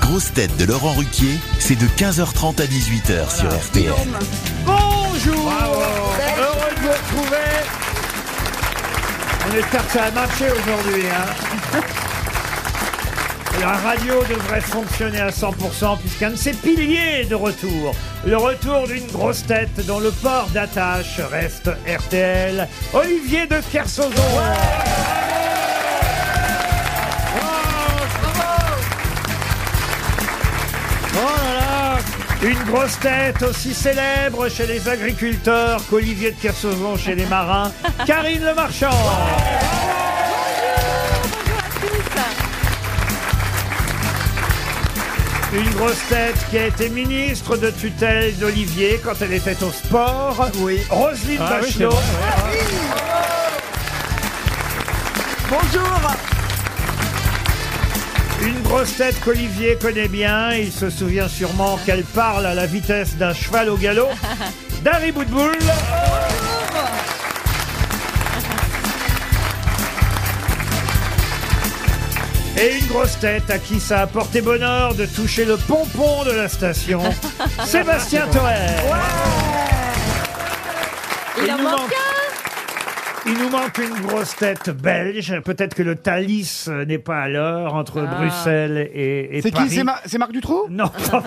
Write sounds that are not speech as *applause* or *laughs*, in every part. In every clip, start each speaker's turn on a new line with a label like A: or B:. A: grosses têtes de Laurent Ruquier, c'est de 15h30 à 18h sur RTL.
B: Bonjour Heureux de vous retrouver On espère que ça a marché aujourd'hui. hein. La radio devrait fonctionner à 100% puisqu'un de ses piliers est de retour. Le retour d'une grosse tête dont le port d'attache reste RTL. Olivier de Kersauzon Oh là là Une grosse tête aussi célèbre chez les agriculteurs qu'Olivier de Kersauzon chez les marins,
C: *laughs*
B: Karine Le Marchand. Une grosse tête qui a été ministre de tutelle d'Olivier quand elle était au sport. Oui. Roselyne
D: Ah oui,
B: Bachelot.
D: c'est vrai,
B: Bonjour une grosse tête qu'Olivier connaît bien, il se souvient sûrement qu'elle parle à la vitesse d'un cheval au galop.
D: *laughs*
B: Dari Boudboul Et une grosse tête à qui ça a porté bonheur de toucher le pompon de la station, Sébastien Thorel.
E: Il en
B: nous
E: manque
B: manque. Il nous manque une grosse tête belge. Peut-être que le Thalys euh, n'est pas à l'heure entre
F: Ah.
B: Bruxelles et, et
F: C'est qui,
B: Paris.
F: c'est
B: Marc Dutroux
F: *laughs*
B: Non. Non,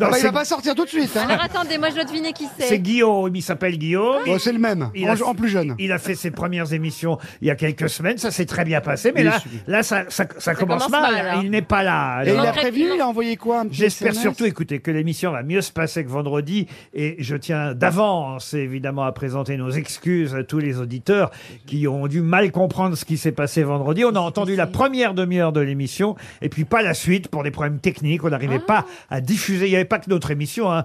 F: bah, il
B: c'est-
F: va pas sortir tout de suite. hein.
G: Alors attendez, moi je dois deviner qui c'est.
B: C'est Guillaume, il s'appelle Guillaume.
F: Bon, c'est le même,
B: Il
F: en,
B: a-
F: en plus jeune.
B: Il a fait ses premières émissions il y a quelques semaines, ça s'est très bien passé, mais
F: Il est
B: là,
F: suivi.
B: là ça, ça- ça commence,
F: commence
B: mal.
F: mal, hein.
B: Il n'est pas là.
F: Et il
B: Alors-
F: a prévenu, il a envoyé quoi un petit
B: J'espère
F: SMS?
B: surtout, écoutez, que l'émission va mieux se passer que vendredi. Et je tiens d'avance, évidemment, à présenter nos excuses à tous les auditeurs qui ont dû mal comprendre ce qui s'est passé vendredi. On a entendu la première demi-heure de l'émission et puis pas la suite pour des problèmes techniques. On n'arrivait
H: Ah.
B: pas à diffuser. Il n'y avait pas que notre émission. hein.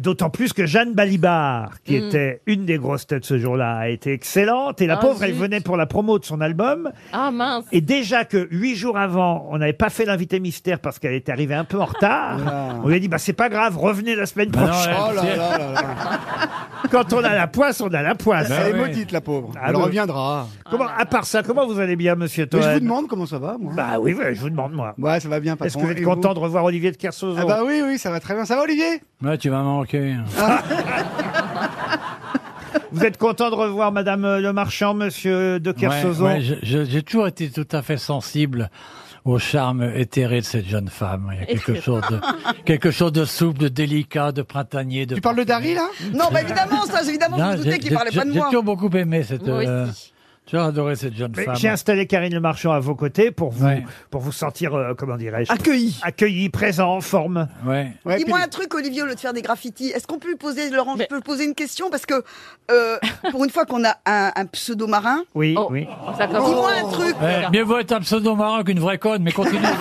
B: D'autant plus que Jeanne Balibar, qui
H: Mm.
B: était une des grosses têtes ce jour-là, a été excellente. Et la
H: Ah,
B: pauvre, elle
H: zut.
B: venait pour la promo de son album.
H: Ah mince.
B: Et déjà que huit jours avant, on n'avait pas fait l'invité mystère parce qu'elle était arrivée un peu en retard. On lui a dit bah c'est pas grave, revenez la semaine
F: Bah non,
B: prochaine.
F: elle- Ah. Oh là là là là.
B: *laughs* Quand on a la poisse, on a la poisse.
F: Elle est maudite, la pauvre.
B: Ah
F: Elle
B: oui.
F: reviendra.
B: Comment, à part ça, comment vous allez bien, monsieur
F: Mais
B: Toen
F: je vous demande comment ça va, moi.
B: Bah oui, ouais, je vous demande moi.
F: Ouais, ça va bien, patron.
B: Est-ce que vous êtes
F: Et
B: content de revoir Olivier de Kersauzon
F: Ah bah oui, oui, ça va très bien. Ça va, Olivier
I: Ouais, tu vas manquer.
B: *laughs* Vous êtes content de revoir Madame euh, Le Marchand, Monsieur de Kersauzon
I: Ouais, ouais, je- je- J'ai toujours été tout à fait sensible au charme éthéré de cette jeune femme. Il y a quelque chose de, quelque chose de souple, de délicat, de printanier. De...
F: Tu parles de Dari, là
C: Non, bah évidemment, ça, évidemment, je me doutais qu'il parlait pas de
I: J'ai
C: moi.
I: toujours beaucoup aimé cette.
C: Moi aussi.
I: euh, J'ai adoré cette jeune
B: Mais
I: femme.
B: J'ai installé Karine Le Marchand à vos côtés pour vous, pour vous sentir, euh, comment dirais-je
C: Accueilli.
B: Accueilli, présent, en forme.
I: Ouais.
C: Dis-moi un truc, Olivier, au lieu de faire des graffitis. Est-ce qu'on peut lui poser, Laurent, je peux poser une question Parce que, euh, pour une fois qu'on a un, un pseudo-marin,
B: Oui,
G: Oh,
B: oui.
C: commence. Dis-moi un truc.
I: Ouais, mieux vaut être un pseudo marin qu'une vraie conne, mais continue. *laughs*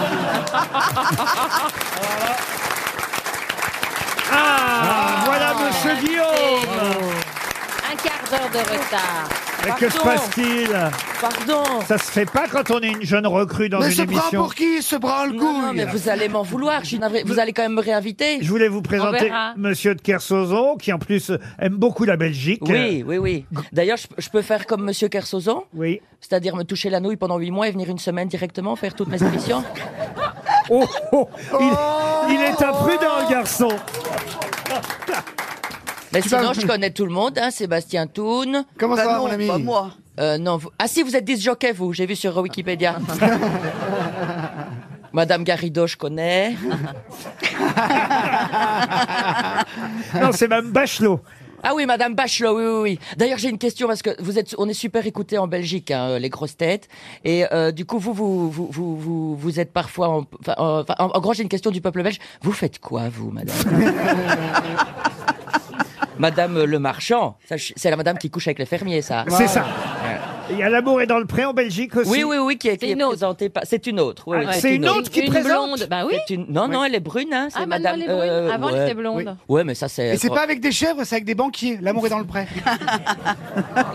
B: Ah, voilà Monsieur Guillaume
G: Un quart d'heure de retard.
B: Mais que se passe-t-il
G: Pardon.
B: Ça se fait pas quand on est une jeune recrue dans une émission.
F: qui Se bras le
J: Non, non, mais vous allez m'en vouloir. je suis navrée. Vous allez quand même me réinviter.
B: Je voulais vous
J: On
B: présenter
J: verra.
B: Monsieur de Kersauzon, qui en plus aime beaucoup la Belgique.
J: Oui, oui, oui. D'ailleurs, je, je peux faire comme Monsieur Kersozon.
B: Oui.
J: C'est-à-dire me toucher la nouille pendant huit mois et venir une semaine directement faire toutes mes émissions.
B: *laughs* Oh, oh, il, il est imprudent, le garçon.
J: *laughs* Mais
C: Tu
J: sinon,
C: vas-
J: je connais tout le monde, hein, Sébastien Toun.
C: Comment ça Bah va, non, mon ami pas moi.
J: Euh, non, vous- Ah si, vous êtes disjockey, vous, j'ai vu sur
C: *laughs*
J: Wikipédia. Madame Garrido, je connais.
B: Non, c'est même Bachelot.
J: Ah oui, Madame Bachelot, oui, oui, oui. D'ailleurs, j'ai une question parce que vous êtes, on est super écoutés en Belgique, hein, euh, les grosses têtes. Et euh, du coup, vous, vous, vous, vous, vous, vous êtes parfois, en, enfin, en, enfin, en- en gros, j'ai une question du peuple belge. Vous faites quoi, vous,
B: *laughs*
J: Madame Madame euh, le Marchand, Ça, je- c'est la Madame qui couche avec les fermiers, ça.
B: C'est ça. Il y a l'amour et dans le pré en Belgique aussi.
J: Oui, oui, oui, qui est, qui est présentée par. C'est une autre. oui,
B: Ah,
J: oui,
B: c'est une autre qui Une présente blonde, bah oui.
J: C'est une- Non, non,
B: Oui.
J: elle est brune. Hein, c'est
F: Ah, maintenant, elle
J: Madame.
F: est brune. Avant, elle
J: ouais.
F: était blonde.
J: Oui. Ouais, mais ça c'est.
F: Et c'est pas avec des chèvres, c'est avec des banquiers. L'amour est dans le
B: *laughs*
F: prêt.
B: Oh,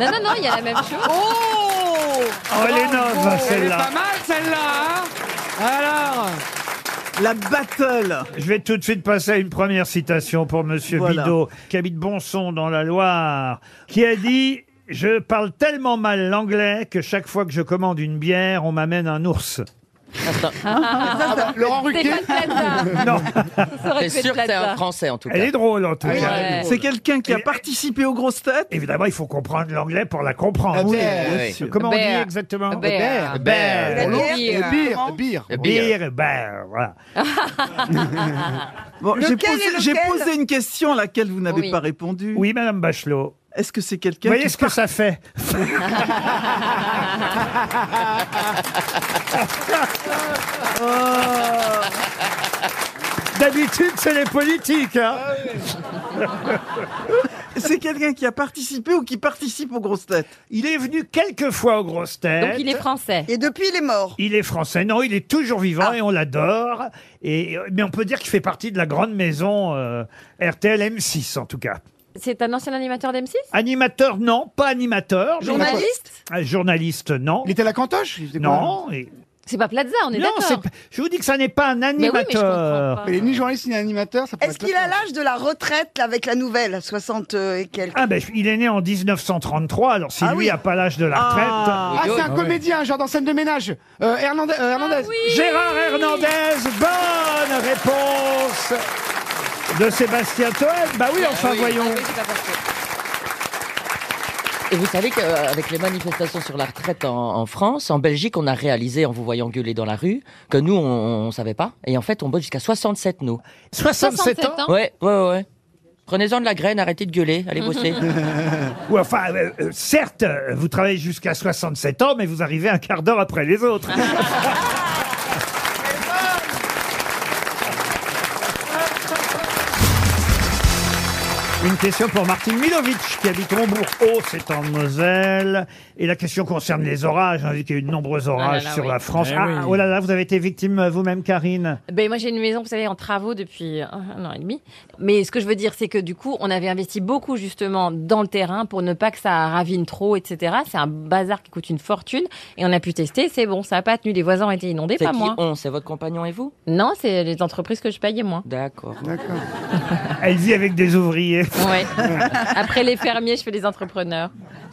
G: Non, non, non, il y a la même chose.
C: Oh
B: Oh, elle est neuve, celle-là.
C: mal, celle-là,
F: hein.
B: Alors la battle Je vais tout de suite passer à une première citation pour Monsieur
C: Voilà.
B: Bidot, qui habite Bonson dans la Loire, qui a dit « Je parle tellement mal l'anglais que chaque fois que je commande une bière, on m'amène un ours ».
J: Attends.
B: Ah,
F: Laurent Ruquier
G: Stéphane Plaza.
B: Non.
G: Ça aurait
J: T'es
G: pu être
J: sûr que c'est
G: Plaza.
J: un français en tout cas.
B: Elle est drôle en tout
F: Ah oui,
B: cas.
F: elle est
D: C'est quelqu'un qui a
B: Et-
D: participé aux grosses têtes.
B: Évidemment, il faut comprendre l'anglais pour la comprendre.
F: Ah, Oui, ben,
J: bien oui. sûr.
B: Comment on dit
G: Ben.
B: exactement
G: Bear.
B: Bear.
C: La
F: Laurent-
C: bière,
F: Le
C: euh,
F: beer,
C: comment
F: le beer.
J: Le beer.
B: Beer, bear, voilà.
D: Bon, j'ai
C: Lequel
D: posé,
C: est
D: j'ai
C: lequel
D: posé une question à laquelle vous n'avez
G: Oui.
D: pas répondu.
B: Oui, Madame Bachelot.
D: Est-ce que c'est
B: Vous
D: quelqu'un
B: voyez
D: qui
B: ce que ça fait
C: Eh
B: D'habitude, c'est les politiques. hein.
D: c'est quelqu'un qui a participé ou qui participe aux grosses têtes
B: Il est venu quelques fois aux grosses têtes.
G: Donc il est français.
C: Et depuis, il est mort.
B: Il est français. Non, il est toujours vivant et on l'adore. Et euh, mais on peut dire qu'il fait partie de la grande maison euh, RTL M6 en tout cas.
G: C'est un ancien animateur d'M6
B: Animateur, non, pas animateur. mais-
G: Journaliste
B: Un journaliste, non.
F: Il était à la cantoche il faisait quoi,
B: Non. et-
G: C'est pas Plaza, Ah, on est
B: non,
G: d'accord.
B: c'est pas- je vous dis que ça n'est pas un
G: Mais oui, mais je
B: animateur.
G: comprends pas.
F: Il est ni journaliste ni animateur. ça pourrait
C: Est-ce
F: être
C: qu'il a
F: le-
C: l'âge de la retraite là, avec la nouvelle, 60 et quelques
B: ah ben, il est né en 1933, alors si
C: Ah
B: lui
C: oui.
B: a pas l'âge de la retraite.
F: Ah, c'est
I: Ah
F: un
I: ouais.
F: comédien, genre dans scène de ménage. Euh, Hernandez. euh, Hernandez.
B: Ah, Gérard Hernandez, bonne réponse de Sébastien Toen. Bah oui,
J: Ah
B: enfin voyons.
J: Et vous savez qu'avec les manifestations sur la retraite en, en France, en Belgique, on a réalisé en vous voyant gueuler dans la rue que nous, on, on savait pas. Et en fait, on bosse jusqu'à 67 nous.
B: 67 ans.
J: Ouais, ouais, ouais, ouais. Prenez-en de la graine, arrêtez de gueuler, allez
B: *laughs*
J: bosser.
B: Ou enfin, euh, euh, certes, euh, vous travaillez jusqu'à 67 ans, mais vous arrivez un quart d'heure après les autres. Une question pour Martin Milovic, qui habite Hombourg. Oh, c'est en Moselle. Et la question concerne les orages, hein, vu qu'il y a eu de nombreux orages
G: Ah là,
B: sur
G: oui.
B: la France.
I: Eh
B: ah,
I: oui.
B: ah, oh là là, vous avez été victime euh, vous-même, Karine.
G: Ben moi j'ai une maison, vous savez, en travaux depuis un- un an et demi. Mais ce que je veux dire, c'est que du coup, on avait investi beaucoup justement dans le terrain pour ne pas que ça ravine trop, etc. C'est un bazar qui coûte une fortune et on a pu tester. C'est bon, ça a pas tenu. Les voisins ont été inondés,
J: C'est
G: pas
J: qui
G: moi.
J: on C'est votre compagnon et vous
G: Non, c'est les entreprises que je payais moi.
J: D'accord.
F: D'accord.
B: Elle vit avec des ouvriers.
G: Ouais. *laughs*
B: *laughs*
G: Après les fermiers, je fais les entrepreneurs.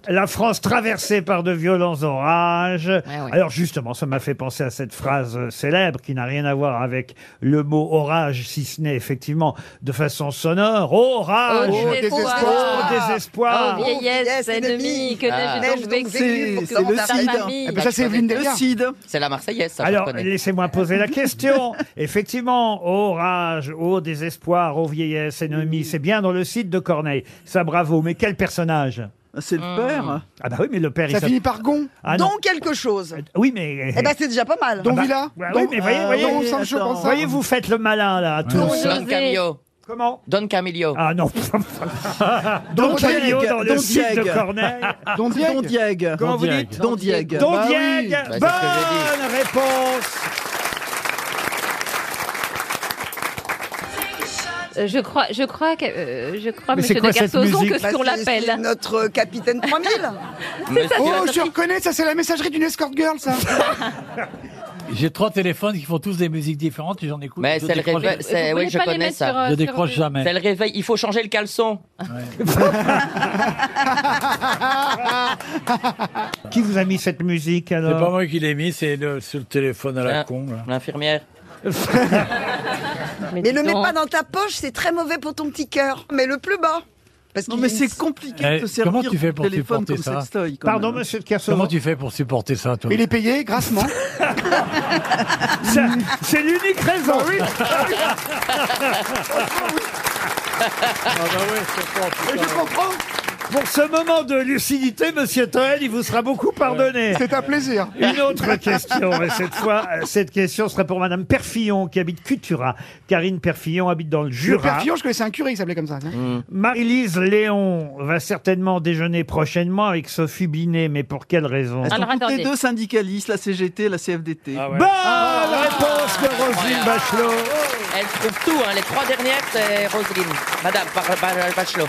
B: La France traversée par de violents orages.
G: ouais.
B: Alors justement, ça m'a fait penser à cette phrase euh, célèbre qui n'a rien à voir avec le mot orage, si ce n'est effectivement de façon sonore. Orage
F: Oh,
G: désespoir.
F: désespoir.
B: Oh, désespoir
G: Oh, vieillesse
C: vieillesse
G: ennemie,
C: ennemie,
G: que
J: ah.
G: neige donc
C: donc
G: vécu
C: vécue pour
D: c'est
C: que Laurent
D: le
C: Tardy-
G: par
D: sida.
G: famille.
F: Eh ben, ça, c'est Evelyne
D: Le
F: Delia.
D: CID.
J: C'est la Marseillaise, ça, je
B: Alors,
J: reconnais.
B: laissez-moi poser
G: *laughs*
B: la question. Effectivement, orage, au désespoir, ô vieillesse ennemie, c'est bien dans le site de Corneille. Ça, bravo. Mais quel personnage
D: C'est
G: Mmh.
D: le père.
B: Ah bah oui, mais le père, il
F: Ça
B: s'appelle-
F: finit par Gon.
B: Ah non.
C: Dont quelque chose.
B: Oui, mais... euh,
C: Eh ben, c'est déjà pas mal.
F: Don
B: bah,
F: Villa.
B: ouais,
F: Don-
B: oui, mais voyez,
F: euh,
B: voyez,
F: Don Sancho
D: attends.
F: Panza.
B: Voyez, vous faites le malin, là, à tous.
I: Ouais.
J: Don
G: José.
J: Camillo.
B: Comment
J: Don Camillo.
B: Ah
J: *laughs*
B: non. Don
F: Don
B: Camillo
D: Diègue,
B: dans le
D: Don
B: site de
D: Diègue.
B: Corneille.
F: Don Diègue.
D: *laughs* Don Diègue.
B: Comment vous
I: Diègue.
B: dites
D: Don Diègue.
B: Don
F: Bah oui.
B: Diègue.
J: c'est ce que
B: Bonne
J: j'ai
B: réponse.
G: Euh, Je crois, je crois que, euh, je crois,
B: Mais c'est
G: Monsieur
B: quoi
G: de
B: cette
G: Garçozon,
B: musique
G: que ce
C: Bah,
G: qu'on
C: c'est- c'est
G: l'appelle.
C: Notre
G: *laughs*
C: capitaine 3000.
F: Oh, je reconnais, ça c'est la messagerie d'une escort girl,
B: *laughs*
F: ça.
I: J'ai trois téléphones qui font tous des musiques différentes et j'en écoute.
J: Mais
I: je
J: Eh, c'est le
I: décroche-
J: réveil.
G: Vous
J: c'est-
G: voulez
J: Oui, je
G: pas les
J: connais
G: mettre
J: ça.
G: sur, euh,
I: Je
G: sur-
I: décroche jamais.
J: C'est le réveil. Il faut changer
G: *laughs*
J: le caleçon. *laughs*
B: Qui vous a mis cette musique
I: C'est pas
B: alors
I: moi qui l'ai mis, c'est le, sur le téléphone à la
J: Ah.
I: con. là.
J: L'infirmière.
C: Mais le
G: Ah, dis
C: mets
G: donc.
C: pas dans ta poche, c'est très mauvais pour ton petit cœur. Mais le plus bas. Parce
D: Non
C: qu'il
D: mais
C: est-
D: c'est compliqué
I: Eh,
D: de se servir
I: comment tu fais pour
D: de téléphone
I: supporter
D: comme
I: ça
D: sextoy. quand
B: Pardon,
D: même.
B: monsieur de Kersauzon.
I: Comment tu fais pour supporter ça, toi
F: Il est payé grassement.
B: *laughs* Ça, C'est l'unique raison.
F: Ah
I: Ah, bah
F: Et je comprends,
B: Pour ce moment de lucidité, monsieur Toel, il vous sera beaucoup pardonné.
F: c'est un plaisir.
B: Une autre question, et cette fois, euh, cette question sera pour madame Perfillon, qui habite Cutura. Karine Perfillon habite dans le
F: Le
B: Jura.
F: père Fillon, je connaissais un curé qui s'appelait comme ça. tiens.
B: Marie-Lise Léon va certainement déjeuner prochainement avec Sophie Binet, mais pour quelle raison
D: Elles sont
G: Alors,
D: toutes
G: attendez.
D: les deux syndicalistes, la CGT, la CFDT.
I: Ah ouais.
B: Bonne réponse de Roselyne
J: Incroyable.
B: Bachelot.
J: Elle trouve tout. hein. Les trois dernières, c'est Roselyne. Madame Par- Par- Bachelot.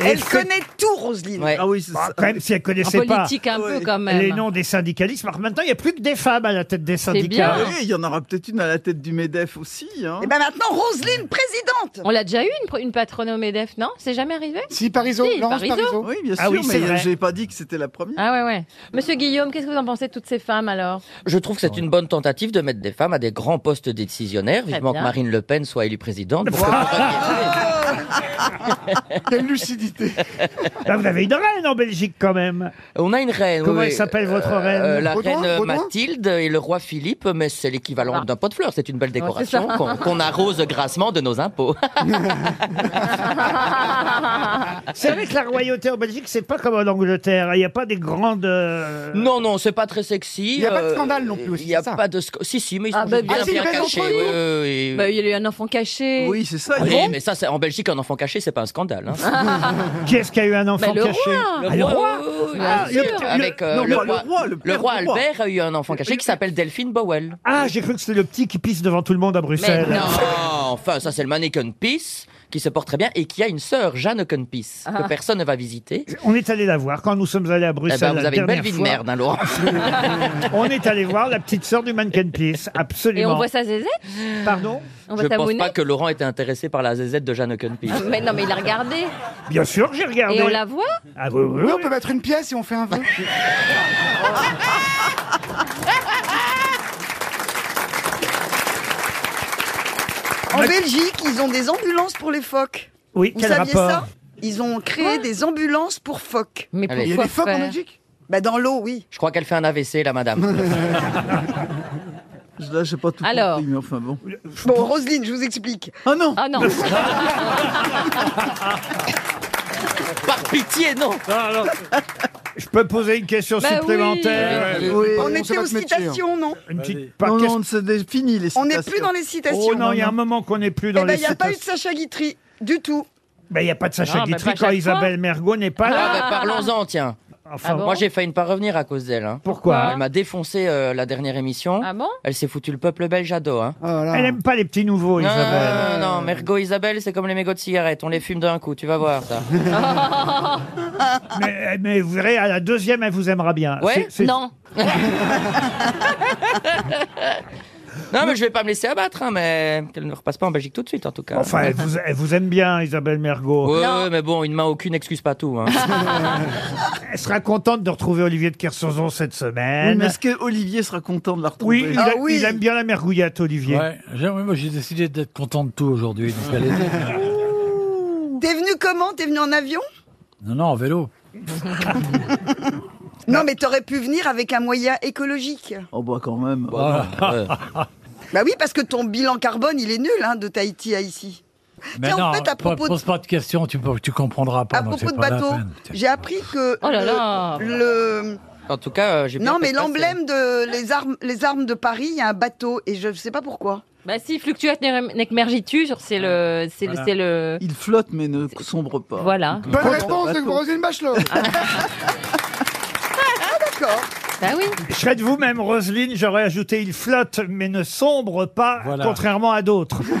C: Elle
B: Est-ce que-
C: connaît tout, Roselyne.
J: Ouais.
D: Ah oui, c'est
B: Ah,
D: ça.
B: quand même, si elle
G: En
B: connaissait pas
G: politique, un peu
D: Ouais.
G: quand même.
B: les noms des syndicalistes, alors maintenant, il n'y a plus que des femmes à la tête des syndicats.
G: bien.
D: Oui, il y en aura peut-être une à la tête du MEDEF aussi. hein.
K: Eh
C: Et ben maintenant, Roselyne, présidente.
G: On l'a déjà eu, une, pro- une patronne au MEDEF, non C'est jamais arrivé
F: Si, Pariso,
G: Si,
F: Laurence
G: Parisot.
F: Pariso.
D: Oui, bien sûr,
B: Ah oui, c'est
D: mais
B: vrai.
D: j'ai pas dit que c'était la première.
G: Ah ouais, ouais. Monsieur Guillaume, qu'est-ce que vous en pensez de toutes ces femmes alors
J: Je trouve que c'est une bonne tentative de mettre des femmes à des grands postes décisionnaires,
G: Très
J: vivement que
G: bien.
J: Marine Le Pen soit élue présidente. pour que-
F: Quelle lucidité.
B: Là, vous avez une reine en Belgique quand même.
J: On a une reine. Eh
B: Comment
J: oui,
B: elle
J: oui.
B: s'appelle, votre
J: Euh,
B: reine
J: euh, La
F: Baudouin,
J: reine euh,
F: Baudouin
J: Mathilde et le roi Philippe, mais c'est l'équivalent
G: Ah.
J: d'un pot de fleurs. C'est une belle
G: c'est
J: décoration
G: ça.
J: qu'on qu'on arrose grassement de nos impôts.
B: C'est vrai que la royauté en Belgique, c'est pas comme en Angleterre. Il n'y a pas des grandes. euh,
J: non, non, c'est pas très sexy.
F: Il y a pas de
J: euh,
F: scandale non plus aussi,
J: Il n'y a
F: c'est ça
J: pas de sc- Si, si, mais ils sont
G: Ah, bah,
J: bien,
G: bien
J: bien
G: sûr,
J: cachés.
G: ils sont
J: oui,
G: connus.
J: oui, oui.
G: Bah, Il y a eu un enfant caché.
D: Oui,
G: *laughs*
D: c'est ça.
J: Oui, mais ça, c'est- en Belgique, un enfant caché, c'est pas un scandale. hein.
G: Ah,
B: Qui est-ce qui a eu un enfant
G: Bah, le
B: caché
G: roi.
B: Ah, le roi
J: oui, oui, oui,
B: Ah,
J: bien
B: le-
J: sûr.
B: le-
J: Avec euh,
D: non,
J: le
D: pas le
J: roi.
D: roi, le
J: Le
D: père
J: roi
D: du roi.
J: Albert a eu un enfant caché qui s'appelle Delphine Bowell.
B: Ah, j'ai cru que c'était le petit qui pisse devant tout le monde à
J: Mais
B: Bruxelles.
J: non, Oh, enfin, ça c'est le mannequin Peace qui se porte très bien et qui a une sœur, Jeanne Peace,
G: Ah.
J: que personne ne va visiter.
B: *laughs* On est allé la voir quand nous sommes allés à
J: Eh
B: Bruxelles.
J: ben,
B: la
J: vous avez une belle
B: dernière
J: vie de
B: fois,
J: merde, hein, Laurent.
B: *laughs* On est allé voir la petite sœur du mannequin Peace. Absolument.
G: Et on voit sa zézette
B: Pardon
G: On
J: Je
G: voit sa
J: pense
G: monnaie
J: pas que Laurent était intéressé par la ZZ de Jeanne Peace.
G: *laughs* Mais non, mais il a regardé.
B: Bien sûr, j'ai regardé.
G: Ah Et on la voit
B: Ah oui, oui,
F: Oui, on
B: oui.
F: peut mettre une pièce et on fait un vœu.
C: En Belgique, ils ont des ambulances pour les phoques.
B: Oui,
C: Vous
B: quel
C: saviez
B: rapport
C: ça Ils ont créé des ambulances pour phoques.
G: Mais
J: Allez.
F: Il y a
G: pourquoi
F: des phoques en
G: faire
F: Belgique
C: Bah dans l'eau, oui.
J: Je crois qu'elle fait un AVC, la madame.
D: *laughs* Là, j'ai pas tout
G: Alors.
D: compris, mais enfin
B: *laughs*
D: bon.
C: Bon, Roselyne, je vous explique.
D: Ah non
G: Ah non
J: par pitié, non
B: *laughs* Je peux poser une question
G: Bah oui.
B: supplémentaire
D: Oui.
C: On
F: Pardon, c'est
C: était aux
F: votre métier, hein.
C: citations, *laughs* non
B: Une petite pas-
D: Non,
B: qu'est-ce-
D: non, c'est fini les
C: On n'est
D: citations.
C: plus dans les citations.
B: Oh non, il y a un moment qu'on n'est plus dans
C: Eh ben,
B: les
C: il n'y a pas eu de
B: citations.
C: Sacha Guitry, du tout.
B: Ben, Il n'y a pas de Sacha
J: bah,
G: Non, mais
B: Guitry
G: pas
B: quand
G: chaque
B: Isabelle Mergo n'est pas
J: Ah,
B: là.
J: bah, Parlons-en, tiens.
B: Enfin,
G: Ah bon
J: Moi, j'ai failli ne pas revenir à cause d'elle. hein.
B: pourquoi
J: Elle m'a défoncé euh, la dernière émission.
G: Ah bon
J: Elle s'est foutu le peuple belge à dos. Hein.
C: Ah
F: Oh là là.
B: Elle n'aime pas les petits nouveaux,
J: Non,
B: Isabelle.
J: non, non, non, Mergo Isabelle, c'est comme les mégots de cigarettes. On les fume d'un coup, tu vas
G: *laughs*
J: voir ça.
B: Mais, mais vous verrez, à la deuxième, elle vous aimera bien.
J: Ouais,
B: C'est- c'est-
G: Non
J: Non, mais je vais pas me laisser abattre, hein, mais qu'elle ne repasse pas en Belgique tout de suite, en tout cas.
B: Enfin, elle vous, elle vous aime bien, Isabelle Mergo.
J: Ah. Ouais,
G: Non.
J: ouais, mais bon, une main aucune n'excuse
G: *laughs*
J: pas tout. hein.
B: Elle sera contente de retrouver Olivier de Kersauzon cette
D: Oui,
B: semaine.
D: mais est-ce que Olivier sera content de la
B: Oui,
D: retrouver
B: il,
C: Ah
B: a-
C: oui.
B: il aime bien la mergouillette, Olivier.
I: Ouais, j'ai- moi j'ai décidé d'être content de tout aujourd'hui. donc allez-y.
C: T'es venu comment T'es venu en avion
I: non, non, en vélo.
C: Non, mais t'aurais pu venir avec un moyen écologique.
D: Oh bah quand même.
I: Ah.
J: Ouais.
C: Bah oui, parce que ton bilan carbone, il est nul, hein, de Tahiti à ici.
I: *laughs* Mais
C: Tiens,
I: non,
C: en fait, à
I: po-
C: propos de-
I: pose pas de questions, tu, peux- tu comprendras pas.
C: À
I: donc
C: propos
I: c'est
C: de
I: pas la
C: bateau,
I: peine.
C: j'ai appris que
G: Oh là
C: le-
G: là.
C: le,
J: En tout cas, euh, j'ai bien
C: non mais
J: fait passer.
C: l'emblème de les armes les armes de Paris, il y a un bateau et je ne sais pas pourquoi.
G: Bah si, fluctuate ne- nec mergitus, c'est le... C'est le-
I: Voilà.
G: c'est le...
D: Il flotte mais ne sombre pas. euh,
G: Voilà.
F: Bonne réponse de
D: Bateau.
F: Roselyne
G: *laughs*
F: Bachelot.
G: Ah,
B: Ah,
F: Ah,
C: D'accord.
G: Bah oui
B: Je serais de vous-même, Roselyne, j'aurais ajouté il flotte, mais ne sombre pas,
I: Voilà.
B: contrairement à d'autres.
A: RTL,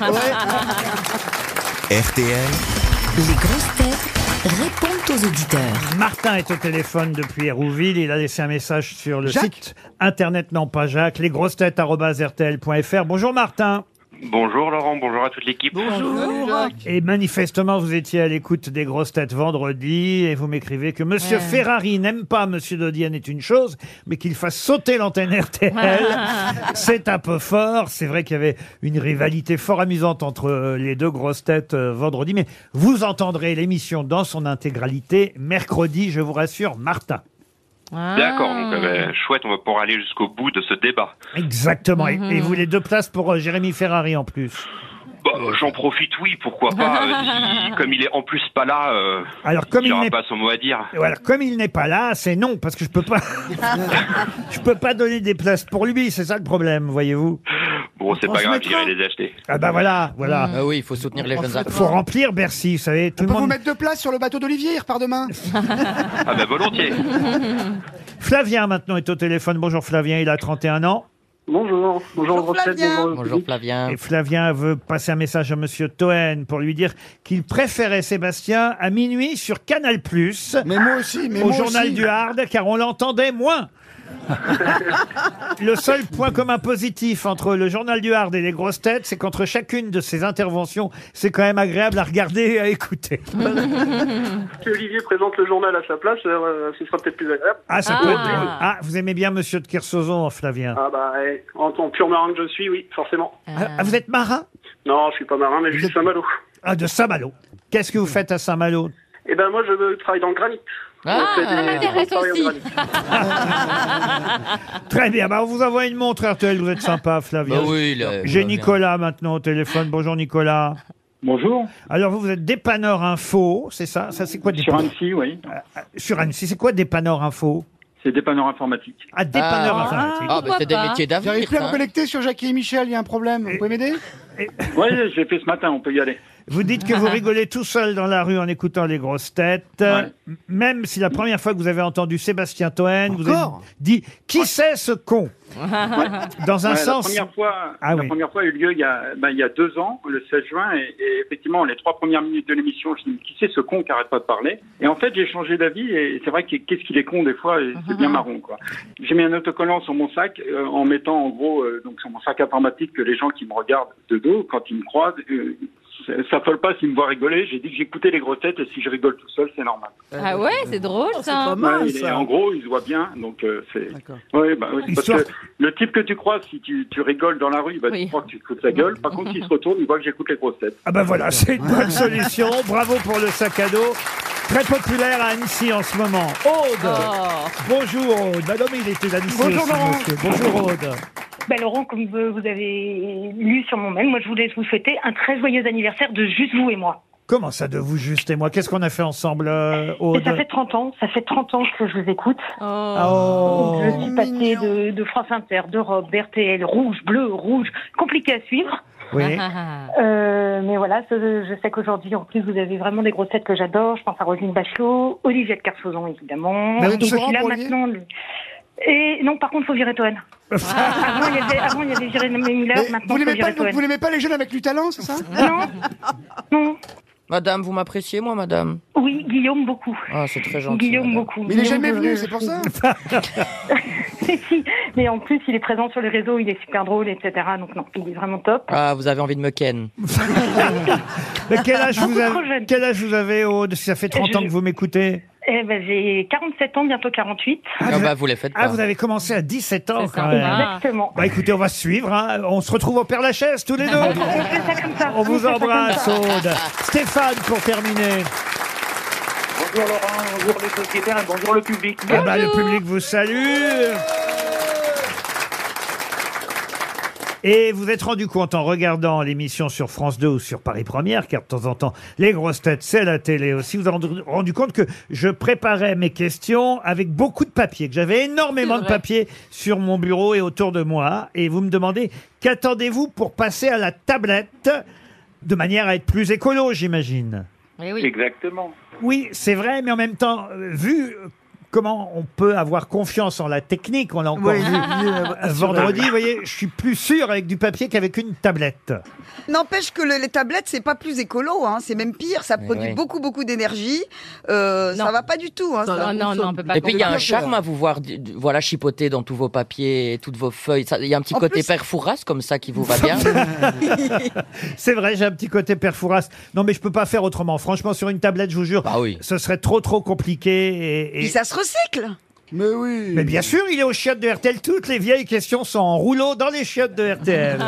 E: Les grosses têtes répondent aux auditeurs.
B: Martin est au téléphone depuis Hérouville. Il a laissé un message sur le
F: Jacques
B: site internet, non pas Jacques, lesgrossetêtes.rtl.fr. Bonjour Martin.
H: Bonjour Laurent, bonjour à toute l'équipe.
D: Bonjour.
B: Et manifestement, vous étiez à l'écoute des grosses têtes vendredi et vous m'écrivez que Monsieur Ferrari n'aime pas Monsieur Dodienne est une chose, mais qu'il fasse sauter l'antenne RTL, c'est un peu fort. C'est vrai qu'il y avait une rivalité fort amusante entre euh, les deux grosses têtes euh, vendredi, mais vous entendrez l'émission dans son intégralité mercredi, je vous rassure, Martin.
H: D'accord,
K: Ah.
H: donc euh, ben, chouette, on va pouvoir aller jusqu'au bout de ce débat.
B: Exactement. Et- Et vous les deux places pour euh, Jérémy Ferrari en plus.
H: Bah, euh, J'en profite, oui, pourquoi pas. euh, si- comme il est en plus pas là, euh,
B: Alors comme
H: il
B: il
H: n'aura
B: n'est Euh,
H: pas son mot à dire.
B: Et voilà, comme il n'est pas là, c'est non parce que je peux pas, je peux pas donner des places pour lui. C'est ça le problème, voyez-vous.
H: Bon, c'est
D: On
H: pas
D: se
H: grave,
D: mettra.
H: j'irai les acheter.
B: Ah bah voilà, voilà.
J: Ah oui, il faut soutenir les jeunes artistes.
B: Faut remplir Bercy, vous savez. Tout
F: On
B: le
F: peut vous
B: monde.
F: mettre de place sur le bateau d'Olivier, il repart demain.
H: Ah ben volontiers.
B: Flavien maintenant est au téléphone. Bonjour Flavien, il a 31 ans.
L: Bonjour. Bonjour,
C: Bonjour,
L: Roxette,
C: Flavien.
L: bonjour,
J: Bonjour Flavien.
B: Et Flavien veut passer un message à Monsieur Toen pour lui dire qu'il préférait Sébastien à minuit sur Canal+. Mais moi aussi,
F: mais
B: Au
F: moi
B: journal
F: aussi.
B: du Hard, car on l'entendait moins. le seul point commun positif entre le journal du Hard et les grosses têtes, c'est qu'entre chacune de ces interventions, c'est quand même agréable à regarder et à écouter.
L: Si Olivier présente le journal à sa place, euh, ce sera peut-être plus agréable.
B: Ah, ça peut être drôle. Ah, vous aimez bien Monsieur de Kersauzon, Flavien.
L: Ah bah, ouais. en tant que pur marin que je suis, oui, forcément.
B: Ah, vous êtes marin
L: Non, je suis pas marin, mais je suis Saint-Malo.
B: Ah, de Saint-Malo. Qu'est-ce que vous faites à Saint-Malo
L: Eh ben moi, je euh, travaille dans le granit.
B: Ah,
L: On fait
B: ça
L: des-
B: m'intéresse
L: on travaille au
B: aussi.
L: granit.
B: Très bien, bah on vous envoie une montre RTL, vous êtes sympa Flavien.
J: Bah oui, là,
B: J'ai
J: bah bien.
B: Nicolas maintenant au téléphone, bonjour Nicolas. Bonjour. Alors vous, vous êtes dépanneur info, c'est ça Ça c'est quoi
L: Sur
B: dépanneur Euh,
L: Annecy, oui.
B: Sur Annecy, c'est quoi dépanneur info
L: C'est dépanneur informatique.
B: Ah, dépanneur
L: Ah.
B: informatique.
L: Ah, bah, c'est des métiers d'avenir,
F: J'arrive plus à
L: ça. hein.
F: me connecter sur Jackie et Michel, il y a un problème. Vous pouvez m'aider
L: Oui, je l'ai fait ce matin, on peut y aller.
B: Vous dites que vous
L: *laughs*
B: rigolez tout seul dans la rue en écoutant les grosses têtes,
L: Ouais.
B: M- même si la première fois que vous avez entendu Sébastien Toen, vous avez
L: Encore
B: dit qui c'est ce con Dans un
L: Ouais,
B: sens.
L: La première fois,
B: Ah
L: la
B: oui.
L: première fois a eu lieu il y a, ben, il y a deux ans, le 16 juin, et, et effectivement, les trois premières minutes de l'émission, je me dis, qui c'est ce con qui arrête pas de parler Et en fait, j'ai changé d'avis, et c'est vrai que- qu'est-ce qu'il est con des fois, et c'est bien marron, quoi. J'ai mis un autocollant sur mon sac, euh, en mettant en gros, euh, donc sur mon sac informatique, que les gens qui me regardent de dos, quand ils me croisent, euh, ça s'affole pas s'ils me voient rigoler. J'ai dit que j'écoutais les grosses têtes, et si je rigole tout seul, c'est normal.
G: Ah ouais, c'est
B: Oh,
G: drôle ça. hein.
L: Ouais, il est- Ah, en gros, il se voit bien, donc euh, c'est. Ouais, bah, oui, parce
B: Histoire-
L: que le type que tu croises, si tu, tu rigoles dans la rue, bah, tu crois que tu te fous de sa gueule. Par contre, s'il se retourne, il voit que j'écoute les grosses têtes.
B: Ah ben voilà, c'est une bonne solution. Bravo pour le sac à dos. Très populaire à Annecy en ce moment. Aude Bonjour Aude. Bah non, mais il était d'Annecy
M: Bonjour,
B: aussi,
M: Laurent.
B: monsieur. Bonjour Aude.
M: Ben, Laurent, comme vous vous avez lu sur mon mail, moi je voulais vous souhaiter un très joyeux anniversaire de juste vous et moi.
B: Comment ça de vous juste et moi Qu'est-ce qu'on a fait ensemble, euh,
M: Et
F: Oh,
B: Aude
M: Eh ben, ça fait 30 ans, ça fait 30 ans que je vous écoute.
B: Oh.
M: Donc, Je suis passée de, de France Inter, d'Europe, d'RTL, rouge, bleu, rouge, compliqué à suivre.
B: Oui.
M: Euh, mais voilà, je, je sais qu'aujourd'hui, en plus, vous avez vraiment des grosses têtes que j'adore. Je pense à Roselyne Bachelot, Olivier de Kersauzon, évidemment.
B: Marine
M: Donc,
B: Sevran
M: là,
B: pour
M: maintenant, le- Et non, par contre, faut virer
F: *laughs*
M: Toen. avant, il y avait, avant, il y avait viré Miller,
F: Mais
M: maintenant,
F: vous
M: faut
F: n'aimez pas,
M: virer
F: vous-
M: Toen.
F: vous n'aimez pas les jeunes avec du talent, c'est ça
B: Ah,
J: Madame, vous m'appréciez, moi, madame
M: Oui, Guillaume, beaucoup.
J: Ah, c'est très gentil.
M: Guillaume,
J: madame.
M: beaucoup. Guillaume de- *laughs* Si, si. Mais en plus, il est présent sur les réseaux, il est super drôle, etc. Donc, non, il est vraiment top. *laughs*
J: *laughs* Ah, vous avez envie de me ken
B: Mais quel âge, vous
M: Beaucoup trop
B: avez, quel âge vous avez, Aude Si ça fait 30 ans que vous m'écoutez
M: Eh ben, j'ai 47 ans, bientôt 48.
J: Ah, bah, vous les faites pas.
B: Ah, vous avez commencé à 17 ans
M: C'est
B: quand
M: ça.
B: même.
M: Ah, Exactement.
B: Bah écoutez, on va se suivre. hein. On se retrouve au Père Lachaise tous les
M: *laughs*
B: deux.
M: On fait ça comme ça.
B: On
M: fait
B: vous
M: ça comme
B: embrasse,
M: ça.
B: Aude. Stéphane, pour terminer.
L: Bonjour Laurent, bonjour les sociétaires, bonjour le public.
B: Eh ben, le public vous salue. Et vous êtes rendu compte en regardant l'émission sur France 2 ou sur Paris Première, car de temps en temps, les grosses têtes, c'est la télé aussi. Vous vous êtes rendu compte que je préparais mes questions avec beaucoup de papier, que j'avais énormément de papier sur mon bureau et autour de moi. Et vous me demandez, qu'attendez-vous pour passer à la tablette de manière à être plus écolo, j'imagine
L: Exactement.
B: oui, c'est vrai, mais en même temps, euh, vu euh, comment on peut avoir confiance en la technique, on l'a encore *laughs*
C: Oui,
B: vu
C: oui,
B: euh,
C: assurément.
B: vendredi, vous voyez, je suis plus sûr avec du papier qu'avec une tablette.
C: N'empêche que le- les tablettes, c'est pas plus écolo, hein, c'est même pire. Ça produit
B: ouais.
C: beaucoup, beaucoup d'énergie. Euh, ça va pas du tout. Hein, ça-
J: Et puis il y a un charme à vous voir, d- d- voilà, chipoter dans tous vos papiers, et toutes vos feuilles. Ça, Il y a un petit
C: En
J: côté
C: plus-
J: perfourasse comme ça qui vous va bien.
B: *laughs* C'est vrai, j'ai un petit côté perfouras. Non, mais je peux pas faire autrement. Franchement, sur une tablette, je vous jure, ce serait trop, trop compliqué. Et,
C: Bah Puis ça se recycle.
B: Mais oui. Mais bien sûr, il est aux chiottes de RTL. Toutes les vieilles questions sont en rouleau dans les chiottes de RTL.
C: *laughs*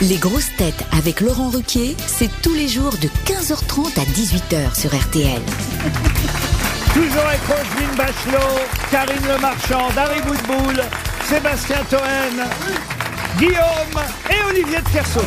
E: Les grosses têtes avec Laurent Ruquier, c'est tous les jours de 15h30 à 18h sur RTL.
B: Toujours avec Roselyne Bachelot, Karine Le Marchand, Darry Boudboul, Sébastien Toen, Guillaume et Olivier de Kersaud.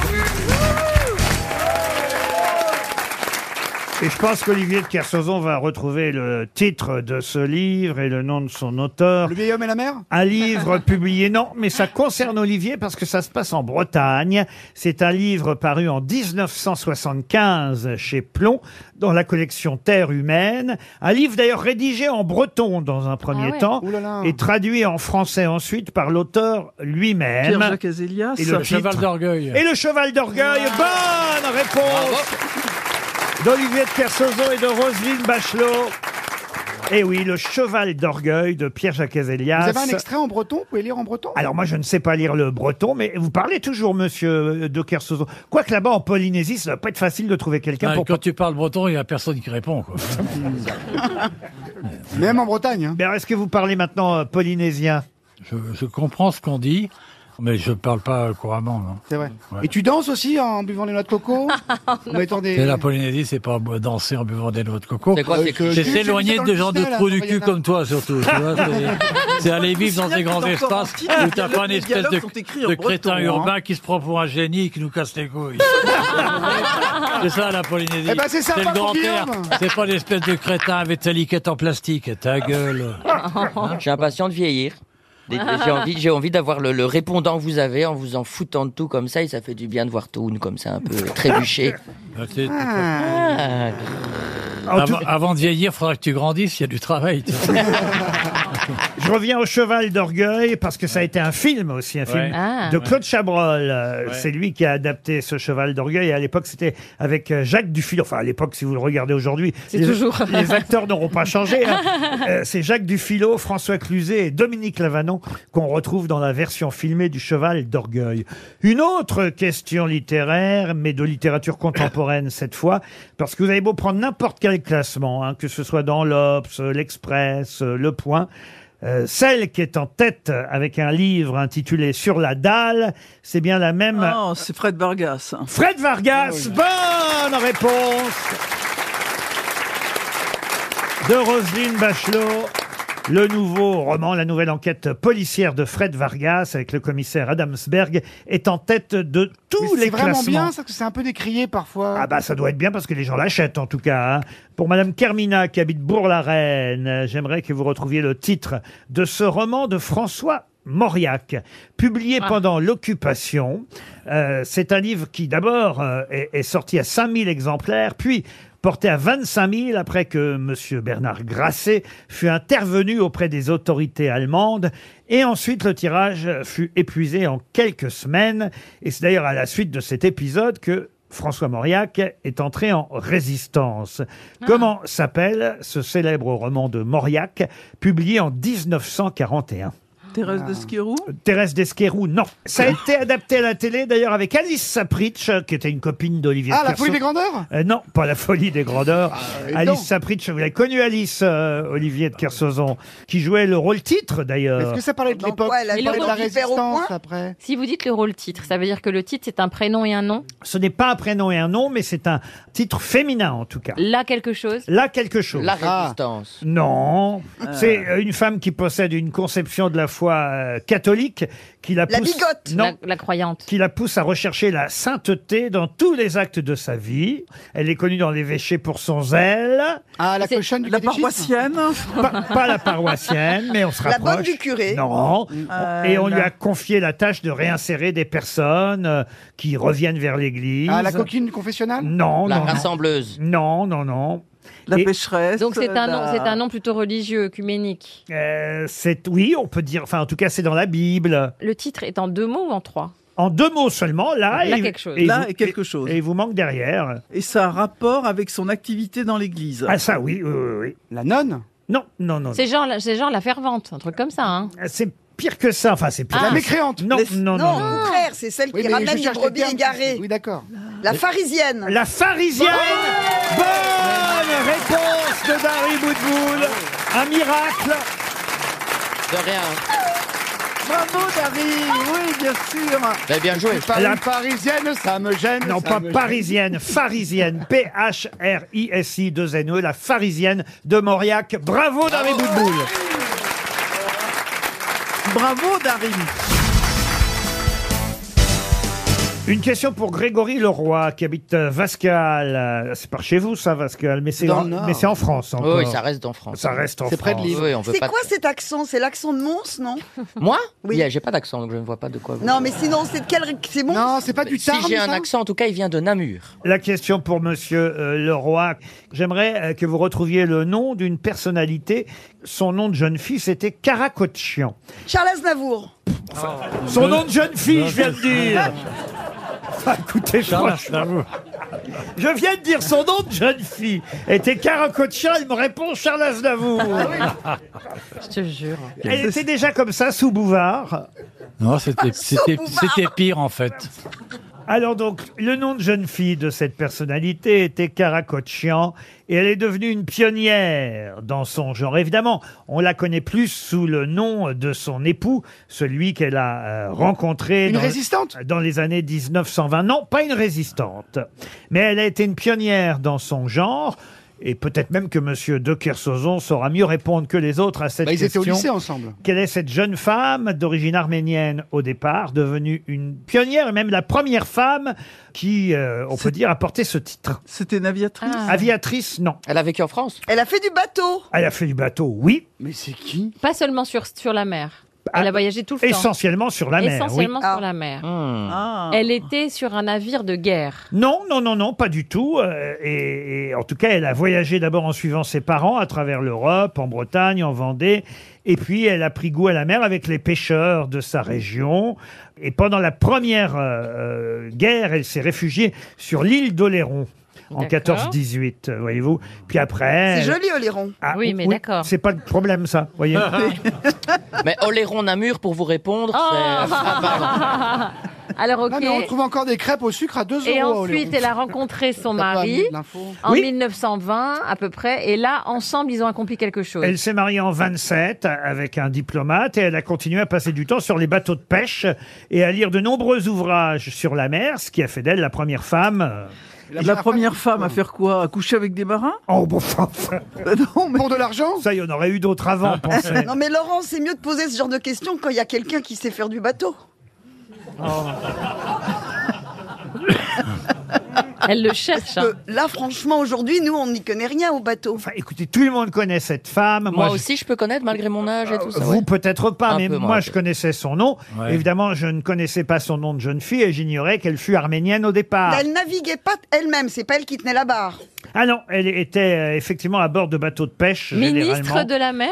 B: Et je pense qu'Olivier de Kersauzon va retrouver le titre de ce livre et le nom de son auteur. Le vieil homme et la mer Un livre publié, non, mais ça concerne Olivier parce que ça se passe en Bretagne. C'est un livre paru en 1975 chez Plomb dans la collection Terre humaine. Un livre d'ailleurs rédigé en breton dans un premier
D: ouais.
B: temps
D: Ouh là là.
B: et traduit en français ensuite par l'auteur lui-même.
D: Pierre-Jacques Azélias.
B: Et le,
D: Le Cheval
B: titre-
D: d'Orgueil.
B: Et le cheval d'orgueil. Bonne réponse d'Olivier de Kersozo et de Roselyne Bachelot. Et oui, le cheval d'orgueil de Pierre-Jacques Azélias.
F: Vous avez un extrait en breton Vous pouvez lire en breton
B: Alors moi, je ne sais pas lire le breton, mais vous parlez toujours, monsieur euh, de Kersozo. Quoique là-bas, en Polynésie, ça ne va pas être facile de trouver quelqu'un
I: Ouais,
B: pour...
I: Ah, Quand tu parles breton, il n'y a personne qui répond. quoi.
B: Même en Bretagne. Mais alors, est-ce que vous parlez maintenant euh, polynésien
I: Je, je comprends ce qu'on dit, mais je ne parle pas couramment. non.
F: C'est vrai.
I: Ouais.
F: Et tu danses aussi en buvant des noix de coco En mettant des.
I: C'est la Polynésie, c'est pas danser en buvant des noix de coco.
F: C'est quoi, c'est que-
I: C'est
F: Tu- tu-
I: s'éloigner
F: tu-
I: de gens de
F: là,
I: trous du
F: Mariana.
I: cul comme toi, surtout. tu vois, c'est- c'est aller vivre dans
F: Je me
I: des
F: souviens
I: grands
F: que dans
I: espaces
F: Corentine,
I: où
F: les
I: t'as pas une espèce
F: dialogues
I: de,
F: sont écrits en
I: de
F: breton,
I: crétin
F: hein.
I: urbain qui se prend pour un génie et qui nous casse les couilles. C'est ça la Polynésie.
F: Eh ben, c'est sympa
I: le
F: pour
I: grand air.
F: Guillaume.
I: C'est pas l'espèce de crétin avec sa liquette en plastique. Ta gueule.
J: *laughs* Je suis Hein impatient de vieillir. Des- des- J'ai envie, j'ai envie d'avoir le, le répondant que vous avez en vous en foutant de tout comme ça et ça fait du bien de voir tout comme ça un peu trébuché.
I: Ah, c'est-
J: Ah.
I: Avant, avant de vieillir, faudra que tu grandisses, il y a du travail. tu vois.
B: Je reviens au cheval d'orgueil parce que ça a été un film aussi, un film
I: Ouais. Ah.
B: de Claude Chabrol. Euh,
I: Ouais.
B: C'est lui qui a adapté ce cheval d'orgueil. Et à l'époque, c'était avec euh, Jacques Dufilon. Enfin, à l'époque, si vous le regardez aujourd'hui,
N: C'est
B: les,
N: toujours.
B: les acteurs
N: *laughs*
B: n'auront pas changé. hein. Euh, C'est Jacques Dufilon, François Cluzet et Dominique Lavanon qu'on retrouve dans la version filmée du cheval d'orgueil. Une autre question littéraire, mais de littérature contemporaine *coughs* cette fois, parce que vous avez beau prendre n'importe quel classement, hein, que ce soit dans l'Obs, l'Express, euh, Le Point. Euh, celle qui est en tête avec un livre intitulé Sur la dalle, c'est bien la même.
D: Oh, c'est Fred Vargas. Oh,
B: Fred
F: Oh,
B: Vargas, bonne réponse de Roselyne Bachelot. Le nouveau roman, la nouvelle enquête policière de Fred Vargas avec le commissaire Adamsberg est en tête de tous
F: C'est
B: les
F: vraiment
B: classements.
F: bien, ça, parce que c'est un peu décrié parfois.
B: Ah bah ça doit être bien parce que les gens l'achètent en tout cas. hein. Pour Madame Carmina qui habite Bourg-la-Reine, euh, j'aimerais que vous retrouviez le titre de ce roman de François Mauriac, publié pendant l'occupation. Euh, C'est un livre qui d'abord euh, est, est sorti à 5000 exemplaires, puis porté à 25 000 après que M. Bernard Grasset fut intervenu auprès des autorités allemandes. Et ensuite, le tirage fut épuisé en quelques semaines. Et c'est d'ailleurs à la suite de cet épisode que François Mauriac est entré en résistance. Comment s'appelle ce célèbre roman de Mauriac, publié en 1941
D: Thérèse de Skirou.
B: Thérèse Desquerou, non. Ça a été adapté à la télé, d'ailleurs, avec Alice Sapritch, qui était une copine d'Olivier
F: Ah, la
B: Kersauzon.
F: folie des grandeurs Ah,
B: Euh, non, pas la folie des grandeurs.
F: et non.
B: Alice Sapritch, vous l'avez connue, Alice, euh, Olivier de Kersauzon, qui jouait le rôle titre d'ailleurs.
F: Est-ce que ça parlait de l'époque
G: ouais,
F: Ça
G: la- Mais
F: parlait
G: le
F: de la
G: rôle du père au
F: résistance
G: point
F: après
G: Si vous dites le rôle titre, ça veut dire que le titre c'est un prénom et un nom.
B: Ce n'est pas un prénom et un nom, mais c'est un titre féminin en tout cas.
G: Là quelque chose.
B: Là, quelque chose.
J: La résistance.
B: Ah. Non. C'est euh, une femme qui possède une conception de la foi euh, catholique qui la pousse.
G: La bigote.
B: Non.
G: La- croyante.
B: Qui la pousse à rechercher la sainteté dans tous les actes de sa vie. Elle est connue dans l'évêché pour son zèle.
F: Ah, la cochonne du
D: La
F: catéchisme
D: paroissienne.
B: Pas, pas la paroissienne, mais on se
D: La
B: rapproche.
D: bonne du curé.
B: Non.
D: Euh,
B: Et on lui
D: là.
B: a confié la tâche de réinsérer des personnes euh, qui reviennent vers l'église.
F: Ah, la coquine du confessionnal
B: Non,
J: La
B: non, non.
J: rassembleuse.
B: Non, non, non.
D: La
B: Et-
D: pécheresse. euh,
G: Donc c'est un nom,
D: la-
G: c'est un nom plutôt religieux, œcuménique.
B: Euh, c'est oui, on peut dire. Enfin, en tout cas, c'est dans la Bible.
G: Le titre est en deux mots ou en trois
B: En deux mots seulement, là,
G: Là,
B: et,
G: quelque chose.
B: et
D: Là,
B: vous-
D: et quelque chose.
B: Et il vous manque derrière.
D: Et ça a rapport avec son activité dans l'église.
B: Ah ça, oui, oui, oui, oui.
F: La nonne
B: Non, non, non.
G: C'est genre, la- c'est genre la fervente, un truc comme ça. Hein.
B: C'est pire que ça. Enfin, c'est pire.
G: Ah. La
F: mécréante.
B: Non, non, non,
C: Non,
B: non.
C: au contraire, c'est celle
F: Oui,
C: qui
F: mais
C: ramène
F: je
C: les
F: cherche les
C: brebis
F: termes.
C: égarées.
F: Oui, d'accord.
C: La pharisienne.
B: La pharisienne. Bonne réponse de Dari Boudboul. Un miracle.
J: De rien.
D: Bravo, Dari Oui, bien sûr
J: Vous avez bien joué.
B: La-
F: La parisienne, ça me gêne.
B: Non,
F: ça
B: pas
F: me gêne.
B: parisienne, pharisienne. P-H-R-I-S-I 2 N E, la pharisienne de Mauriac. Bravo, Dari Boudboul.
D: Bravo, Dari
B: Une question pour Grégory Leroy, qui habite euh, Vascal. Euh, C'est par chez vous, ça, Vascal, mais c'est
J: Dans
B: en,
J: le Nord.
B: mais c'est en France.
J: Oui, oui,
B: encore.
J: ça reste en France.
B: Ça reste en
J: C'est
B: France.
J: près de Lille. Oui, on veut
C: C'est
J: pas
C: quoi
J: de-
C: cet accent C'est l'accent de
G: *laughs*
C: Mons, non
J: Moi
C: Oui.
J: Yeah, J'ai pas d'accent, donc je ne vois pas de quoi vous
C: Non, mais sinon, c'est de quel... C'est Mons Non, c'est pas
J: du Si Tarn, j'ai un ça accent, en tout cas, il vient de Namur.
B: La question pour Monsieur euh, Leroy. J'aimerais euh, que vous retrouviez le nom d'une personnalité. Son nom de jeune fille, c'était Caracotchian.
C: Charles Aznavour.
B: Son nom de jeune fille, je viens de dire. Ah, écoutez,
I: Charles
B: franchement. Je viens de dire son nom de jeune fille. Était Caracotchian, il me répond Charles Aznavour.
G: Je te jure.
B: Elle était déjà comme ça sous Bouvard.
I: Non, c'était c'était- c'était pire en fait.
B: Alors donc, le nom de jeune fille de cette personnalité était Caracotchian et elle est devenue une pionnière dans son genre. Évidemment, on la connaît plus sous le nom de son époux, celui qu'elle a euh, rencontré.
F: Une
B: dans le-
F: résistante
B: Dans les années 1920. Non, pas une résistante. Mais elle a été une pionnière dans son genre. Et peut-être même que Monsieur de Kersozon saura mieux répondre que les autres à cette
F: Bah, ils étaient
B: question.
F: au lycée ensemble.
B: Quelle est cette jeune femme d'origine arménienne au départ, devenue une pionnière et même la première femme qui, euh, on peut dire, a porté ce titre Ah.
D: C'était une aviatrice
B: Aviatrice, non.
J: Elle a vécu en France
C: Elle a fait du bateau.
B: Elle a fait du bateau, oui.
F: Mais c'est qui
G: Pas seulement sur, sur la mer. Elle a voyagé tout le
B: Ah, Essentiellement sur
G: temps.
B: la mer. oui.
G: Essentiellement sur la mer.
B: Hmm.
G: Elle était sur un navire de guerre.
B: *laughs* Non, non, non, non, pas du tout. Euh, et, et en tout cas, elle a voyagé d'abord en suivant ses parents à travers l'Europe, en Bretagne, en Vendée. Et puis, elle a pris goût à la mer avec les pêcheurs de sa région. Et pendant la première euh, euh, guerre, elle s'est réfugiée sur l'île d'Oléron. En
C: D'accord.
B: 14-18, euh, voyez-vous. Puis après.
J: Eh.
C: C'est
B: elle-
C: joli, Oléron.
B: Ah, C'est pas le problème, ça, voyez.
J: mais Oléron Namur, pour vous répondre, c'est frappant.
G: Alors, ok.
B: Ah,
F: Non, mais on retrouve encore des crêpes au sucre à 2 euros.
G: Et
F: à Oléron.
G: ensuite, elle a rencontré son
F: T'as pas
G: mari
F: amené de l'info
G: en
B: Oui.
G: 1920 à peu près. Et là, ensemble, ils ont accompli quelque chose.
B: Elle s'est mariée en 27 avec un diplomate et elle a continué à passer du temps sur les bateaux de pêche et à lire de nombreux ouvrages sur la mer, ce qui a fait d'elle la première femme. euh,
D: La, première femme à faire quoi À coucher avec des marins Euh,
B: Oh, bon,
D: *laughs*
F: Pour de l'argent
B: Ça, il y en aurait eu d'autres avant, pensez.
C: *laughs* non, mais Laurent, c'est mieux de poser ce genre de questions quand il y a quelqu'un qui sait faire du bateau.
B: Oh.
G: Elle le cherche. hein.
C: Parce que là, franchement, aujourd'hui, nous, on n'y connaît rien au bateau.
B: Écoutez, tout le monde connaît cette femme.
J: Moi
B: je-
J: aussi, je peux connaître malgré mon âge et tout ça.
B: Vous
J: ouais.
B: peut-être pas,
J: Un
B: mais
J: peu,
B: moi,
J: moi, un
B: je connaissais son nom.
J: Ouais.
B: Évidemment, je ne connaissais pas son nom de jeune fille et j'ignorais qu'elle fut arménienne au départ.
C: Elle naviguait pas elle-même, c'est pas elle qui tenait la barre.
B: Ah non, elle était euh, effectivement à bord de bateaux de pêche.
G: Ministre
B: généralement.
G: de la mer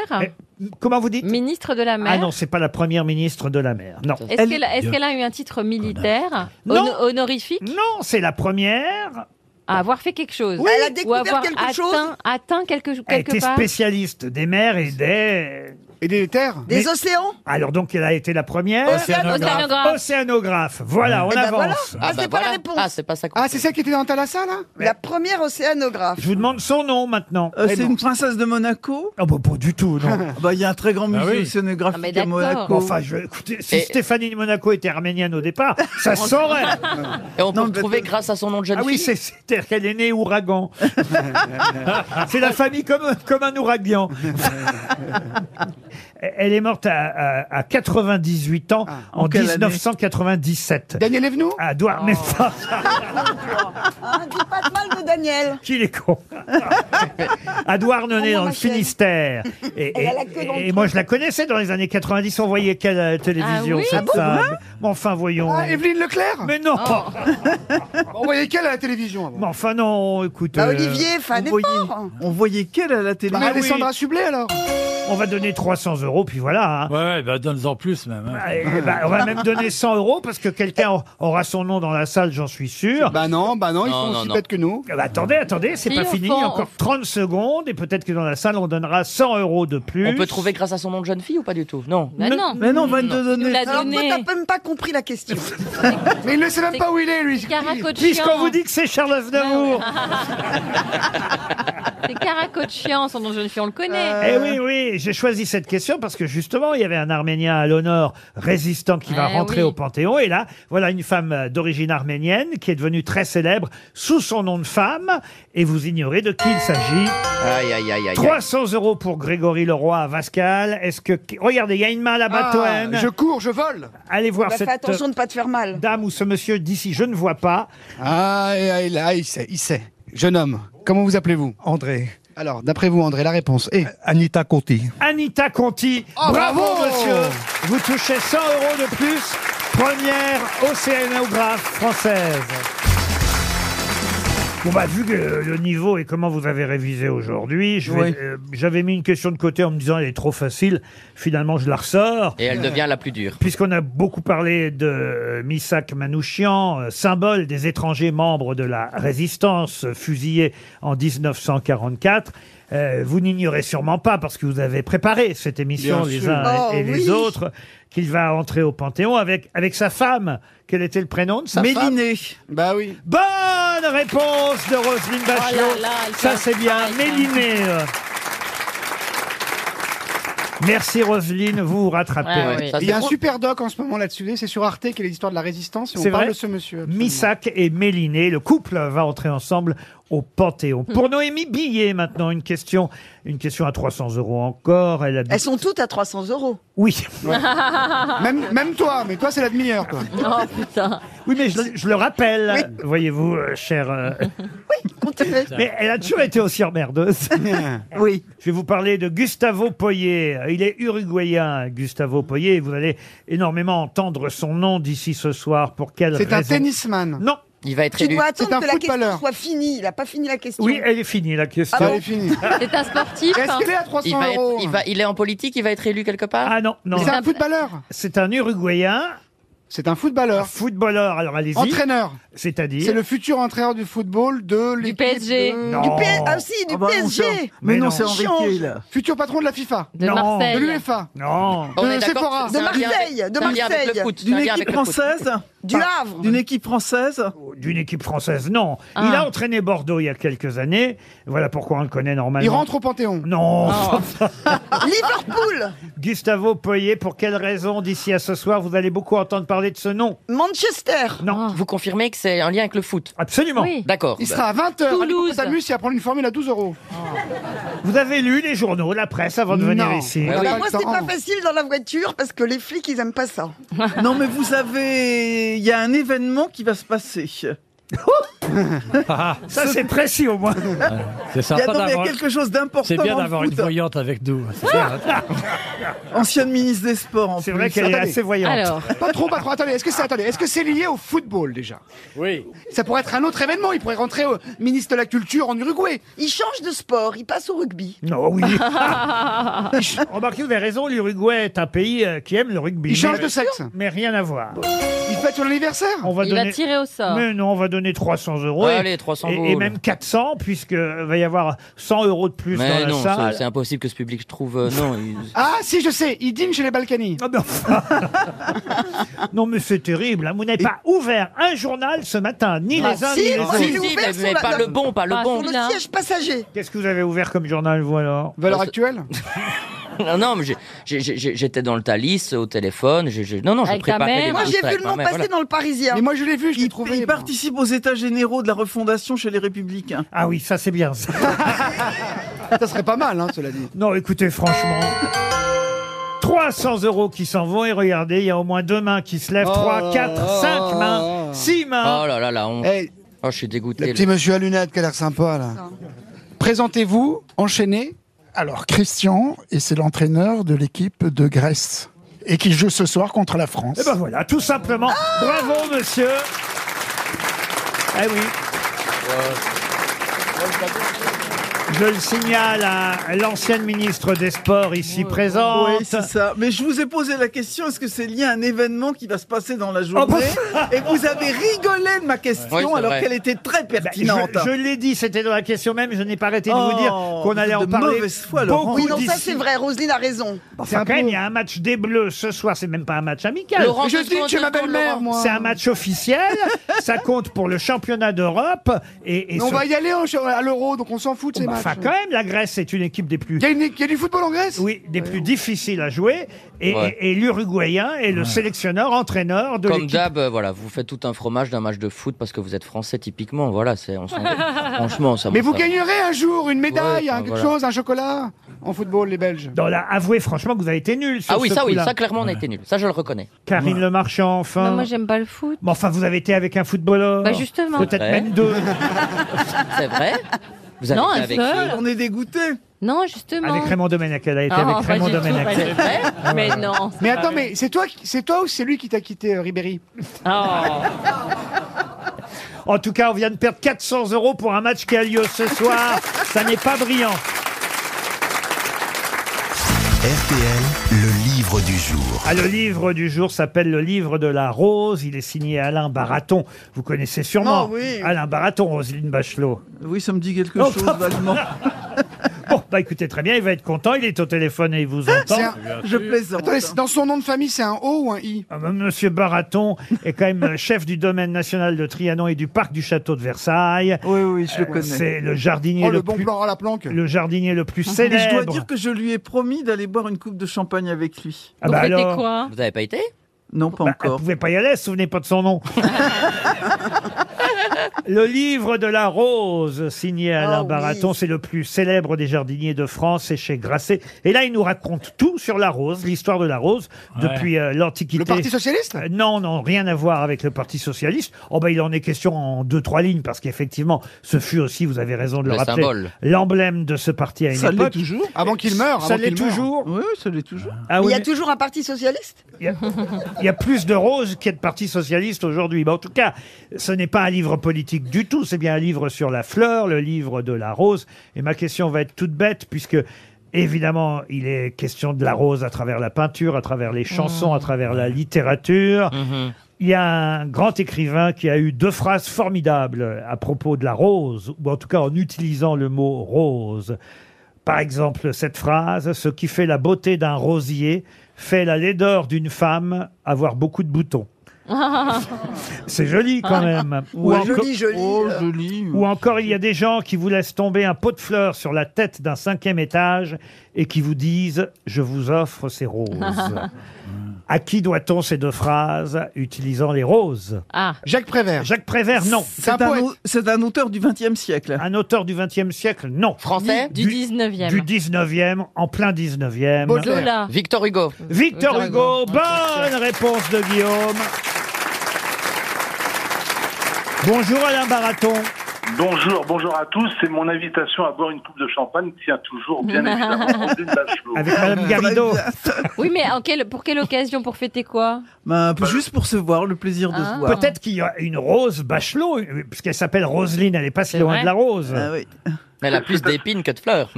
B: Comment vous dites
G: Ministre de la mer.
B: Ah non, c'est pas la première ministre de la mer. Non.
G: Est-ce qu'elle est-ce qu'elle a eu un titre militaire
B: Non.
G: hono- honorifique
B: Non, c'est la première.
G: À avoir fait quelque chose.
B: Oui. Elle a
G: Ou
B: découvert
G: avoir
B: quelque
G: atteint,
B: chose.
G: atteint quelque,
B: Elle
G: quelque
B: était
G: part.
B: spécialiste des mers et des...
F: Et des terres
C: Des océans
B: Alors donc, elle a été la première.
C: Océanographe. Océanographe.
B: Océanographe.
F: Mmh.
B: Voilà, on
C: Eh ben voilà.
B: avance.
C: Ah, Ah, c'est bah pas voilà. la réponse. Ah, c'est
J: pas ça
F: Ah, c'est celle qui était dans Thalassa, là
C: La première océanographe.
B: Je vous demande son nom maintenant.
D: Euh, c'est une princesse de Monaco
B: Oh, bah, pas du tout,
D: *laughs*
B: non.
D: Bah, Il y a un très grand musée
B: oui.
J: Ah,
D: océanographique à Monaco.
B: Bon, enfin, je, écoutez, si
D: Et-
B: Stéphanie de Monaco était arménienne
D: *laughs*
B: au départ, ça se saurait.
J: Et on peut le trouver grâce à son nom de jeune
B: Ah oui,
J: fille.
B: c'est- c'est-à-dire qu'elle est
D: *laughs*
B: née ouragan. c'est la famille comme, comme un ouragan. *laughs* Elle est morte à, à- à 98 ans en,
D: Ah, en quelle année
B: 1997.
F: Daniel Evenou
B: À
J: Oh.
B: Douar, mais pas-
F: Oh.
C: Ah, dis pas de mal de Daniel.
B: Qu'il est
C: *laughs*
B: con. à Douarnenez,
C: Oh,
B: dans
C: ma
B: le
C: chaîne.
B: Finistère. Et,
C: *laughs* Elle
B: et-
C: a la queue dans le
B: et
C: truc.
B: moi, je la connaissais dans les années 90. On voyait quelle euh, télévision
C: oui
B: cette
C: Ah bon,
B: femme.
C: vrai
B: Mais enfin, voyons.
F: Ah, Evelyne Leclerc
B: Mais non
C: Oh.
F: *laughs* On voyait qu'elle à la télévision avant.
B: Mais enfin, non, écoute.
C: Bah,
B: euh,
C: Olivier, fan
D: on
C: et
D: voyait-
C: fort.
D: On voyait qu'elle à la télé.
B: Ah
F: Bah, Alessandra Sublet, alors
B: On va donner 300 euros, puis voilà. hein.
I: Ouais, ouais, bah donne-en plus même. hein.
B: Et, bah, on va même
I: *laughs*
B: donner 100 euros parce que quelqu'un aura- aura son nom dans la salle, j'en suis sûr.
F: Bah non, bah non, ils
J: Non,
F: sont
J: non,
F: aussi
J: non.
F: bêtes que nous.
B: Ah bah, attendez, attendez, c'est
G: Si,
B: pas
G: on
B: fini.
G: prend-
B: Encore 30 secondes et peut-être que dans la salle, on donnera 100 euros de plus.
J: On peut trouver grâce à son nom de jeune fille ou pas du tout Non.
G: Bah non.
D: Mais non, on va te
G: Il
D: donner.
G: l'a
C: Alors, toi,
G: donné.
C: t'as même pas compris la question.
F: *laughs* Mais il ne sait même pas où il est, lui.
G: Caracotchian.
B: Puisqu'on
G: *laughs*
B: vous dit que c'est Charles Aznavour.
G: Ah C'est Caracotchian, son nom de jeune fille, on le connaît.
B: Eh oui, oui, j'ai choisi cette question parce que justement, il y avait un Arménien à l'honneur résistant qui va
N: Eh
B: rentrer
N: oui.
B: au Panthéon. Et là, voilà une femme euh, d'origine arménienne qui est devenue très célèbre sous son nom de femme. Et vous ignorez de qui il s'agit.
K: Aïe, aïe, aïe, aïe.
B: 300 euros pour Grégory Leroy à Vascal. Est-ce que. Regardez, il y a une main là-bas,
C: Ah,
B: Toen.
C: je
B: cours, je vole. Allez voir
C: Bah,
B: cette.
C: Fais attention de pas te faire mal.
B: Dame ou ce monsieur d'ici, je ne vois pas.
F: Ah, et- et là, il sait, il sait. Jeune homme, comment vous appelez-vous
O: André.
F: Alors, d'après vous, André, la réponse est
O: Anita Conti.
B: Anita Conti.
F: Oh,
B: bravo,
F: bravo
B: monsieur. Vous touchez 100 euros de plus. Première océanographe française. Bon bah vu que euh, le niveau et comment vous avez révisé aujourd'hui, je vais-
J: Oui.
B: euh, j'avais mis une question de côté en me disant elle est trop facile. Finalement, je la ressors.
J: Et elle devient la plus dure.
B: Puisqu'on a beaucoup parlé de euh, Missak Manouchian, euh, symbole des étrangers membres de la résistance, euh, fusillé en 1944, euh, vous n'ignorez sûrement pas, parce que vous avez préparé cette émission
N: Bien
B: les
N: sûr.
B: uns
N: Oh,
B: et les
N: oui.
B: autres, qu'il va entrer au Panthéon avec, avec sa femme. Quel était le prénom de sa femme
D: Mélinée.
B: Bah oui. Bonne réponse de Roselyne Bachelot.
N: Oh là là, elle
B: Ça
N: fait
B: c'est bien, Mélinée. euh. Merci Roselyne, vous vous
F: Ah,
B: rattrapez.
F: Il y a un super doc en ce moment là-dessus, c'est sur Arte, qui est l'histoire de la résistance, et on
B: C'est
F: parle
B: vrai
F: de ce monsieur.
B: Missac et Méliné, le couple va entrer ensemble au Panthéon.
F: Hmm.
B: Pour Noémie Billet, maintenant, une question, une question à 300 euros encore. Elle habite-
C: Elles sont toutes à 300 euros.
B: Oui.
C: *laughs*
B: Ah.
F: même, même toi, mais toi, c'est la demi-heure, toi.
G: Oh putain.
B: Oui, mais je, je le rappelle, voyez-vous, euh,
F: *laughs*
B: cher. euh, Mais elle a toujours été
F: *laughs*
B: aussi emmerdeuse.
D: oui.
B: Je vais vous parler de Gustavo Poyer. Il est uruguayen, Gustavo Poyer. Vous allez énormément entendre son nom d'ici ce soir. Pour quelle
F: C'est un
B: raison
F: tennisman.
B: Non.
J: Il va être
C: Tu dois
F: C'est
C: attendre
F: un
C: que la question
F: footballeur.
C: soit finie. Il a pas fini la question.
B: Oui, elle est finie la question.
C: Ah bon Elle est
F: finie.
G: C'est un sportif.
C: Est-ce
G: hein.
C: qu'elle est à 300
J: il va être-
C: euros
J: il, va, il est en politique, il va être élu quelque part
B: Ah non, non.
F: C'est un footballeur.
B: C'est un Uruguayen.
F: C'est un footballeur.
B: footballeur, alors allez-y.
F: Entraîneur.
B: C'est-à-dire
F: C'est le futur entraîneur du football de l'équipe
G: PSG.
F: de-
B: Non. Du P-
C: ah si, du
F: bah, on
C: PSG.
F: change.
D: Mais non, c'est
F: on
D: Enrique,
F: change.
D: là.
F: Futur patron de la FIFA.
D: De Non. Marseille.
F: De l'UEFA.
B: Non.
F: On est Euh, d'accord, Sephora.
C: De
F: c'est un lien
C: Marseille,
F: avec-
C: de
F: c'est un lien avec le
C: Marseille.
F: foot,
D: D'une équipe française
C: Du Havre.
D: D'une équipe française
B: Oh, D'une équipe française, non.
D: Ah.
B: Il a entraîné Bordeaux il y a quelques années. Voilà pourquoi on le connaît normalement.
F: Il rentre au Panthéon.
B: Non.
C: Liverpool.
B: Gustavo Poyer, pour quelle raison d'ici à ce soir vous allez beaucoup entendre parler de ce nom
C: Manchester.
F: Ah.
B: Non.
J: Vous confirmez que c'est un lien avec le foot
B: Absolument.
J: D'accord.
F: Il
J: Bah,
F: sera à 20h. Toulouse. il va prendre une formule à 12 euros.
B: Vous avez lu les journaux, la presse avant de venir ici
C: Ah bah, moi, c'est pas facile dans la voiture parce que les flics, ils aiment pas ça.
D: *laughs* Non, mais vous avez. Il y a un événement qui va se passer.
B: *laughs* Ça, c'est précis au
D: *laughs*
B: moins.
I: C'est sympa
D: Il y a- non, mais il y a
I: d'avoir-
D: quelque chose
I: C'est
D: d'important.
I: bien
D: dans le
I: d'avoir une
D: foot.
I: voyante avec nous. c'est bien,
B: *laughs*
I: hein.
D: Ancienne ministre des Sports, en
B: C'est
D: plus.
B: vrai qu'elle est
D: Attendez.
B: assez voyante. Alors.
F: Pas trop, pas trop. Attendez, est-ce que c'est attendez, est-ce que c'est lié au football déjà
I: Oui.
F: Ça pourrait être un autre événement. Il pourrait rentrer au ministre de la Culture en Uruguay.
C: Il change de sport, il passe au rugby.
B: Non,
C: *laughs*
B: oui.
G: *laughs*
C: Ah.
B: Remarquez, vous avez raison, l'Uruguay est un pays euh, qui aime le rugby.
F: Il change
B: Mais-
F: de sexe.
B: Mais rien à voir.
F: Il fête son anniversaire.
B: On va
G: Il
B: donner...
G: va tirer au sort.
B: Mais non, on va donner 300 euros.
J: Ouais,
B: et-
J: allez, 300
B: et,
J: boules.
B: et même 400, puisque euh, va y avoir 100 euros de plus
J: Mais
B: dans
J: non, ça,
B: la salle.
J: c'est impossible que ce public trouve. euh, non, il- *laughs*
F: Ah si, je sais. Il dîne chez les Balkany.
B: Ah, Non, mais c'est terrible. hein. Vous n'avez pas ouvert un journal ce matin, ni
J: Ah,
B: les uns
J: si,
B: ni les
J: moi,
B: autres.
J: j'ai Si, ouvert mais- sur mais la- pas le bon, pas le Ah, bon.
C: Bah, Sur
J: Là.
C: le siège passager.
B: Qu'est-ce que vous avez ouvert comme journal, vous alors
F: Valeur actuelle
J: non, non, mais j'ai- j'ai- j'ai- j'étais dans le Thalys au téléphone. j'ai- j'ai- non, non, je
C: Avec ta
J: préparais.
C: mère.
J: des
C: Moi,
J: trucs
C: j'ai vu
J: avec
C: le
J: ma
C: nom
J: mère,
C: passer
J: voilà.
C: dans le Parisien.
F: Mais moi, je l'ai vu, je l'ai
D: Il, il participe aux états généraux de la refondation chez les Républicains.
B: Ah oui, ça c'est bien. ça.
F: Ça serait pas mal, hein, cela dit.
B: Non, écoutez, franchement. 300 euros qui s'en vont et regardez, il y a au moins deux mains qui se lèvent,
F: Oh
B: trois,
F: là
B: quatre,
F: là.
B: cinq mains, six mains.
J: Oh là là, la honte.
F: Eh,
J: Oh, je suis dégoûté.
F: Le petit
J: là.
F: monsieur à lunettes qui a l'air sympa, là. Présentez-vous, enchaînez.
P: Alors, Christian, et c'est l'entraîneur de l'équipe de Grèce, et qui joue ce soir contre la France.
F: Eh
B: Et ben voilà, tout simplement. Bravo, monsieur. Ah oui. Je le signale à l'ancienne ministre des Sports ici présente.
D: Oui, c'est ça. Mais je vous ai posé la question est-ce que c'est lié à un événement qui va se passer dans
B: Oh,
D: la journée
B: bah, *laughs*
D: Ah, Et vous avez rigolé de ma question
B: Oui, c'est
D: alors
B: vrai.
D: qu'elle était très
B: Ben, Je,
D: pertinente.
B: je l'ai dit, c'était dans la question même, je n'ai pas arrêté de
D: Oh,
B: vous dire qu'on
D: vous
B: allait
D: êtes
B: en
D: de
B: parler.
D: mauvaise foi, Laurent.
B: beaucoup
C: Oui, non, ça
B: d'ici.
C: c'est vrai, Roselyne a raison.
B: Enfin, quand même, il y a un match des Bleus ce soir, c'est même pas un match amical.
C: Laurent, Je deux dîne secondes, chez ma deux secondes, belle-mère, Laurent. moi.
B: C'est un match *laughs* officiel, ça compte pour le championnat d'Europe. Et, et
F: Mais on
B: ce- Bah,
F: va y aller au- à hein, l'euro, donc on s'en fout de ces matchs.
B: enfin, quand même, la Grèce est une équipe des plus. Il y, a du football en Grèce Oui, des plus difficiles à jouer. Et,
J: Ouais.
B: et- et l'Uruguayen est le sélectionneur, entraîneur de
J: Comme
B: l'équipe.
J: d'hab, euh, voilà, vous faites tout un fromage d'un match de foot parce que vous êtes français typiquement. Voilà, c'est on
F: *laughs*
J: s'en- franchement ça.
F: Mais
J: ça-
F: vous gagnerez un jour une médaille,
J: Ouais,
F: hein,
J: enfin,
F: quelque
J: voilà.
F: chose, un chocolat en football, les Belges.
B: Dans la... Avouez franchement que vous avez été nul. sur
J: Ah oui,
B: ce
J: ça oui,
B: coup-là.
J: ça clairement on a
B: Voilà.
J: été nul. Ça je le reconnais.
B: Karine Le Marchand, enfin.
G: Bah, moi, j'aime pas le foot.
B: Mais enfin, vous avez été avec un footballeur.
G: Bah, justement.
B: Peut-être
J: Ouais.
B: même deux.
J: *laughs* C'est vrai. Vous avez
G: non,
J: été
G: un
J: avec
G: seul.
D: On est dégoûté.
G: Non, justement.
B: Avec Raymond Domenech, elle a été
G: Ah,
B: avec
G: pas
B: Raymond
G: du tout,
B: Domenech.
G: pas du tout.
B: Ah ouais.
G: Mais non. c'est
F: Mais
G: pas
F: attends,
G: vrai.
F: mais c'est toi, qui- c'est toi ou c'est lui qui t'a quitté, euh, Ribéry
B: Oh.
G: Oh.
B: En tout cas, on vient de perdre 400 euros pour un match qui a lieu ce soir. Ça n'est pas brillant.
A: RTL, le livre du jour.
B: Ah, le livre du jour s'appelle Le livre de la rose. Il est signé Alain Baraton. Vous connaissez sûrement
D: Oh, oui.
B: Alain Baraton, Roselyne Bachelot.
D: Oui, ça me dit quelque
B: Oh,
D: chose
B: pardon.
D: vaguement.
B: *laughs* Bon, bah écoutez, très bien, il va être content. Il est au téléphone et il vous entend.
F: C'est un-
D: Ah, Je plaisante.
F: Attendez, c'est- dans son nom de famille, c'est un O ou un I
B: Ah, bah, Monsieur Baraton est quand
D: *laughs*
B: même chef du domaine national de Trianon et du parc du château de Versailles. Euh,
D: Oui, oui, je le connais.
B: C'est le jardinier
F: Oh,
B: le,
F: le bon
B: plus,
F: plan à la planque
B: le jardinier le plus
D: Mais je dois
B: célèbre.
D: dire que je lui ai promis d'aller boire une coupe de champagne avec lui.
B: Ah bah alors,
J: Vous n'avez pas été
D: Non, pas
B: bah, Vous
D: encore.
B: pouvez pas y aller, souvenez pas de
F: *laughs*
B: son nom. le livre de la rose, signé Alain
F: Ah oui.
B: Baraton, c'est le plus célèbre des jardiniers de France, c'est chez Grasset. Et là, il nous raconte tout sur la rose, l'histoire de la rose,
I: Ouais.
B: depuis euh, l'Antiquité.
F: Le Parti Socialiste
B: Euh, Non, non, rien à voir avec le Parti Socialiste. Oh ben, il en est question en deux, trois lignes, parce qu'effectivement, ce fut aussi, vous avez raison de le,
J: Le
B: rappeler,
J: symbole.
B: l'emblème de ce parti à une
D: Ça l'est
B: époque.
D: toujours
F: Avant qu'il meure
B: Ça
F: avant
B: l'est
F: qu'il meure.
B: toujours.
D: Oui, oui, ça l'est toujours.
B: Ah
C: Mais
B: oui,
C: il y a
B: mais
C: toujours un parti socialiste
B: il y a- *laughs* il y a plus de roses qu'il y a de Parti Socialiste aujourd'hui. Mais en tout cas, ce n'est pas un livre politique du tout, c'est bien un livre sur la fleur, le livre de la rose. Et ma question va être toute bête, puisque... Évidemment, il est question de la rose à travers la peinture, à travers les chansons, à travers la littérature. Il y a un grand écrivain qui a eu deux phrases formidables à propos de la rose, ou en tout cas en utilisant le mot rose. Par exemple, cette phrase, ce qui fait la beauté d'un rosier fait la laideur d'une femme avoir beaucoup de boutons. C'est joli quand même. Ou
C: Ouais,
B: enco-
C: Joli, joli.
D: Oh, joli.
B: ou encore, il y a des gens qui vous laissent tomber un pot de fleurs sur la tête d'un cinquième étage et qui vous disent Je vous offre ces roses.
F: *laughs*
B: à qui doit-on ces deux phrases utilisant les roses
G: Ah,
F: Jacques Prévert.
B: Jacques Prévert, non.
D: C'est un,
F: poète.
D: au- c'est un auteur du XXe siècle.
B: Un auteur du XXe siècle, non.
J: Français
G: du 19e.
B: Du 19e, en plein 19e.
F: Baudelaire.
G: Zola.
J: Victor Hugo.
B: Victor Hugo, bonne réponse de Guillaume. Bonjour Alain Baraton.
N: Bonjour, bonjour à tous. C'est mon invitation à boire une coupe de champagne tient toujours,
G: *laughs*
N: bien évidemment, Roselyne Bachelot.
B: Avec
D: *laughs*
B: Madame Garrido.
G: *laughs* Oui, mais en quelle- pour quelle occasion Pour fêter quoi
D: Ben, juste pour se voir, le plaisir de
G: Ah.
D: se voir.
B: Peut-être qu'il y a une rose Bachelot, euh, puisqu'elle s'appelle Roselyne, elle n'est pas si
G: C'est
B: loin
G: vrai.
B: de la rose.
D: Ah oui.
J: Elle a plus d'épines que de fleurs.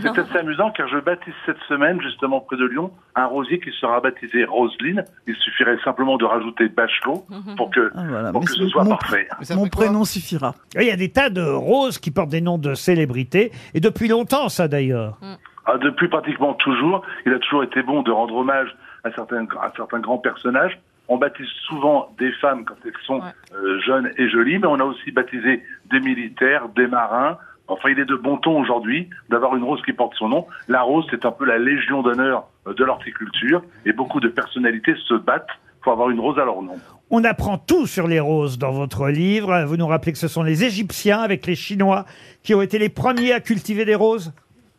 N: C'est assez amusant car je baptise cette semaine, justement près de Lyon, un rosier qui sera baptisé Roselyne. Il suffirait simplement de rajouter Bachelot pour que,
D: Ah, voilà.
N: pour
D: Mais
N: que
D: c'est-
N: ce soit
D: mon-
N: parfait.
F: Mais ça
D: Mon
F: fait quoi
D: prénom suffira.
B: Il y a des tas de roses qui portent des noms de célébrités, et depuis longtemps ça d'ailleurs.
N: Ah, depuis pratiquement toujours, il a toujours été bon de rendre hommage à certains, à certains grands personnages. On baptise souvent des femmes quand elles sont euh, jeunes et jolies, mais on a aussi baptisé des militaires, des marins. Enfin, il est de bon ton aujourd'hui d'avoir une rose qui porte son nom. La rose, c'est un peu la légion d'honneur euh, de l'horticulture, et beaucoup de personnalités se battent pour avoir une rose à leur nom.
B: On apprend tout sur les roses dans votre livre. Vous nous rappelez que ce sont les Égyptiens avec les Chinois qui ont été les premiers à cultiver des roses.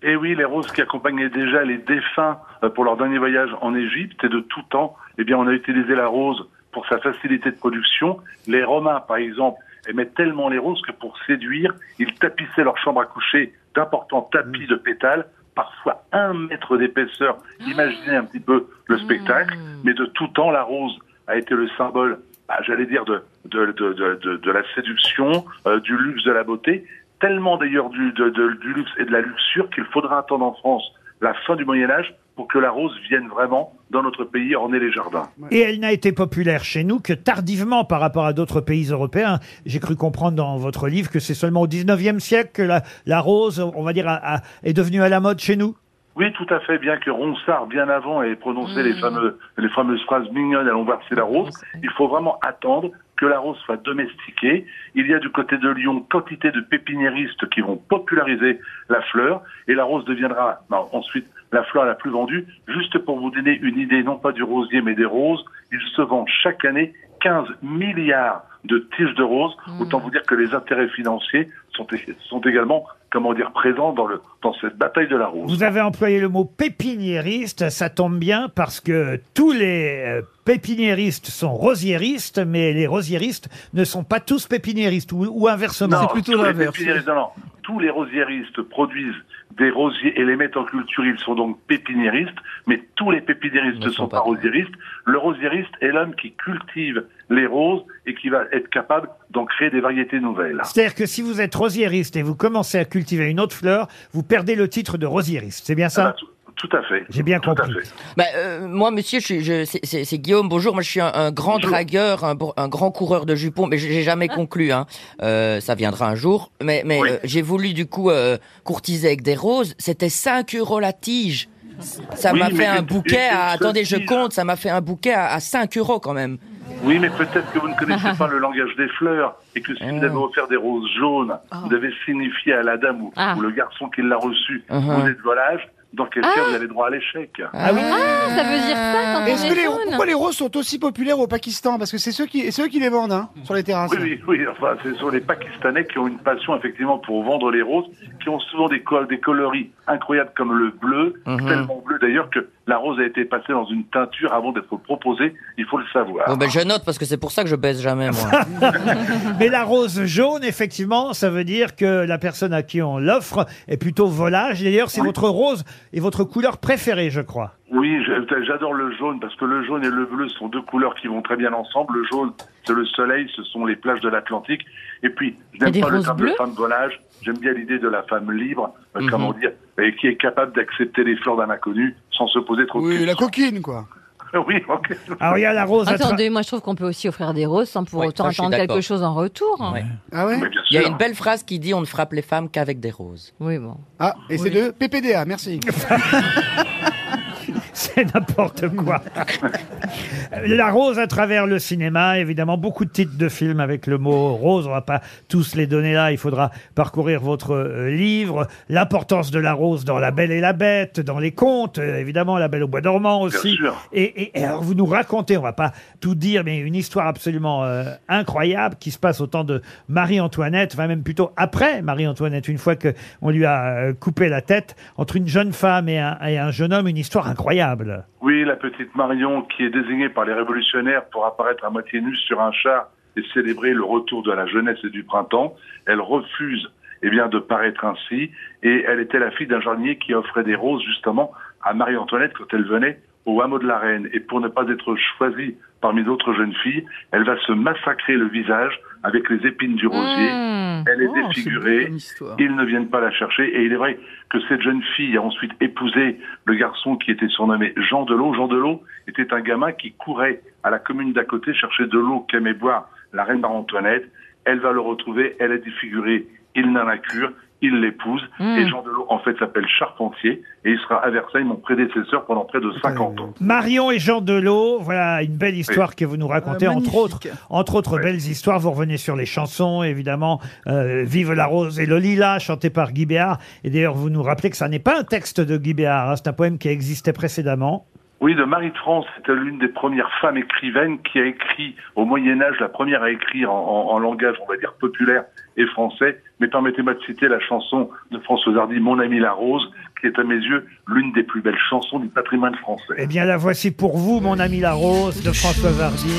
N: Et oui, les roses qui accompagnaient déjà les défunts euh, pour leur dernier voyage en Égypte et de tout temps, eh bien, on a utilisé la rose pour sa facilité de production. Les Romains, par exemple, aimaient tellement les roses que pour séduire, ils tapissaient leur chambre à coucher d'importants tapis de pétales, parfois un mètre d'épaisseur. Imaginez un petit peu le spectacle. Mais de tout temps, la rose a été le symbole, bah, j'allais dire, de, de, de, de, de- de la séduction, euh, du luxe, de la beauté, tellement d'ailleurs du, de- de- du luxe et de la luxure qu'il faudra attendre en France la fin du Moyen Âge pour que la rose vienne vraiment dans notre pays orner les jardins.
B: Et elle n'a été populaire chez nous que tardivement par rapport à d'autres pays européens. J'ai cru comprendre dans votre livre que c'est seulement au 19e siècle que la, la rose, on va dire, a- a- est devenue à la mode chez nous.
N: Oui, tout à fait, bien que Ronsard, bien avant, ait prononcé les, fameux, les fameuses phrases mignonnes, allons voir si la rose, il faut vraiment attendre que la rose soit domestiquée. Il y a du côté de Lyon quantité de pépiniéristes qui vont populariser la fleur, et la rose deviendra non, ensuite la fleur la plus vendue. Juste pour vous donner une idée, non pas du rosier, mais des roses, il se vend chaque année 15 milliards de tiges de roses. Autant vous dire que les intérêts financiers sont, sont également, comment dire, présents dans, le, dans cette bataille de la rose.
B: Vous avez employé le mot pépiniériste, ça tombe bien parce que tous les euh, pépiniéristes sont rosiéristes, mais les rosiéristes ne sont pas tous pépiniéristes, ou, ou inversement.
N: tous les pépiniéristes- non, non. Tous les rosiéristes produisent des rosiers et les mettent en culture. Ils sont donc pépiniéristes, mais tous les pépiniéristes ne sont, pas rosiéristes. Le rosiériste est l'homme qui cultive les roses et qui va être capable d'en créer des variétés nouvelles.
B: C'est-à-dire que si vous êtes rosiériste et vous commencez à cultiver une autre fleur, vous perdez le titre de rosiériste, c'est bien ça
N: Ah bah, Tout à fait.
B: J'ai bien compris.
J: Bah, euh, moi, monsieur, je, suis- je- c'est- c'est c'est Guillaume, bonjour. Moi, je suis un, un grand dragueur, un, br- un grand coureur de jupons, mais j'ai j'ai
N: Ah.
J: jamais conclu. Hein. Euh, ça viendra un jour. Mais, mais euh, j'ai voulu, du coup, euh, courtiser avec des roses. C'était 5 euros la tige. Ça
N: Oui,
J: m'a
N: mais
J: fait un
N: une-
J: bouquet
N: une-
J: à...
N: une
J: Attendez, je
N: seule tige.
J: compte. Ça m'a fait un bouquet à, à 5 euros, quand même.
N: Oui, mais peut-être que vous ne connaissez pas le langage des fleurs et que si vous avez offert des roses jaunes, vous avez signifié à la dame ou,
J: Ah.
N: ou le garçon qui l'a reçue,
J: Uh-huh.
N: vous êtes volage, dans quel cas
J: Ah.
N: vous avez droit à l'échec.
G: Ah, ça veut dire ça quand
F: Est-ce
G: on
F: que
G: est
F: les,
G: jaune
F: pourquoi les roses sont aussi populaires au Pakistan Parce que c'est ceux qui, c'est eux qui les vendent hein, sur les terrasses.
N: Oui, oui, oui. Enfin, ce sont les Pakistanais qui ont une passion effectivement pour vendre les roses, qui ont souvent des, col- des coloris incroyables comme le bleu,
J: Mhm.
N: tellement bleu d'ailleurs que la rose a été passée dans une teinture avant d'être proposée. Il faut le savoir.
J: Bon, ben, je note parce que c'est pour ça que je baisse jamais,
N: Ah,
J: moi.
B: *laughs* Mais la rose jaune, effectivement, ça veut dire que la personne à qui on l'offre est plutôt volage. D'ailleurs, c'est votre rose et votre couleur préférée, je crois.
N: Oui, je- j'adore le jaune parce que le jaune et le bleu sont deux couleurs qui vont très bien ensemble. Le jaune, c'est le soleil, ce sont les plages de l'Atlantique. Et puis, je
K: Et des
N: n'aime pas le
K: roses
N: terme de
K: bleues
N: femme volage. J'aime bien l'idée de la femme libre, euh,
K: Mhm.
N: comment dire, et qui est capable d'accepter les fleurs d'un inconnu sans se poser trop de questions.
F: La coquine, quoi.
N: *laughs* oui, ok.
D: Ah,
B: Alors, il y a la rose.
G: Attendez, moi je trouve qu'on peut aussi offrir des roses sans pour
J: Oui,
G: autant
J: ça, je suis
G: attendre quelque
J: d'accord.
G: chose en retour.
F: Ah ouais
J: Il y a une belle phrase qui dit on ne frappe les femmes qu'avec des roses.
G: Oui, bon.
F: Ah, et c'est de PPDA, merci.
B: C'est n'importe quoi. La rose à travers le cinéma, évidemment, beaucoup de titres de films avec le mot rose. On va pas tous les donner là. Il faudra parcourir votre euh, livre. L'importance de la rose dans La Belle et la Bête, dans les contes, euh, évidemment, La Belle au Bois dormant aussi. Et, et- et alors, vous nous racontez, on va pas tout dire, mais une histoire absolument euh, incroyable qui se passe au temps de Marie-Antoinette, enfin même plutôt après Marie-Antoinette, une fois que on lui a euh, coupé la tête, entre une jeune femme et un, et un jeune homme, une histoire incroyable.
N: Oui, la petite Marion qui est désignée par les révolutionnaires pour apparaître à moitié nue sur un char et célébrer le retour de la jeunesse et du printemps. Elle refuse eh bien, de paraître ainsi et elle était la fille d'un jardinier qui offrait des roses justement à Marie-Antoinette quand elle venait au hameau de la Reine. Et pour ne pas être choisie parmi d'autres jeunes filles, elle va se massacrer le visage avec les épines du rosier. Elle est
K: Oh, c'est
N: défigurée. Ils ne viennent pas la chercher. Et il est vrai que cette jeune fille a ensuite épousé le garçon qui était surnommé Jean Delot. Jean Delot était un gamin qui courait à la commune d'à côté chercher de l'eau qu'aimait boire la reine Marie-Antoinette. Elle va le retrouver. Elle est défigurée. Il n'en a cure. Il l'épouse.
B: Mm.
N: Et Jean Delot, en fait, s'appelle Charpentier. Et il sera à Versailles, mon prédécesseur, pendant près de 50 ans.
B: Marion et Jean Delot, voilà une belle histoire que vous nous racontez,
N: Euh,
B: entre
N: magnifique.
B: autres, entre autres belles histoires. Vous revenez sur les chansons, évidemment, euh, Vive la rose et le lilas, chanté par Guy Béard. Et d'ailleurs, vous nous rappelez que ça n'est pas un texte de Guy Béard, hein, c'est un poème qui existait précédemment.
N: Oui, de Marie de France, c'était l'une des premières femmes écrivaines qui a écrit au Moyen Âge, la première à écrire en, en- en langage, on va dire, populaire et français. Mais permettez-moi de citer la chanson de François Hardy, Mon ami la rose, qui est à mes yeux l'une des plus belles chansons du patrimoine français.
B: Eh bien, la voici pour vous, mon ami La Rose, de François Vardy.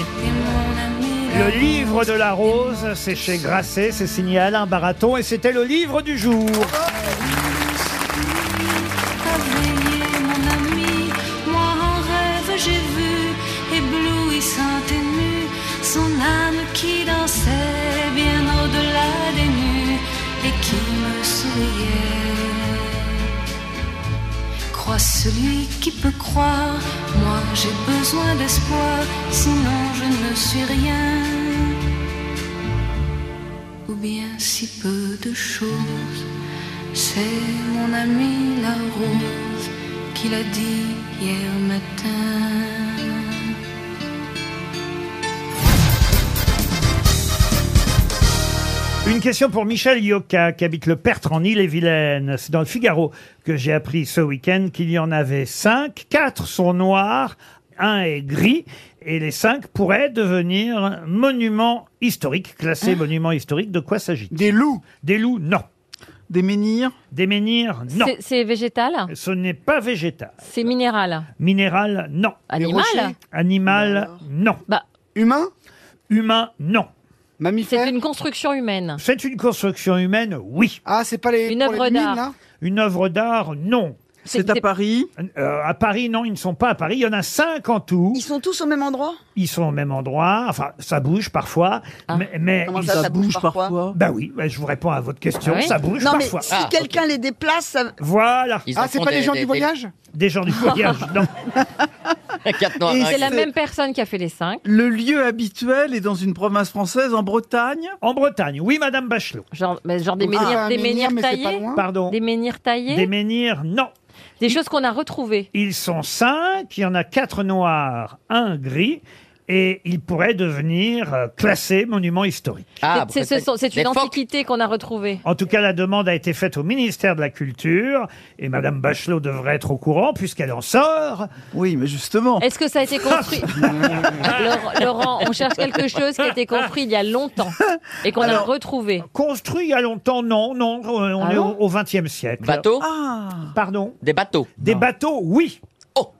B: Le livre de La Rose, c'est chez Grasset, c'est signé Alain Baraton, et c'était le livre du jour.
K: Éveillé, mon ami, moi en rêve j'ai vu, éblouissant et nu, son âme qui dansait bien au-delà des nues et qui me souriait. Crois celui qui peut croire, moi j'ai besoin d'espoir, sinon je ne suis rien, ou bien si peu de choses. C'est mon ami la rose qu'il a dit hier matin.
B: Une question pour Michel Yoka, qui habite le Pertre en Ille-et-Vilaine. C'est dans le Figaro que j'ai appris ce week-end qu'il y en avait cinq. Quatre sont noirs, un est gris, et les cinq pourraient devenir monuments historiques, classés monuments historiques. De quoi s'agit-il Ah. Des loups Des loups, non. Des menhirs Des menhirs, non.
G: C'est- C'est végétal
B: Ce n'est pas végétal.
G: C'est minéral
B: Minéral, non.
G: Animal rochers Bah.
B: Animal, non. Humain Humain, non. Mammifère
G: C'est une construction humaine.
B: C'est une construction humaine, oui. Ah, c'est pas les
G: Une pour les œuvre mines, d'art. là
B: Une œuvre d'art, non.
G: C'est à c'est-
B: Paris À Paris, non, ils ne sont pas à Paris. Il y en a cinq en tout. Ils
C: sont tous au même endroit
B: Ils sont au même endroit. Enfin, ça bouge parfois.
G: Ah.
B: Mais, mais-
C: Comment ça, Ça ça bouge bouge parfois parfois
B: Bah oui, bah, je vous réponds à votre question.
C: Ah oui
B: Ça bouge
C: Non, mais
B: parfois.
C: si quelqu'un les déplace, ça-
B: Voilà.
C: Ils en Ah, c'est font pas des- les gens des- du des- voyage
B: Des gens du voyage,
G: *laughs*
B: non.
J: hein,
G: Et c'est la même personne qui a fait les cinq.
D: Le lieu habituel est dans une province française, en Bretagne
B: En Bretagne, oui, Madame Bachelot.
G: Genre, mais genre des
D: Donc, c'est
G: menhirs,
D: pas Ah, un
G: des
D: menhir,
G: menhirs
D: mais c'est pas
G: taillés
D: loin.
B: Pardon
G: Des menhirs taillés
B: Des menhirs, non.
G: Des choses qu'on a retrouvées.
B: Ils sont cinq, il y en a quatre noirs, un gris, et ils pourraient devenir euh, classés monuments historiques.
D: Ah,
B: bah,
G: C'est- c'est- ce sont- c'est une antiquité qu'on a retrouvée.
B: En tout cas, la demande a été faite au ministère de la Culture, et Madame Bachelot devrait être au courant puisqu'elle en sort.
D: Oui, mais justement.
G: Est-ce que ça a été construit Laurent- Laurent, on cherche quelque chose qui a été construit il y a longtemps et qu'on a
B: Alors,
G: retrouvé.
B: Construit il y a longtemps, non, non, on on
G: Ah
B: est
G: bon
B: au XXe siècle.
J: Bateau
B: Ah. Pardon
J: Des bateaux.
B: Des bateaux, oui.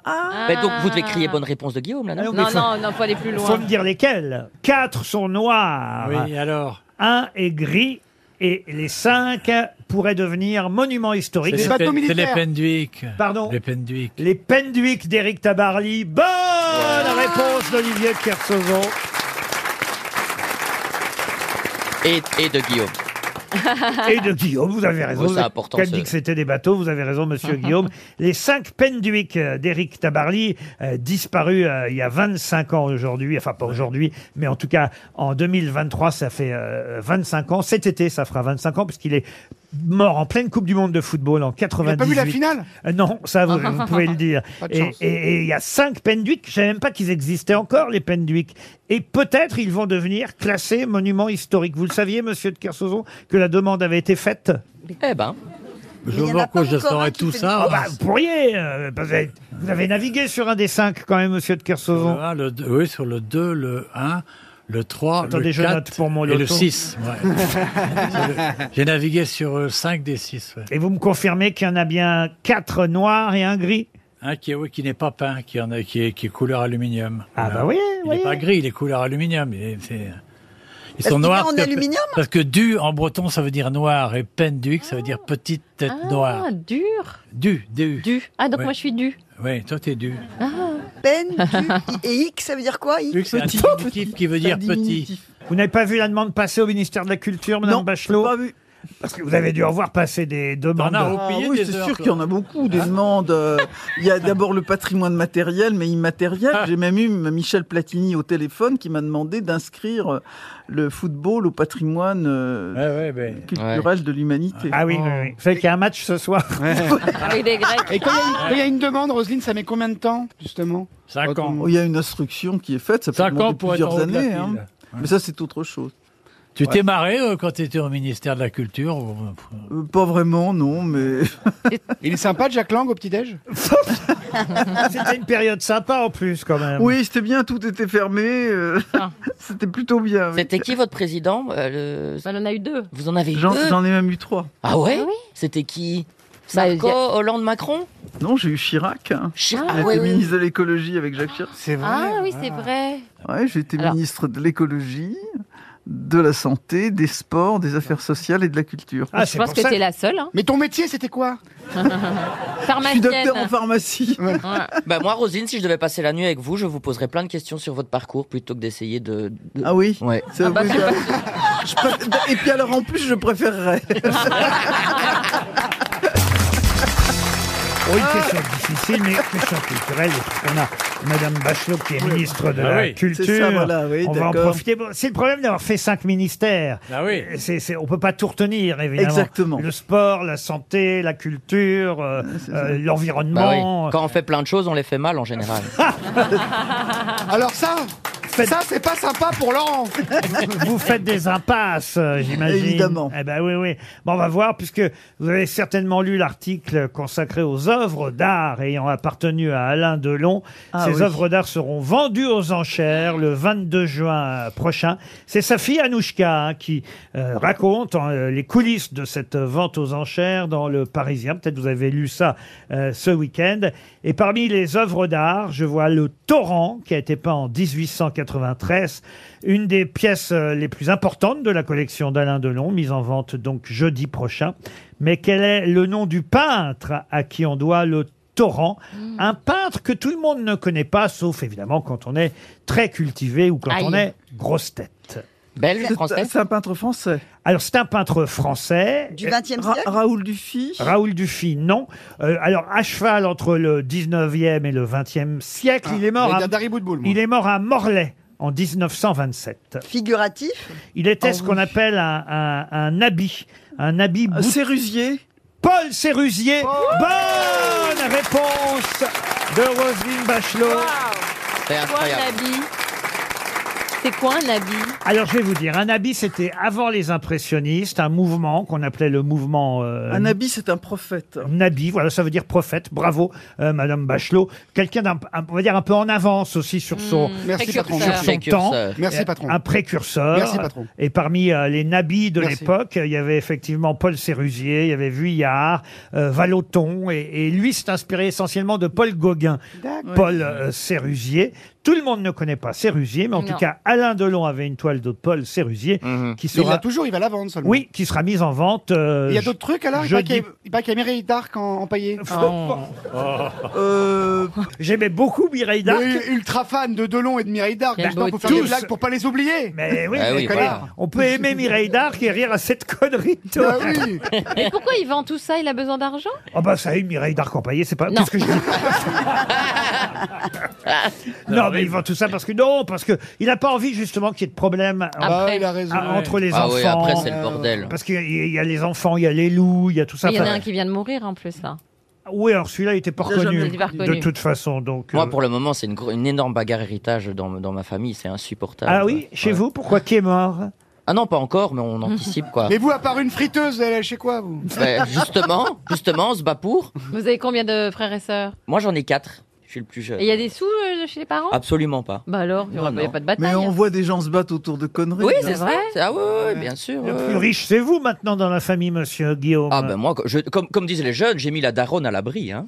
B: Ah
J: Oh Mais donc vous devez
G: Ah.
J: crier bonne réponse de Guillaume là, non
G: Non, non, non, faut aller plus
B: Faut
G: loin.
B: me dire lesquels. Quatre sont noirs.
I: Oui, alors
B: Un est gris. Et les cinq pourraient devenir monuments historiques.
I: C'est les, Pen- c'est les Penduic.
B: Pardon
I: Les Penduic.
B: Les Penduic d'Éric Tabarly. Bonne réponse d'Olivier de Kersauzon.
J: *laughs* et, et de Guillaume.
B: Et de Guillaume, vous avez raison.
J: Oh, c'est important,
B: Qu'elle
J: ce-
B: dit que c'était des bateaux, vous avez
J: *laughs*
B: raison, monsieur Guillaume. Les cinq Penduic euh, d'Éric Tabarly, euh, disparus euh, il y a 25 ans aujourd'hui, enfin pas aujourd'hui, mais en tout cas en 2023, ça fait euh, 25 ans. Cet été, ça fera 25 ans, puisqu'il est mort en pleine Coupe du Monde de football en 98.
F: pas vu la finale
B: Euh, Non, ça vous, vous pouvez le dire.
F: Pas de
B: Et
F: chance.
B: et- et il y a cinq Penduic, je ne savais même pas qu'ils existaient encore, les Penduic. Et peut-être ils vont devenir classés monuments historiques. Vous le saviez, monsieur de Kersauzon, que la demande avait été faite
J: Eh ben.
I: Je vois que je saurais tout ça.
B: Ah bah, vous pourriez. euh, parce que vous avez navigué sur un des cinq quand même, monsieur de Kersauzon.
I: Le un, le deux- oui, sur le 2, le 1, le 3,
B: Attendez,
I: le
B: je
I: 4
B: note pour mon
I: et le
B: loto.
I: 6. ouais.
B: *laughs*
I: J'ai navigué sur 5 des 6.
B: Et vous me confirmez qu'il y en a bien quatre noirs et un gris
I: Un Hein, qui, est- oui, qui n'est pas peint, qui, en a, qui, est, qui est couleur aluminium. Ah
B: bah oui,
I: Il n'est pas gris, il est couleur aluminium. il est- c'est- Ils
C: Parce qu'il
I: sont
C: est
I: noirs.
C: en
I: parce que-
C: aluminium
I: Parce que du en breton, ça veut dire noir. Et penduic, ça veut dire petite tête noire.
G: Ah, dur.
I: Du, du.
G: Du. Ah, donc
I: Ouais.
G: moi je suis Ah. du.
I: Oui, toi, t'es du.
C: peine, du- et X, ça veut dire quoi X
I: C'est un diminutif qui veut dire petit.
B: Vous n'avez pas vu la demande passer au ministère de la Culture, madame Bachelot Parce que vous avez dû en voir passer des demandes.
D: Ah oui, c'est sûr qu'il y en a beaucoup,
B: Hein
D: des demandes. euh, Il y a d'abord le patrimoine matériel, mais immatériel.
B: Ah.
D: J'ai même eu M- Michel Platini au téléphone qui m'a demandé d'inscrire euh, le football au patrimoine euh, culturel de l'humanité.
B: Ah oui, oui, oui. Vous savez qu'il y a un match
D: *laughs*
B: ce soir. *laughs*
G: Avec des Ah Grecs.
F: Et quand il y a une- quand il y, a une demande, Roselyne, ça met combien de temps, justement
I: Cinq
F: ans.
D: Il y a une instruction qui est faite, ça peut
F: Cinq ans
D: demander
F: pour être
D: plusieurs
F: en haut de la
D: années.
F: pile.
D: hein.
I: Ouais.
D: Mais ça, c'est autre chose.
I: Tu
D: Ouais.
I: t'es marré euh, quand tu étais au ministère de la Culture ou-
D: Euh, Pas vraiment, non,
G: *laughs*
D: mais...
F: Il est sympa, Jack Lang, au petit-déj
B: C'était une période sympa en plus, quand même.
D: Oui, c'était bien, tout était fermé. euh, *laughs* c'était plutôt bien. oui.
J: Ah. C'était qui votre président euh, le-
G: Bah, On en a eu deux.
J: Vous en avez eu
D: J'en
J: deux
D: j'en ai même eu trois.
J: Ah ouais C'était qui
G: Bah, il
J: Sarko,
G: y a-
J: Hollande, Macron
D: Non, j'ai eu Chirac. hein.
J: Chirac,
D: J'ai
J: oui,
D: été
J: oui.
D: ministre de l'écologie avec Jacques Chirac. C'est
G: Ah oui, c'est vrai.
D: Ouais, j'ai été ministre de l'écologie, de la santé, des sports, des affaires sociales et de la culture.
B: Ah,
G: je pense que t'es la seule. hein.
F: Mais ton métier, c'était quoi
D: Je suis
G: *laughs* Pharmacienne.
D: docteur en pharmacie.
J: Bah, moi, Rosine, si je devais passer la nuit avec vous, je vous poserais plein de questions sur votre parcours plutôt que d'essayer de, de-
D: Ah oui
J: Ouais.
D: C'est
G: bah,
D: vrai, je préfère- Et puis alors en plus, je préférerais.
B: *laughs* Oui, une question difficile, mais une question culturelle. On a Madame Bachelot qui est
O: Oui.
B: ministre de
O: Ah
B: la
O: oui.
B: Culture.
O: C'est ça, voilà, oui,
B: on va en
O: d'accord.
B: profiter. Bon, C'est le problème d'avoir fait cinq ministères.
O: Ah oui.
B: C'est- c'est- on peut pas tout retenir, évidemment.
O: Exactement.
B: Le sport, la santé, la culture, euh, euh,
J: Bah oui.
B: l'environnement.
J: Quand on fait plein de choses, on les fait mal
D: *laughs*
J: en général.
F: Alors ça, ça c'est pas sympa pour Laurent.
B: vous faites des impasses, euh, j'imagine.
F: Évidemment.
B: Eh ben oui, oui. Bon, on va voir, puisque vous avez certainement lu l'article consacré aux œuvres d'art ayant appartenu à Alain Delon.
D: Ah
B: Ces
D: oui.
B: œuvres d'art seront vendues aux enchères le 22 juin prochain. C'est sa fille Anouchka hein, qui euh, raconte euh, les coulisses de cette vente aux enchères dans le Parisien. Peut-être vous avez lu ça euh, ce week-end. Et parmi les œuvres d'art, je vois le Torrent qui a été peint en 1893, une des pièces euh, les plus importantes de la collection d'Alain Delon, mise en vente donc jeudi prochain. Mais quel est le nom du peintre à qui on doit le Torrent,
D: Mm.
B: un peintre que tout le monde ne connaît pas, sauf évidemment quand on est très cultivé ou quand on
D: Aïe.
B: est grosse tête.
D: C'est- C'est un peintre français.
B: Alors c'est un peintre français.
D: Du XXe
B: Ra-
D: siècle
B: Raoul
D: Dufy.
B: Raoul Dufy, non. Euh, alors, à cheval entre le 19e et le 20e siècle, il est mort
F: j'allais
B: à,
F: dire Dari Boudboul, moi.
B: il est mort à Morlaix en 1927.
C: Figuratif
B: Il était
F: Oh,
B: ce qu'on appelle un, un, un habit. Un habit bout... Sérusier Paul Sérusier
F: Oh.
B: Bonne réponse de Roselyne Bachelot
J: C'est
G: Quoi un habit C'est quoi un habit
B: alors je vais vous dire, un habit c'était avant les impressionnistes, un mouvement qu'on appelait le mouvement... euh,
D: Un habit, c'est un prophète.
B: Nabi, voilà, ça veut dire prophète. Bravo, euh, Madame Bachelot. Quelqu'un, d'un- un- on va dire, un peu en avance aussi sur son,
F: Mmh, Merci,
B: sur
F: patron.
B: son
F: Précurseur.
B: temps.
F: Merci,
B: Euh,
F: patron.
B: Un précurseur.
F: Merci, patron.
B: Et parmi euh, les nabis de
F: Merci.
B: l'époque, il y avait effectivement Paul Sérusier, il y avait Vuillard, euh, Vallotton, et, et lui s'est inspiré essentiellement de Paul Gauguin.
F: D'accord.
B: Paul euh, Sérusier. Tout le monde ne connaît pas Sérusier, mais en
F: Non.
B: tout cas, Alain Delon avait une toile de Paul Sérusier qui
F: Mhm. Il
B: sera.
F: l'a toujours, il va la vendre seulement.
B: Oui, qui sera mise en vente. euh,
F: Il y a d'autres trucs alors Il paraît
B: jeudi
F: qu'il y a- il paraît qu'il y a Mireille Dark en, empaillé.
G: Oh.
B: Oh.
F: Oh.
B: Euh, J'aimais beaucoup Mireille
F: Dark.
B: Darc.
F: ultra fan de Delon et de Mireille Dark.
B: Quel
F: Maintenant, il faut
B: beau
F: faire des
B: tous.
F: blagues pour pas les oublier.
B: Mais Ah oui, mais connard. on peut
F: *laughs*
B: aimer Mireille Darc et rire à cette connerie. de toi.
F: Bah
G: *laughs*
F: oui.
G: Mais pourquoi il vend tout ça Il a besoin d'argent
B: Oh bah ça y est, Mireille Darc empaillée, c'est pas... Qu'est-ce que
G: *laughs*
B: je dis Non, mais il vend tout ça parce que... Non, parce que il n'a pas envie justement qu'il y ait de problème
F: Ah,
B: entre-
F: il a raison.
B: ah, entre les
J: Ah
B: enfants. euh,
J: oui, après, c'est le bordel.
B: Parce qu'il y a- il y a les enfants, il y a les loups, il y a tout ça.
G: Mais Il y en a
B: Enfin,
G: un qui vient de mourir en plus là.
B: Oui, alors celui-là, il était pas
G: Il a jamais
B: reconnu,
G: été reconnu.
B: de toute façon, donc...
J: Moi,
B: euh,
J: pour le moment, c'est une, gro- une énorme bagarre héritage dans, dans ma famille. C'est insupportable.
B: Ah oui, chez vous, pourquoi qui est mort
J: Ah non, pas encore, mais on anticipe
D: *laughs*
J: quoi.
F: Mais vous, à part une friteuse, vous allez chez quoi vous *laughs*
J: Ben, justement, justement, on se bat pour.
G: Vous avez combien de frères et sœurs
J: Moi, j'en ai quatre. Je suis le plus jeune.
G: Et il y a des sous euh, chez les parents
J: Absolument pas.
G: Bah alors, il n'y
J: Non, non.
G: a pas de bataille.
D: Mais on voit des gens se battre autour de conneries. hein.
J: Oui,
D: là.
J: c'est vrai. Ah oui, oui, bien sûr.
B: Le
J: ouais.
B: plus riche, c'est vous maintenant dans la famille, monsieur Guillaume.
J: Ah ben moi, je- comme, comme disent les jeunes, j'ai mis la daronne à l'abri. Hein.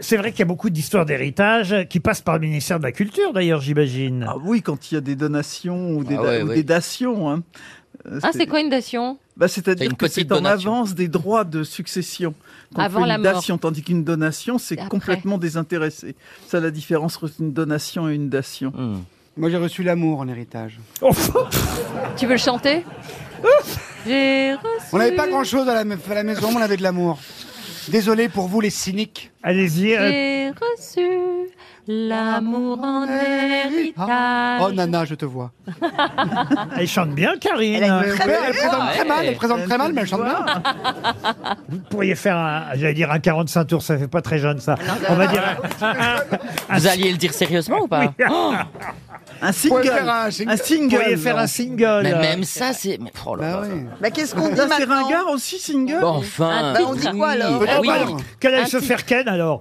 B: C'est vrai qu'il y a beaucoup d'histoires d'héritage qui passent par le ministère de la Culture, d'ailleurs, j'imagine.
D: Ah oui, quand il y a des donations ou des,
B: Ah ouais,
D: ou
B: ouais.
D: des dations. hein. Euh,
G: Ah, c'est quoi une dation
D: bah,
G: C'est une
D: C'est-à-dire que
G: petite
D: c'est en
G: donation.
D: avance des droits de succession. Qu'on
G: Avant
D: fait
G: la
D: une
G: mort.
D: dation, tandis qu'une donation, c'est
G: après.
D: complètement désintéressé. Ça, la différence entre une donation et une dation.
F: Moi, j'ai reçu l'amour en héritage.
G: Tu veux le chanter J'ai
F: On n'avait pas grand-chose à la, à la maison, mais on avait de l'amour. Désolé pour vous, les cyniques.
B: Allez-y.
F: euh,
B: euh,
G: J'ai reçu l'amour en héritage.
F: Oh, Nana, je te vois.
B: *laughs* Elle chante bien, Karine.
F: Elle a une très belle Elle présente voix, très ouais. mal, elle présente très mal, mais elle chante bien.
B: Vous pourriez faire, un, j'allais dire un 45 tours, ça fait pas très jeune, ça. On va dire
J: Vous alliez le dire sérieusement ou pas
B: *laughs*
J: Oh
D: un
B: single.
J: Vous pouvez faire un
B: Vous pourriez faire un single.
J: Mais même ça, c'est. Mais oh là là.
C: Bah, qu'est-ce qu'on dit
D: Là, Ah, c'est
C: maintenant
D: ringard aussi, single
J: Bon, enfin.
C: Bah, on dit quoi
D: Ah
C: alors
B: Oh, bah,
J: Oui.
B: Qu'elle aille se faire ken alors.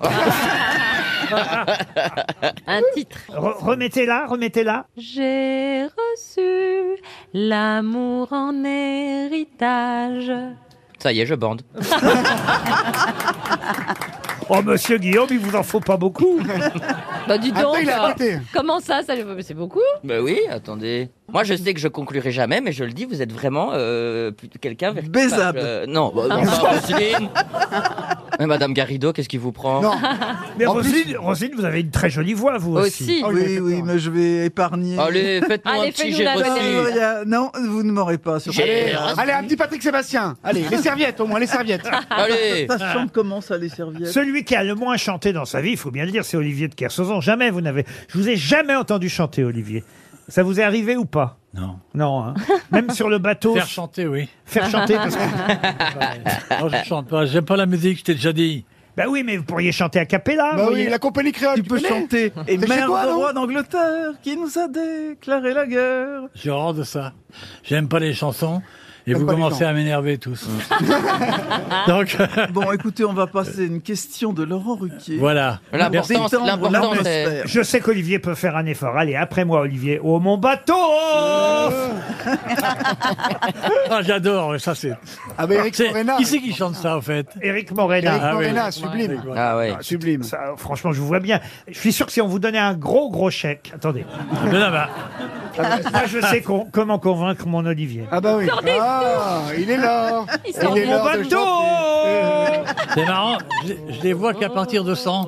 G: Un titre.
B: Re- remettez-la, remettez-la.
G: J'ai reçu l'amour en héritage.
J: Ça y est, je bande.
B: *laughs* Oh, monsieur Guillaume, il vous en faut pas beaucoup.
G: Bah dis donc.
B: Après, il a
G: euh,
B: arrêté.
G: comment ça, ça lui- mais C'est beaucoup.
J: Bah oui, attendez. Moi, je sais que je conclurai jamais, mais je le dis, vous êtes vraiment euh, plutôt quelqu'un vers qui-
D: Baisable.
J: Euh, non, bah, non, pas Roselyne. Mais Madame Garrido, qu'est-ce qui vous prend
B: Mais
J: En plus-
B: Rosine, Rosine, vous avez une très jolie voix, vous aussi.
F: Oh,
C: Oh,
J: Aussi.
D: Oui, oui, mais je vais épargner.
J: Allez, faites-nous un Allez, petit fais-nous la Gérard Rosine.
D: Il y a- Non, vous ne m'aurez pas. surtout.
F: Allez, allez, un petit Patrick Sébastien. Allez, les serviettes, au moins, les serviettes.
D: Ça chante comment ça, les serviettes
B: Celui qui a le moins chanté dans sa vie, il faut bien le dire, c'est Olivier de Kersauzon. Jamais vous n'avez. Je vous ai jamais entendu chanter, Olivier. Ça vous est arrivé ou pas
I: Non.
B: Non, hein. Même sur le bateau.
I: Faire chanter, oui.
B: Faire chanter, parce que.
I: *laughs* Non, je chante pas. J'aime pas la musique, je t'ai déjà dit.
B: Bah oui, mais vous pourriez chanter à cappella.
F: Bah oui, la compagnie créole. Tu,
D: peut
F: connais
D: chanter. Et
F: C'est chez
D: merde
F: toi,
D: de
F: non
D: roi d'Angleterre qui nous a déclaré la guerre.
I: J'ai horreur de ça. J'aime pas les chansons. Et
D: T'aimes
I: vous
D: pas les
I: commencez
D: gens.
I: à m'énerver tous.
B: Ah.
I: Donc.
D: *laughs* Bon, écoutez, on va passer à une question de Laurent Ruquier.
I: Voilà.
D: L'importance, Détendre l'importance, l'atmosphère.
B: Je sais qu'Olivier peut faire un effort. Allez, après moi, Olivier. Oh,
I: *laughs*
B: mon bateau
I: Ah, j'adore, ça c'est.
F: Ah, mais Eric
I: C'est-
F: Morena.
I: Qui c'est qui chante ça, en fait
B: Eric Morena.
I: Eric
B: Ah,
I: Morena,
B: oui.
I: sublime.
J: Ah ouais.
B: Sublime. Ça, franchement, je vous vois bien. Je suis sûr que si on vous donnait un gros, gros chèque. Attendez.
I: Mais non, bah,
B: Moi, je sais qu'on- comment convaincre mon Olivier.
F: Ah bah oui.
B: Sors des
F: *laughs* Ah, il
D: *laughs*
F: est là.
B: Il sort
F: est
B: mon
F: l'heure de
B: bateau.
F: chanter.
I: *laughs* C'est marrant, je, je les vois qu'à partir de 100.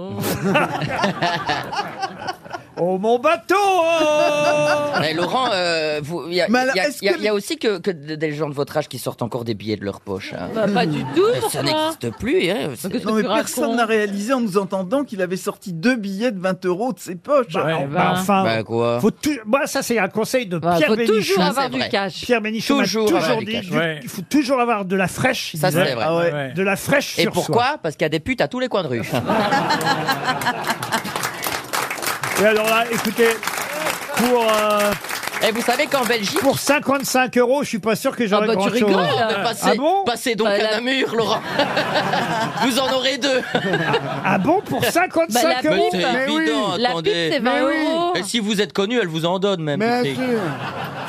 D: *laughs*
B: oh mon bateau hein
J: Mais Laurent, euh, vous- il y, a-
C: Mais alors,
J: il y a-
C: est-ce
J: il y a-
C: que-
J: il y a aussi que, que des gens de votre âge qui sortent encore des billets de leur poche. hein.
G: Bah, pas du tout,
J: Mais
G: pourquoi
J: Ça n'existe plus. hein.
D: Non, mais personne n'a réalisé en nous entendant qu'il avait sorti deux billets de 20 euros de ses poches.
B: Bah, bah, enfin,
J: Bah, quoi
B: faut tou- Moi, ça, c'est un conseil de
J: Bah,
B: Pierre
J: faut
B: Bénichou.
J: toujours Ça, avoir c'est du vrai.
G: cash.
B: Pierre Bénichou m'a
J: Toujours
B: toujours,
J: avoir du
B: dit
J: cash.
B: du-
J: Ouais.
B: il faut toujours avoir de la fraîche. il
J: Ça,
B: disait.
J: c'est vrai.
B: Ah ouais.
J: Ouais.
B: De la fraîche
J: Et
B: sur
J: pourquoi
B: soi. Ah
J: Parce qu'il y a des putes à tous les coins de rue.
B: Et alors là, écoutez, pour... euh,
J: Et Eh, vous savez qu'en Belgique,
B: Pour 55 euros, je suis pas sûr que j'aurais
J: Ah bah, tu
B: grand-chose.
J: rigoles Mais passez,
B: Ah bon
J: passez donc
B: Bah,
J: à
B: la-
J: Namur,
B: *laughs*
J: Laurent. Vous en aurez deux.
B: Ah bon, pour 55
J: Bah, la
B: euros
J: pipe,
B: Mais oui.
G: La
J: attendez.
G: pipe, c'est 20
J: Mais oui.
G: euros.
J: Et si vous êtes connu, elle vous en donne même. Patrick.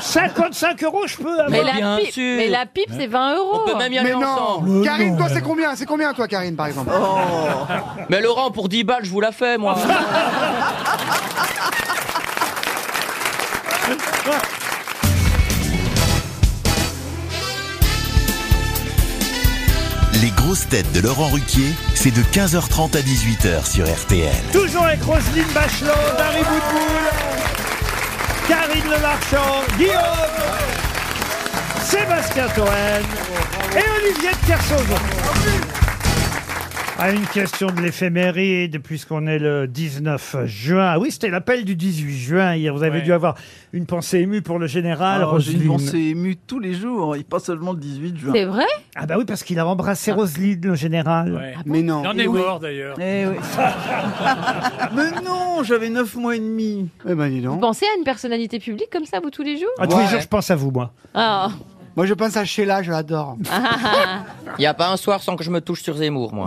B: 55 euros, je peux avoir.
G: Mais, la
J: bien
G: pipe,
J: sûr.
G: mais la pipe, c'est 20 euros.
J: On peut même y aller
F: Mais non.
J: ensemble. Oh.
F: Karine, toi, c'est combien C'est combien, toi, Karine, par exemple
J: Mais Laurent, pour 10 balles, je vous la fais, moi.
A: Les grosses têtes de Laurent Ruquier, c'est de 15h30 à 18h sur RTL.
B: Toujours avec Roselyne Bachelot, Dari Boudboul, Karine Le Marchand, Guillaume, Sébastien Toen et Olivier de Kersauzon. À une question de l'éphéméride, puisqu'on est le 19 juin. Ah oui, c'était l'appel du 18 juin hier. Vous avez dû avoir une pensée émue pour le général,
D: Alors, Ah, j'ai une
B: Roselyne.
D: pensée émue tous les jours, hein. et pas seulement le 18 juin. Ah.
G: C'est vrai Ah
B: Ah bah oui, parce qu'il a embrassé Roselyne, le général.
F: Mais non.
I: J'en ai mort d'ailleurs.
D: Eh oui. Mais non, j'avais 9 mois et demi.
F: Eh ben, dis donc.
G: Vous pensez à une personnalité publique comme ça, vous, tous les jours
B: Ah, tous les
F: Ouais.
B: jours, je pense à vous, moi.
G: Ah. *laughs*
F: Moi, je pense à Sheila, je l'adore.
J: Il n'y a pas un soir sans que je me touche sur Zemmour, moi.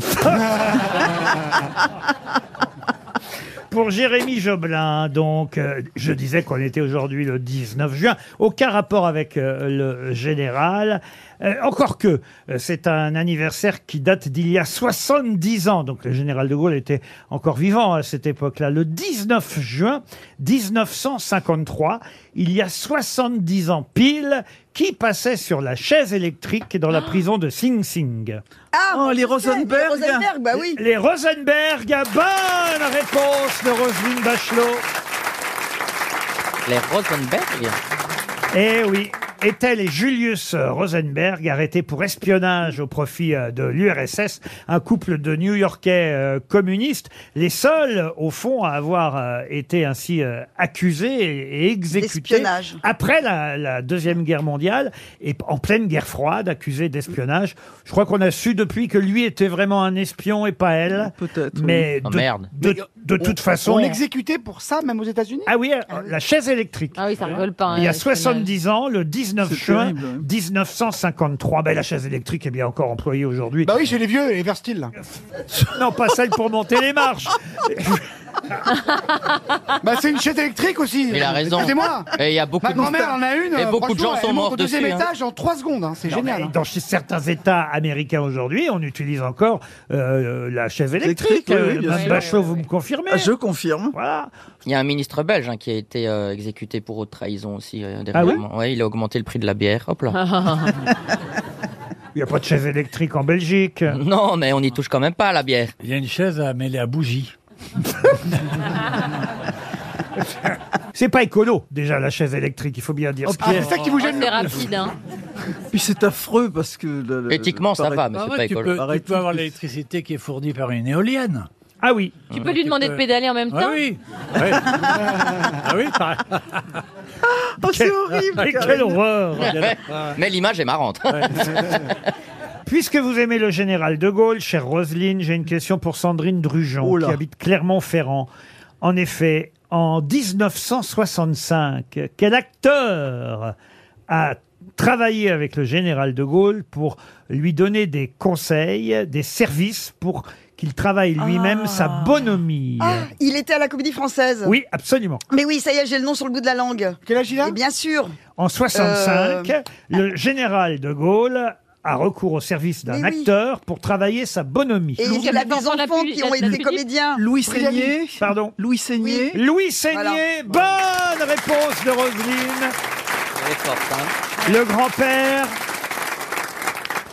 B: Pour Jérémy Joblin, donc, euh, je disais qu'on était aujourd'hui le 19 juin. Aucun rapport avec euh, le général. Euh, encore que euh, c'est un anniversaire qui date d'il y a 70 ans. Donc le général de Gaulle était encore vivant à cette époque-là. Le 19 juin 1953, il y a 70 ans pile, qui passait sur la chaise électrique dans la prison de Sing Sing
C: Ah,
D: Oh, les Rosenberg.
C: Les Rosenberg, bah oui.
B: Les Rosenberg, bonne réponse de Roselyne Bachelot.
J: Les Rosenberg
B: Eh oui, Ethel et Julius Rosenberg, arrêtés pour espionnage au profit euh, de l'URSS, un couple de New-Yorkais euh, communistes, les seuls, au fond, à avoir euh, été ainsi euh, accusés et- et exécutés
C: D'espionnage.
B: après la, la Deuxième Guerre mondiale et en pleine guerre froide, accusés d'espionnage. Je crois qu'on a su depuis que lui était vraiment un espion et pas elle.
D: Peut-être.
B: Mais
F: Ah,
J: Oh,
B: de,
J: merde.
B: de- de toute façon...
F: On l'exécutait pour ça, même aux États-Unis
B: Ah oui, euh, la chaise électrique.
G: Ah oui, ça rigole pas.
B: Il y
G: hein,
B: a
G: le journal.
B: 70 ans, le 19
D: C'est
B: juin
D: terrible, ouais.
B: 1953. Ben, la chaise électrique est bien encore employée aujourd'hui.
F: Bah oui, chez les vieux, les Verstil. là.
B: *laughs* Non, pas celle pour monter les marches.
F: *laughs* Bah c'est une chaise électrique aussi.
J: Il a raison.
F: Écoutez-moi.
J: Et il y a beaucoup
F: Ma
J: de-
F: grand-mère en a une.
J: Et
F: euh,
J: beaucoup de gens
F: franchement,
J: sont
F: elle monte
J: morts
F: au deuxième
J: dessus, hein.
F: étage en 3 secondes. hein, C'est
B: Non, mais
F: génial. hein.
B: dans chez certains États américains aujourd'hui, on utilise encore euh, la chaise électrique.
D: Électrique,
B: Euh,
D: oui, oui, bien
B: Mme
D: sûr.
B: Bachelot, vous me confirmez
D: Ah, je confirme.
B: Voilà.
J: Il y a un ministre belge hein, qui a été euh, exécuté pour haute trahison aussi. euh,
B: Ah oui
J: dernièrement. ouais, il a augmenté le prix de la bière. Hop là.
B: Il n'y a pas de chaise électrique en Belgique.
J: Non, mais on n'y touche quand même pas à la bière.
I: Il y a une chaise à mêler à bougie.
B: C'est pas écolo, déjà, la chaise électrique, il faut bien dire.
D: Ah, c'est ça qui vous gêne
G: C'est rapide, hein.
D: Puis c'est affreux parce que. le- le-
I: Éthiquement, ça
D: paraît-
I: va, mais c'est Ah ouais, pas tu écolo. peux- tu
D: Paraît-
I: peux avoir l'électricité qui est fournie par une éolienne.
B: Ah oui.
G: Tu peux lui demander de pédaler en même
I: Ah
G: temps
I: oui. Ouais. ah oui, par-
D: c'est horrible,
I: Mais
B: Karine.
I: quelle horreur.
J: *laughs* Mais l'image est marrante. *laughs*
B: Puisque vous aimez le général de Gaulle, chère Roselyne, j'ai une question pour Sandrine Drujon, qui habite Clermont-Ferrand. En effet, en 1965, quel acteur a travaillé avec le général de Gaulle pour lui donner des conseils, des services pour qu'il travaille lui-même sa
C: Ah.
B: bonhomie
C: Il était à la Comédie Française.
B: Oui, absolument.
C: Mais oui, ça y est, j'ai le nom sur le bout de la langue.
F: Quel âge il a
C: Bien sûr.
B: En 65,
C: Euh,
B: le général de Gaulle a recours au service d'un
C: Mais oui.
B: acteur pour travailler sa bonhomie.
C: Et il y a des enfants qui ont été comédiens.
D: Louis
C: Brialy.
D: Seigné.
B: Pardon.
D: Louis Seigné.
B: Louis Seigné, bonne réponse de Roselyne.
J: hein.
B: Le grand-père.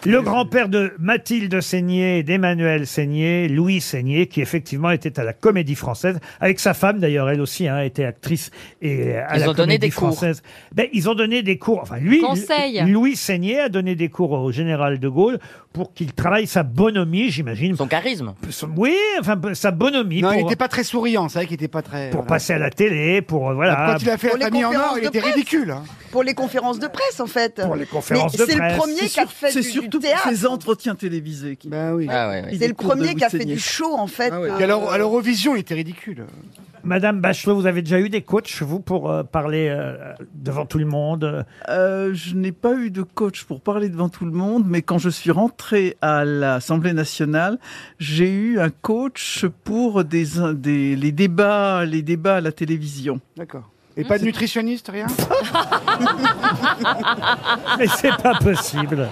B: Le grand-père de Mathilde Seigné et d'Emmanuel Seigné, Louis Seigné, qui effectivement était à la Comédie Française, avec sa femme d'ailleurs, elle aussi hein, était actrice et à
J: Ils
B: la
J: ont donné
B: Comédie
J: des cours.
B: Française. Ben, ils ont donné des cours. Enfin, lui,
G: Conseil.
B: Louis Seigné a donné des cours au général de Gaulle pour qu'il travaille sa bonhomie, j'imagine.
J: Son charisme.
B: oui, enfin sa bonhomie.
F: Non, il
B: pour-
F: n'était pas très souriant, c'est vrai qu'il n'était pas très.
B: pour
F: voilà.
B: passer à la télé, pour euh, voilà.
F: Quand il a fait
C: Pour
F: la
C: les
F: famille en or,
C: conférences
F: il
C: de
F: était
C: presse.
F: ridicule. hein.
C: Pour les conférences de presse, en fait. Pour les
B: conférences de
C: C'est
B: presse.
C: le premier
B: C'est
C: qui a
B: sûr-
C: fait
D: C'est
C: du,
D: surtout
C: du
D: pour
C: théâtre.
D: ses entretiens télévisés. qui-
F: Ah
D: Il
C: C'est
D: est
C: le
D: cours de
C: premier qui a
D: Louis
C: fait du
D: Seigné.
C: show, en fait.
D: Ah,
F: Et
C: euh,
F: alors, à l'Eurovision, il était ridicule.
B: Madame Bachelot, vous avez déjà eu des coachs, vous, pour euh, parler euh, devant tout le monde
D: Euh, je n'ai pas eu de coach pour parler devant tout le monde, mais quand je suis rentrée à l'Assemblée nationale, j'ai eu un coach pour des, des- les, débats, les débats à la télévision.
F: D'accord. Et pas de nutritionniste, rien
B: Mais c'est pas possible.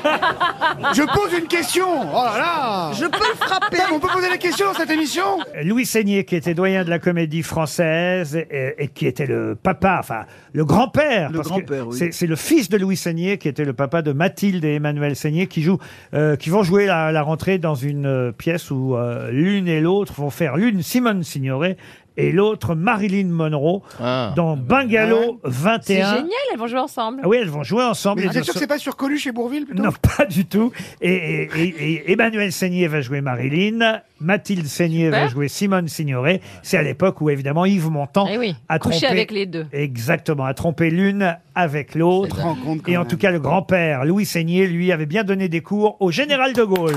F: Je pose une question Oh là là
C: Je peux le frapper
F: On peut poser la question dans cette émission
B: Louis Seigné, qui était doyen de la comédie française et, et qui était le papa, enfin le grand-père.
D: Le
B: parce que
D: grand-père, oui.
B: C'est c'est le fils de Louis Seigné qui était le papa de Mathilde et Emmanuel Seigné qui, jouent, euh, qui vont jouer la, la rentrée dans une euh, pièce où euh, l'une et l'autre vont faire l'une Simone Signoret et l'autre Marilyn Monroe
D: Ah.
B: dans Bungalow
D: bah
G: C'est
B: 21.
G: génial, elles vont jouer ensemble.
B: Ah Oui, elles vont jouer ensemble.
F: Mais
B: Elles
F: vous êtes
B: ne
F: sûr que
B: se-
F: c'est pas sur Coluche et Bourville plutôt
B: non, pas du tout. Et, et- et- et Emmanuel Seigné va jouer Marilyn, Mathilde Seigné va
G: Super.
B: jouer Simone Signoret. C'est à l'époque où, évidemment, Yves Montand
G: Eh oui,
B: a
G: coucher
B: trompé...
G: avec les deux.
B: Exactement, a trompé l'une avec l'autre.
F: Je te rends compte quand
B: Et en
F: même.
B: tout cas, le grand-père, Louis Seigné, lui, avait bien donné des cours au général de Gaulle.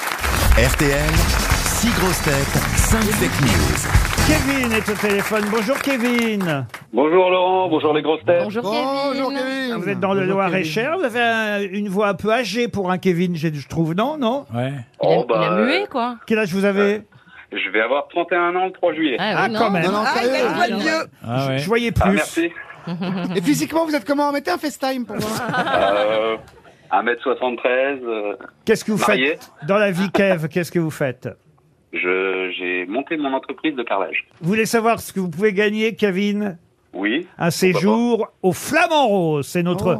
A: RTL, 6 grosses têtes, 5 fake news.
B: Kevin est au téléphone. Bonjour, Kevin.
O: Bonjour Laurent, bonjour les grosses têtes.
G: Bonjour, Kevin.
B: Ah, Vous êtes dans le
F: Bonjour,
B: Loir-et-Cher. Vous avez un- une voix un peu âgée pour un Kevin, j'ai- je trouve, non Non
O: Oh,
G: Il a
O: bah,
G: mué, quoi.
B: Quel âge vous avez
O: Je vais avoir 31 ans le 3 juillet.
G: Ah, oui, non.
B: quand même.
F: Non, non,
C: Ah, il
F: sérieux.
C: a une voix de vieux.
B: Je- Je voyais plus.
O: Ah, merci.
F: Et physiquement, vous êtes comment Mettez un FaceTime pour moi.
O: Euh, 1m73. euh,
B: Qu'est-ce que vous
O: marié.
B: faites dans la vie, Kev Qu'est-ce que vous faites
O: Je J'ai monté mon entreprise de carrelage.
B: Vous voulez savoir ce que vous pouvez gagner, Kevin
O: Oui.
B: Un séjour au Flamand Rose. C'est notre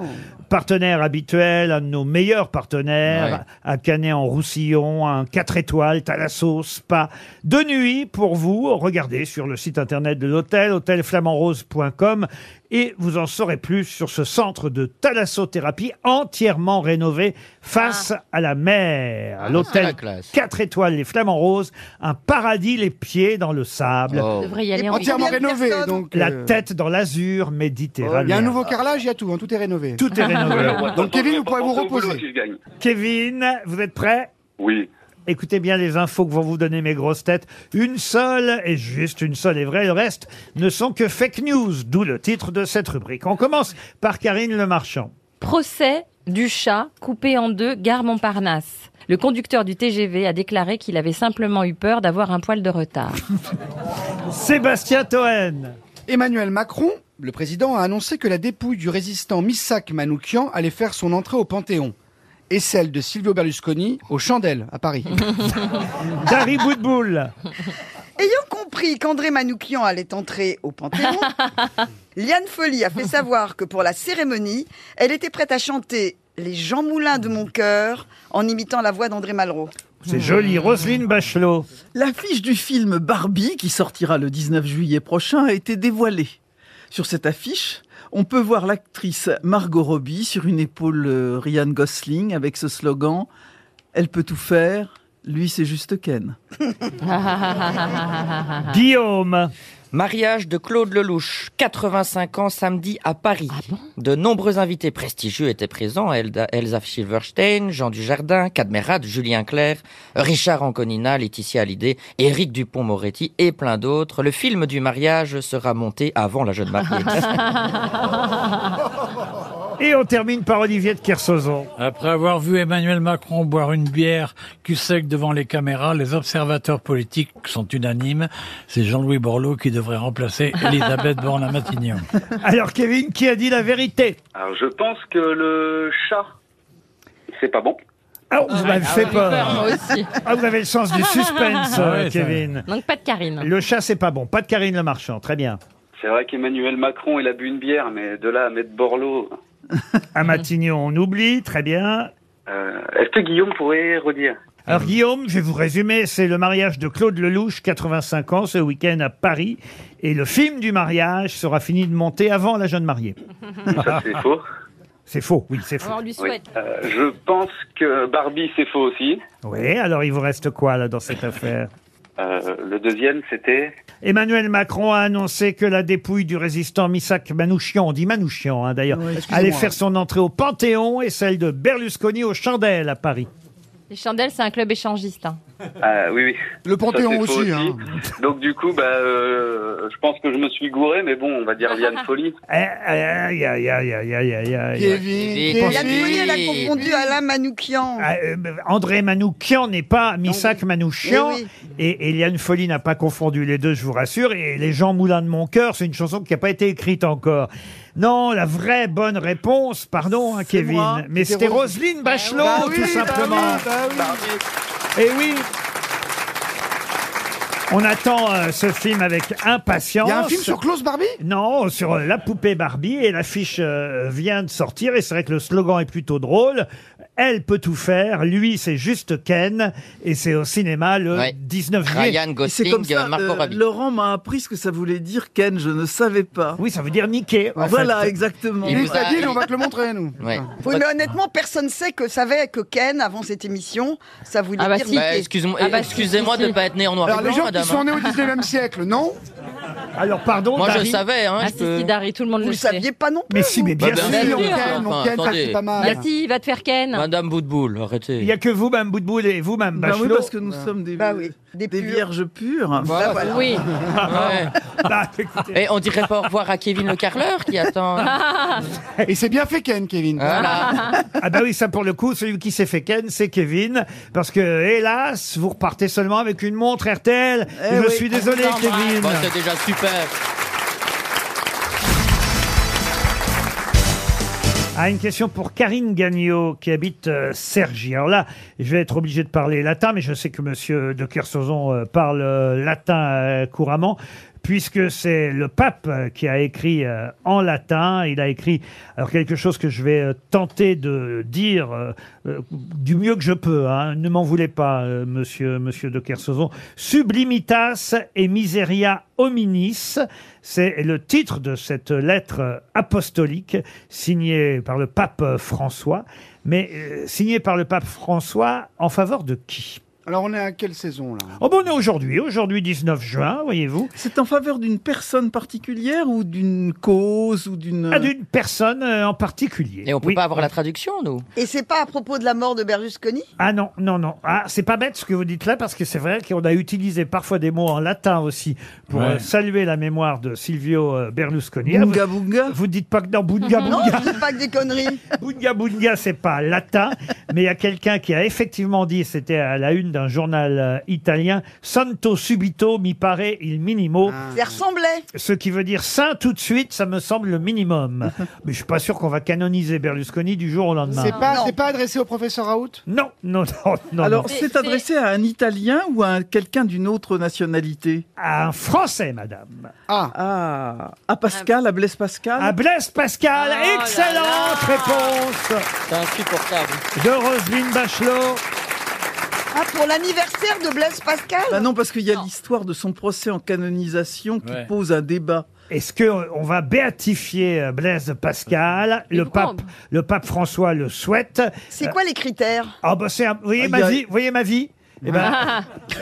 B: partenaire habituel, un de nos meilleurs partenaires,
J: Ouais.
B: à Canet-en-Roussillon, un 4 étoiles, Thalasso, Spa. Deux nuits pour vous. Regardez sur le site internet de l'hôtel, hôtelflamandrose.com, et vous en saurez plus sur ce centre de thalassothérapie entièrement rénové face
G: Ah.
B: à la mer.
J: c'est la
B: L'hôtel
J: classe.
B: 4 étoiles, les Flamands Roses, un paradis, les pieds dans le sable.
G: On Oh. devrait y aller en
F: Entièrement
C: combien de
F: rénové.
C: personnes
F: donc,
B: La
F: euh,
B: tête dans l'azur méditerranéen.
F: Il y a un nouveau carrelage, il y a tout, hein, tout est rénové.
B: Tout est rénové.
O: Alors, moi, de
F: Donc,
O: toute façon, je
F: Kevin, vous
O: vais
F: pourrez
O: pas
F: vous
O: penser au boulot
F: reposer.
O: si je gagne.
B: Kevin, vous êtes prêts
O: Oui.
B: Écoutez bien les infos que vont vous donner mes grosses têtes. Une seule, et juste une seule est vraie, le reste ne sont que fake news, d'où le titre de cette rubrique. On commence par Karine Le Marchand.
G: Procès du chat coupé en deux, gare Montparnasse. Le conducteur du TGV a déclaré qu'il avait simplement eu peur d'avoir un poil de
C: *laughs*
G: retard.
B: Sébastien Toen.
F: Emmanuel Macron, le président, a annoncé que la dépouille du résistant Missak Manoukian allait faire son entrée au Panthéon. Et celle de Silvio Berlusconi aux Chandelles, à Paris.
K: *laughs*
B: Dari Boudboul.
C: Ayant compris qu'André Manoukian allait entrer
F: *laughs*
C: au Panthéon, Liane Folly a fait savoir que pour la cérémonie, elle était prête à chanter les Jean Moulin de mon cœur en imitant la voix d'André Malraux.
B: C'est joli. Roselyne Bachelot.
D: L'affiche du film Barbie, qui sortira le 19 juillet prochain, a été dévoilée. Sur cette affiche, on peut voir l'actrice Margot Robbie sur une épaule euh, Ryan Gosling avec ce slogan Elle peut tout faire, lui c'est juste Ken.
G: Ah.
B: Guillaume.
J: Mariage de Claude Lelouch, 85 ans samedi à Paris. de nombreux invités prestigieux étaient présents, Elda- Elsa Silverstein, Jean Dujardin, Cadmerat, Julien Clerc, Richard Anconina, Laetitia Hallyday, Éric Dupont-Moretti et plein d'autres. Le film du mariage sera monté avant la
K: *laughs*
J: jeune mariée.
B: Et on termine par Olivier de Kersauzon.
I: Après avoir vu Emmanuel Macron boire une bière cul sec devant les caméras, les observateurs politiques sont unanimes. C'est Jean-Louis Borloo qui devrait remplacer Elisabeth Borne à Matignon.
B: Alors Kevin, qui a dit la vérité
O: Alors, je pense que le chat, c'est pas bon.
B: Ah, vous m'avez fait peur.
G: Moi aussi.
B: Ah, vous avez le sens du suspense,
O: Ah
B: euh,
O: ouais, ça-
B: Kevin.
G: Donc pas de Karine.
B: Le chat, c'est pas bon. Pas de Karine Le Marchand, très bien.
O: C'est vrai qu'Emmanuel Macron, il a bu une bière, mais de là à mettre Borloo.
B: À Matignon, on oublie, très bien.
O: euh, Est-ce que Guillaume pourrait redire
B: Alors Guillaume, je vais vous résumer, c'est le mariage de Claude Lelouch, 85 ans, ce week-end à Paris. Et le film du mariage sera fini de monter avant la jeune mariée. *laughs*
O: Ça, c'est faux.
B: C'est faux, oui, c'est faux.
G: lui
O: souhaite. je pense que Barbie, c'est faux aussi.
B: Oui, alors il vous reste quoi là dans cette affaire
O: Euh, le deuxième, c'était.
B: Emmanuel Macron a annoncé que la dépouille du résistant Missak Manouchian, on dit Manouchian hein, d'ailleurs,
G: excusez-moi.
B: allait faire son entrée au Panthéon et celle de Berlusconi aux Chandelles à Paris.
G: Les chandelles, c'est un club échangiste. hein.
O: Ah, oui, oui.
B: Le Panthéon
O: Ça, c'est faux
B: aussi, hein.
O: Donc, du coup, bah, euh, je pense que je me suis gouré, mais bon, on va dire Liane Folie.
B: Eh, Aïe, aïe, aïe, aïe, aïe, aïe, aïe.
C: Il a connu, elle a confondu Alain Manoukian.
B: Ah, euh, André Manoukian n'est pas Missak Manouchian.
C: Oui,
B: Et Eliane Folly n'a pas confondu les deux, je vous rassure. Et Les gens moulins de mon cœur, c'est une chanson qui n'a pas été écrite encore. Non, la vraie bonne réponse, pardon, hein, Kevin,
K: moi,
B: *laughs* mais
K: c'était
B: c'était
K: Rose-
B: Roselyne Bachelot,
K: Bah oui,
B: tout
K: bah
B: simplement.
K: oui,
B: Et Eh oui. On attend euh, ce film avec impatience.
F: Il y a un film sur Klaus Barbie
B: Non, sur euh, la poupée Barbie et l'affiche euh, vient de sortir et c'est vrai que le slogan est plutôt drôle. Elle peut tout faire, lui c'est juste Ken et c'est au cinéma le 19 juillet.
D: C'est comme ça, euh, Laurent m'a appris ce que ça voulait dire Ken, je ne savais pas.
B: Oui, ça veut dire niquer.
F: en
D: Voilà,
F: fait.
D: exactement.
F: Il nous a dit, on va te le montrer, nous.
C: Oui, mais honnêtement, personne ne sait que savait que Ken, avant cette émission, ça voulait
J: Ah bah
C: dire...
J: si. Bah, excuse-moi- Ah bah si, excusez-moi si, de si. pas être né en noir et
F: Alors, les
J: blanc,
F: gens
J: madame,
F: qui sont
J: hein.
F: nés au 19e siècle, non
B: Alors, pardon,
J: Moi, je Dari. savais, hein, Ah, je si, peux- si, Dari,
G: tout le monde
C: Vous
G: le
C: le
G: sait.
C: saviez pas non
B: Mais si, mais bien
J: Bah, bien sûr,
B: sûr.
J: Oui, on enfin, ken, on enfin, ken, ça, attendez. c'est pas mal.
G: Bah si, il va te faire Ken.
J: Madame Boutboul,
B: Il
J: arrêtez.
B: n'y a que vous, Mme Boudboul, et vous, Mme
D: Bah
B: Bachelot.
D: oui, parce que nous sommes des,
C: Bah
D: des vierges pures. Bah
J: Voilà. voilà. Oui. *laughs* Bah, Et on dirait pas au revoir à Kevin Le Carleur qui attend.
F: Et c'est bien fait, Ken, Kevin.
B: *laughs* Ah bah oui, ça pour le coup, celui qui s'est fait ken, c'est Kevin. Parce que, hélas, vous repartez seulement avec une montre RTL.
J: Eh
B: je
J: oui.
B: suis désolé,
J: On t'embrasse.
B: Kevin.
J: Bon, c'est déjà super.
B: Ah, une question pour Karine Gagnon qui habite euh, Cergy. Alors là, je vais être obligé de parler latin, mais je sais que monsieur de Kersauzon euh, parle euh, latin euh, couramment. Puisque c'est le pape euh, qui a écrit euh, en latin, il a écrit alors quelque chose que je vais euh, tenter de dire euh, euh, du mieux que je peux. hein. Ne m'en voulez pas, euh, monsieur, monsieur de Kersauzon. Sublimitas et miseria hominis, c'est le titre de cette lettre euh, apostolique signée par le pape euh, François, mais euh, signée par le pape François en faveur de qui
F: Alors, on est à quelle saison, là
B: Oh bon, on est aujourd'hui, aujourd'hui 19 juin, voyez-vous.
D: C'est en faveur d'une personne particulière ou d'une cause ou d'une...
B: Ah, d'une personne euh, en particulier.
J: Et on peut
B: Oui.
J: pas avoir la traduction, nous.
C: Et c'est pas à propos de la mort de Berlusconi
B: Ah non, non, non. Ah, c'est pas bête ce que vous dites là, parce que c'est vrai qu'on a utilisé parfois des mots en latin aussi pour
I: Ouais.
B: euh, saluer la mémoire de Silvio euh, Berlusconi.
D: Bunga
B: Ah, vous, vous dites pas que non, bunga
C: Non,
B: bunga.
C: je dis pas que
B: *laughs*
C: des conneries.
B: Bunga bunga, c'est pas latin, mais il y a quelqu'un qui a effectivement dit, c'était à la une une d'un journal euh, italien, Santo subito mi pare il minimo.
C: Ça ressemblait.
B: Ce qui veut dire saint tout de suite, ça me semble le minimum. Mais je suis pas sûr qu'on va canoniser Berlusconi du jour au lendemain.
F: C'est pas, c'est pas adressé au professeur Raoult
B: Non, non, non, non.
D: Alors, c'est adressé à un Italien ou à un- quelqu'un d'une autre nationalité
B: À un Français, madame.
D: Ah. ah. À Pascal, à Blaise Pascal
B: À Blaise Pascal,
D: Oh là
B: excellente réponse
J: C'est insupportable.
B: de Roselyne Bachelot.
C: Ah, pour l'anniversaire de Blaise Pascal
D: Bah non, parce qu'il y a l'histoire de son procès en canonisation qui
B: Ouais.
D: pose un débat.
B: Est-ce qu'on va béatifier euh, Blaise Pascal Le pape, le pape François le souhaite.
C: C'est quoi les critères
B: Ah bah c'est un- vous voyez
D: Ah,
B: ma
D: il y a-
B: vie, vous voyez ma vie. Eh ben,
C: Ah.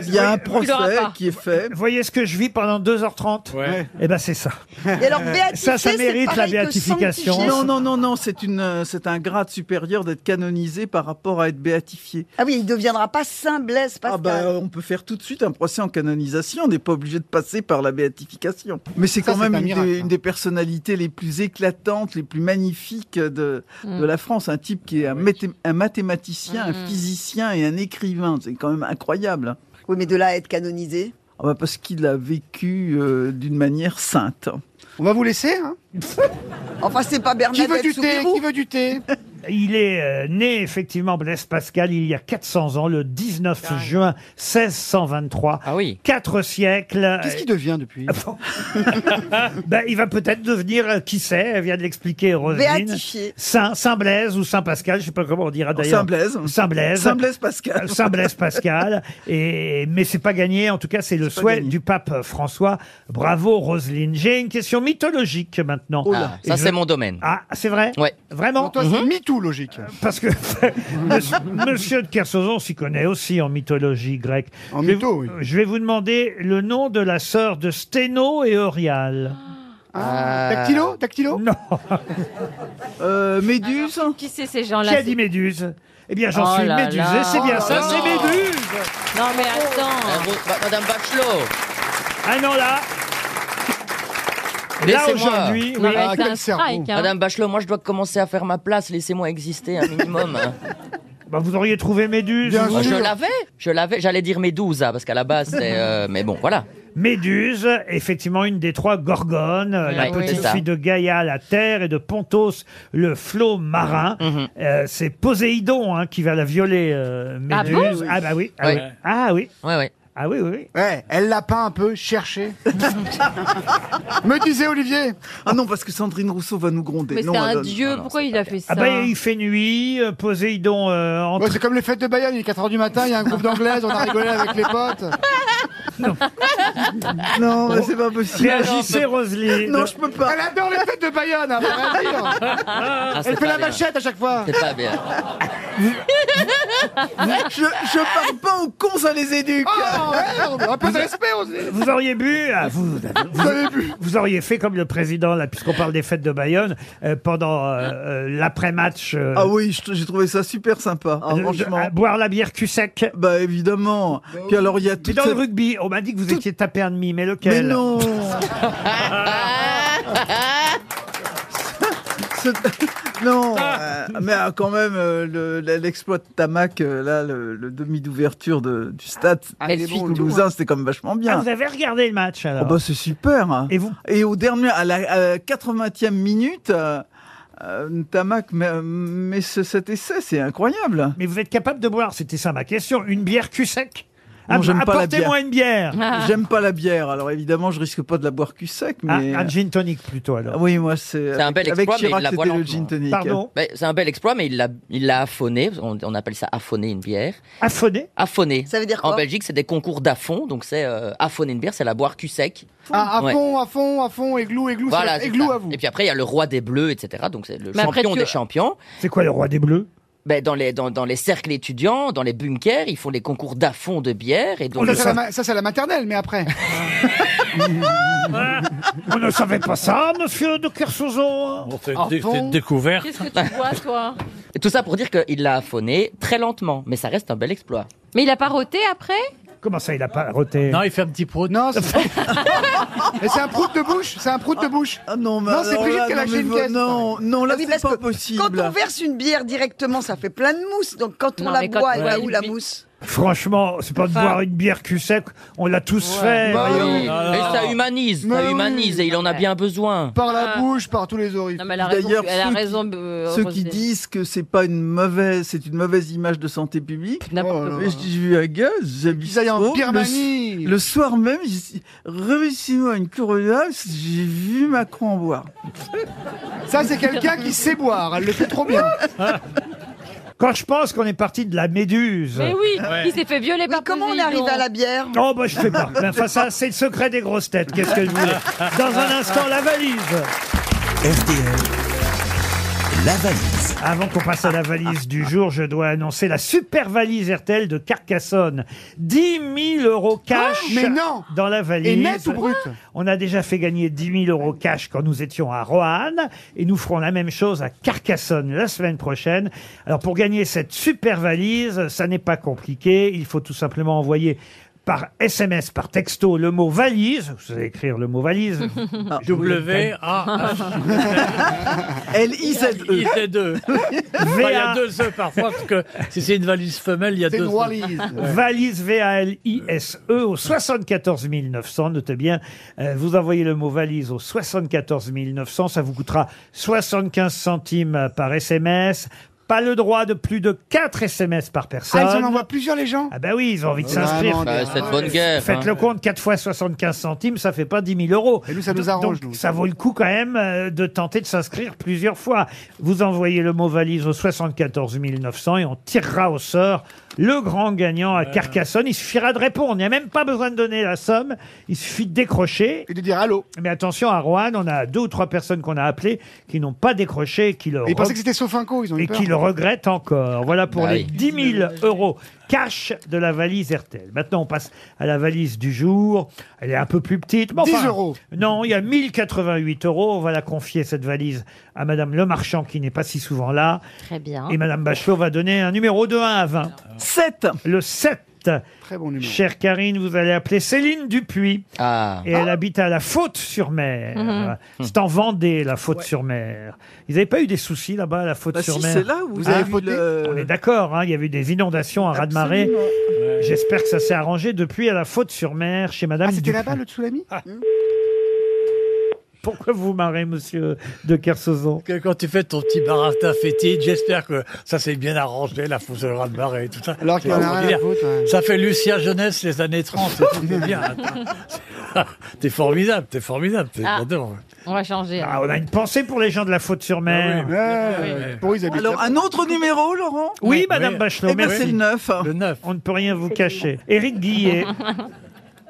D: Il y a un
B: vous voyez-
D: procès qui est fait.
B: Vous voyez ce que je vis pendant 2h30 Eh ben c'est ça.
C: Et alors, béatifier,
B: ça, ça
C: c'est
B: mérite la
C: pareil que
B: béatification.
D: Non, non, non, non, c'est une, euh, c'est un grade supérieur d'être canonisé par rapport à être béatifié.
C: Ah oui, il ne deviendra pas Saint Blaise Pascal.
D: Ah bah, on peut faire tout de suite un procès en canonisation, on n'est pas obligé de passer par la béatification. Mais c'est
F: Ça,
D: quand
F: c'est
D: même
F: un
D: une,
F: miracle,
D: des,
F: hein.
D: une des personnalités les plus éclatantes, les plus magnifiques de,
F: Mm.
D: de la France. Un type qui est un, mathé- un mathématicien, un
C: Mm.
D: physicien et un écrivain. C'est quand même incroyable. hein.
C: Oui, mais de là à
B: *laughs*
C: être canonisé.
D: Ah bah, parce qu'il a vécu euh, d'une manière sainte.
F: On va vous laisser, hein
C: Enfin, c'est pas Bernadette
F: Qui veut du thé
C: Soupirou.
F: Qui veut du thé
B: *laughs* Il est euh, né effectivement Blaise Pascal il y a 400 ans, le 19 juin 1623. Ah oui. Quatre siècles. euh,
F: Qu'est-ce qu'il devient
B: *laughs*
F: depuis
B: Ben, il va peut-être devenir, euh, qui sait, elle vient de l'expliquer Roselyne.
C: Béatifié.
B: Saint, Saint Blaise ou Saint Pascal, je sais pas comment on
F: Oh,
B: dira d'ailleurs.
D: Saint Blaise.
B: Saint Blaise.
D: Saint Blaise Pascal.
B: Euh, Saint
F: *laughs*
B: Blaise Pascal. Et, mais c'est pas gagné, en tout cas, c'est le
D: pas
B: souhait
D: gagné.
B: du pape François. Bravo Roselyne. J'ai une question mythologique maintenant.
J: Oh là. Ah, ça,
B: Et je-
J: c'est mon domaine.
B: Ah, c'est vrai
J: Ouais. Mhm.
B: Vraiment Euh,
F: Pour toi, c'est
D: Mhm.
F: MeToo, logique.
B: parce que *laughs* Monsieur- Monsieur de Kersauzon s'y connaît aussi en mythologie grecque.
F: En
B: Je vais
F: mytho,
B: vous-
F: oui.
B: Je vais vous demander le nom de la sœur de Sténo et Orial.
F: Ah. Dactylo Dactylo
B: Non.
D: Méduse
G: Qui c'est ces gens-là
B: Qui a
G: c'est-
B: dit Méduse Eh bien, j'en
G: Oh
B: suis
G: là
B: médusé,
G: là.
B: c'est bien
G: Oh
B: ça,
G: là
B: c'est
G: là.
B: Méduse
G: Non, mais attends.
J: bah, Madame Bachelot.
B: Ah non, là. Là, aujourd'hui,
J: Non,
B: oui.
J: mais
B: Ah,
J: c'est
B: quel
J: un
B: cerveau.
J: strike, hein. Madame Bachelot, moi je dois commencer à faire ma place, laissez-moi exister un minimum.
B: *laughs* Bah, vous auriez trouvé Méduse
J: Ah, je l'avais, je l'avais, j'allais dire mes 12, parce qu'à la base c'est. euh, mais bon, voilà.
B: Méduse, effectivement une des trois gorgones, euh, la
J: Ouais, oui.
B: petite
J: C'est ça.
B: fille de Gaïa, la terre, et de Pontos, le flot marin.
J: Mhm.
B: Euh, c'est Poséidon hein, qui va la violer, euh,
F: Ah
B: Méduse.
F: bon
B: Ah, bah oui. Ah oui.
F: Ouais.
B: Ah oui.
J: ouais.
B: Ah oui, oui, oui.
F: Ouais, elle l'a peint un peu,
B: *laughs*
F: cherché. Me disait Olivier.
D: Ah non, parce que Sandrine Rousseau va nous gronder.
G: Mais c'est
D: Non,
G: un
D: Adon.
G: dieu, pourquoi il a fait ça
B: Ah bah il fait nuit, euh, Poséidon euh, entre-
F: Ouais, c'est comme les fêtes de Bayonne, il est 4h du matin, il y a un groupe d'anglaises, on a rigolé avec les potes.
B: Ah,
D: Non, mais c'est pas possible.
B: Réagissez, Roselyne. Euh.
D: Non, je peux pas.
F: Elle adore les fêtes de Bayonne, hein, faut rien dire.
J: Ah, c'est
F: Elle fait
J: pas
F: la
J: bien.
F: machette à chaque fois.
J: C'est pas bien.
D: Je, je parle pas aux cons, ça les éduque.
B: Bah
F: Oh merde, un peu de respect, on se dit.
B: Vous auriez bu, ah, vous, vous- vous auriez fait comme le président, là, puisqu'on parle des fêtes de Bayonne, euh, pendant euh, euh, l'après-match. euh,
D: Ah oui, je- j'ai trouvé ça super sympa, hein,
B: de- de-
D: franchement.
B: Euh, à boire la bière cul sec.
D: Bah évidemment. Puis alors il y a
B: Mais
D: toute
B: dans le
D: cette...
B: rugby, oh bah. on m'a dit que vous étiez tapé un demi, mais
D: Mais
B: lequel *laughs*
D: non Ce- Non,
B: Ah.
D: euh, mais euh, quand même, euh, le- la- l'exploit de Tamac, euh, là, le, le demi d'ouverture de- du stade
B: Ah, il est bon, le
D: toulousain, c'était quand même vachement
B: Ah,
D: bien.
B: vous avez regardé le match alors
D: Oh, bah, c'est super.
B: Et vous
D: Et au dernier, à la à la 80e minute, euh, euh, Tamac met, met ce- cet essai, c'est incroyable.
B: Mais vous êtes capable de boire, c'était ça ma question, une bière cul sec
D: Non,
B: App-
D: j'aime pas la
B: Apportez-moi
D: bière.
B: une bière
J: Ah.
D: J'aime pas la bière, alors évidemment, je risque pas de la boire cul sec,
B: Ah,
D: mais.
B: Un gin tonic plutôt alors.
D: Ah oui, moi, c'est.
J: C'est un bel
D: Avec
J: exploit, mais
D: Chirac,
J: il la voit
D: c'était le
J: lentement.
D: gin tonic.
B: Pardon
J: Ben, c'est un bel exploit, mais il l'a, il l'a affonné. On, on appelle ça affonner une bière.
B: Affonné
J: Affonner.
C: Ça veut dire
J: En
C: quoi
J: Belgique, c'est des concours d'affon. Donc, c'est euh, affonner une bière, c'est la boire cul sec.
F: Ah, à
J: Ouais.
F: fond, à fond, à fond, églou, églou,
J: Voilà,
F: c'est-
J: c'est
F: églou
J: ça.
F: à vous.
J: Et puis après, il y a le roi des bleus, etc. Donc, c'est le
G: Mais après,
J: champion
G: tu-
J: des champions.
B: C'est quoi le roi des bleus
J: Ben, dans, les, dans, dans les cercles étudiants, dans les bunkers, ils font des concours d'affon de bière. Et donc,
F: Ça, c'est la ma- ça, c'est la maternelle, mais après.
B: *laughs* On ne savait pas ça, monsieur de Kersauzon hein
I: Bon, c'est
F: Au
I: c'est-
F: fond.
I: c'est découvert.
G: Qu'est-ce que tu vois,
J: *laughs*
G: toi
J: Et tout ça pour dire qu'il l'a affonné très lentement. Mais ça reste un bel exploit.
G: Mais il a pas roté après
B: Comment ça, il a pas roté
I: Non, il fait un petit prout.
F: Non, c'est
J: *laughs*
F: Mais c'est un prout de bouche, c'est un prout de bouche.
D: Ah non, mais
F: Non, euh, c'est
D: alors
B: Oh
F: Brigitte
D: là,
F: qui a
D: non,
F: lâché
D: mais
F: une
D: vo-
F: caisse.
D: Non, non, là,
C: Ah oui,
D: c'est
C: parce
D: pas
C: que Quand on
D: possible.
C: verse une bière directement, ça fait plein de mousse. Donc quand on
G: Non,
C: la
G: mais quand
C: boit,
G: tu
C: elle va
G: bois
C: où
G: une
C: la
G: bi-
C: mousse
B: Franchement, c'est pas de
J: Enfin.
B: boire une bière cul sec, on l'a tous fait.
J: Bah
B: voyons. Ah,
J: oui.
I: Ah
J: Et ça humanise,
B: Mais
J: ça
B: oui.
J: humanise, et il en
G: Ah.
J: a bien besoin.
F: Par
J: la
F: bouche, par tous les orifs.
G: elle a raison,
D: D'ailleurs,
G: elle a
D: ceux qui-
G: raison, euh,
D: Ceux
G: Roselyne.
D: qui disent que c'est pas une mauvaise, c'est une mauvaise image de santé publique.
G: N'importe
D: Mais J'ai vu un gars, j'habite
F: Ils allaient en
D: Sceaux, le-
F: Birmanie.
D: Le, soir même, j'ai dit, réussissez-moi une curiosité, j'ai vu Macron en boire.
F: Ça, c'est quelqu'un qui sait boire. Elle le fait trop bien.
B: *laughs* Quand je pense qu'on est parti de la méduse.
G: Mais oui, il s'est fait violer par
C: comment on est
G: Poséidon.
C: arrivé à la bière
B: Non, bah je sais
C: *laughs*
B: pas. Mais enfin, ça, c'est le secret des grosses têtes. Qu'est-ce que je voulais Dans un instant, la valise.
A: RTL, la valise.
B: Avant qu'on passe à la valise du jour, je dois annoncer la super valise RTL de Carcassonne. 10 000 euros cash
F: Ah, mais non
B: dans la valise.
F: Et net ou brut
B: On a déjà fait gagner 10 000 euros cash quand nous étions à Roanne et nous ferons la même chose à Carcassonne la semaine prochaine. Alors pour gagner cette super valise, ça n'est pas compliqué. Il faut tout simplement envoyer par SMS, par texto, le mot valise. Vous allez écrire le mot valise.
D: Ah,
I: W A
D: *laughs* L I Z
I: E. Il y a deux E parfois parce que si c'est une valise femelle, il y a deux. E. Ouais.
B: Valise V-A-L-I-S-E E au 74 900. Notez bien, euh, vous envoyez le mot valise au 74 900. Ça vous coûtera 75 centimes par SMS. Pas le droit de plus de 4 SMS par personne.
F: Ah, ils en envoient plusieurs, les gens
B: Ah bah oui, ils ont envie de
F: Vraiment,
B: s'inscrire.
F: des- Bah, c'est de bonne
B: Ah,
F: guerre,
B: Faites
F: hein.
B: le compte, 4 fois 75 centimes, ça fait pas 10 000 euros. Et nous,
F: ça nous arrange, nous.
B: Ça vaut le coup quand même euh, de tenter de s'inscrire plusieurs fois. Vous envoyez le mot valise au 74 900 et on tirera au sort le grand gagnant à Carcassonne. Il suffira de répondre. Il n'y a même pas besoin de donner la somme. Il suffit de décrocher. Et
F: de dire allô.
B: Mais attention, à Roanne, on a deux ou trois personnes qu'on a appelées qui n'ont pas décroché et qui le
F: Et Ils pensaient
B: reg-
F: que c'était Sofinco, ils ont eu
B: et
F: peur.
B: qui le regrette encore. Voilà pour
F: Bah
B: les
F: oui.
B: 10 000 euros cash de la valise RTL. Maintenant, on passe à la valise du jour. Elle est un peu plus petite. mais
F: 10 euros.
B: Non, il y a 1088 euros. On va la confier, cette valise, à Madame Le Marchand, qui n'est pas si souvent là.
G: Très bien.
B: Et Madame Bachelot va donner un numéro de 1 à 20.
D: 7.
B: Le 7.
F: Très bon numéro. Ah.
B: Chère Karine, vous allez appeler Céline Dupuis. Et elle habite à La Faute-sur-Mer.
D: Mhm.
B: C'est en Vendée, La Faute-sur-Mer. Ils n'avaient pas où Pas eu des soucis là-bas à La Faute-sur-Mer.
D: Bah,
B: Hein
D: si, c'est là où vous avez vu le-
B: On est d'accord, hein, il y avait eu des inondations à raz-de-marée. J'espère que ça s'est arrangé depuis à La Faute-sur-Mer chez Madame
F: Ah, C'était
B: Dupuis.
F: là-bas Hmm le tsunami
B: Ah.
G: Eh
B: Pourquoi vous marrez, monsieur de Kersauzon
I: Que euh, Quand tu fais ton petit baratin fétide, j'espère que ça s'est bien arrangé, la fausse de ras de marée et tout ça.
F: Alors qu'il y en a rien à foutre, ouais.
I: Ça fait Lucia Jeunesse, les années 30, c'est tout,
F: *laughs*
I: c'est bien. t'es formidable, t'es formidable, t'es-
G: Ah.
I: j'adore.
G: On va changer. hein.
B: Ah,
F: *laughs*
B: on a une pensée pour les gens de La
F: Ah
B: Faute-sur-Mer.
D: Ah Alors, un autre numéro, Laurent
B: Oui, Madame Bachelot,
D: Eh ben,
B: merci.
D: c'est le 9.
B: Le 9. On ne peut rien vous cacher. Éric
D: *laughs*
B: *laughs* Guillet.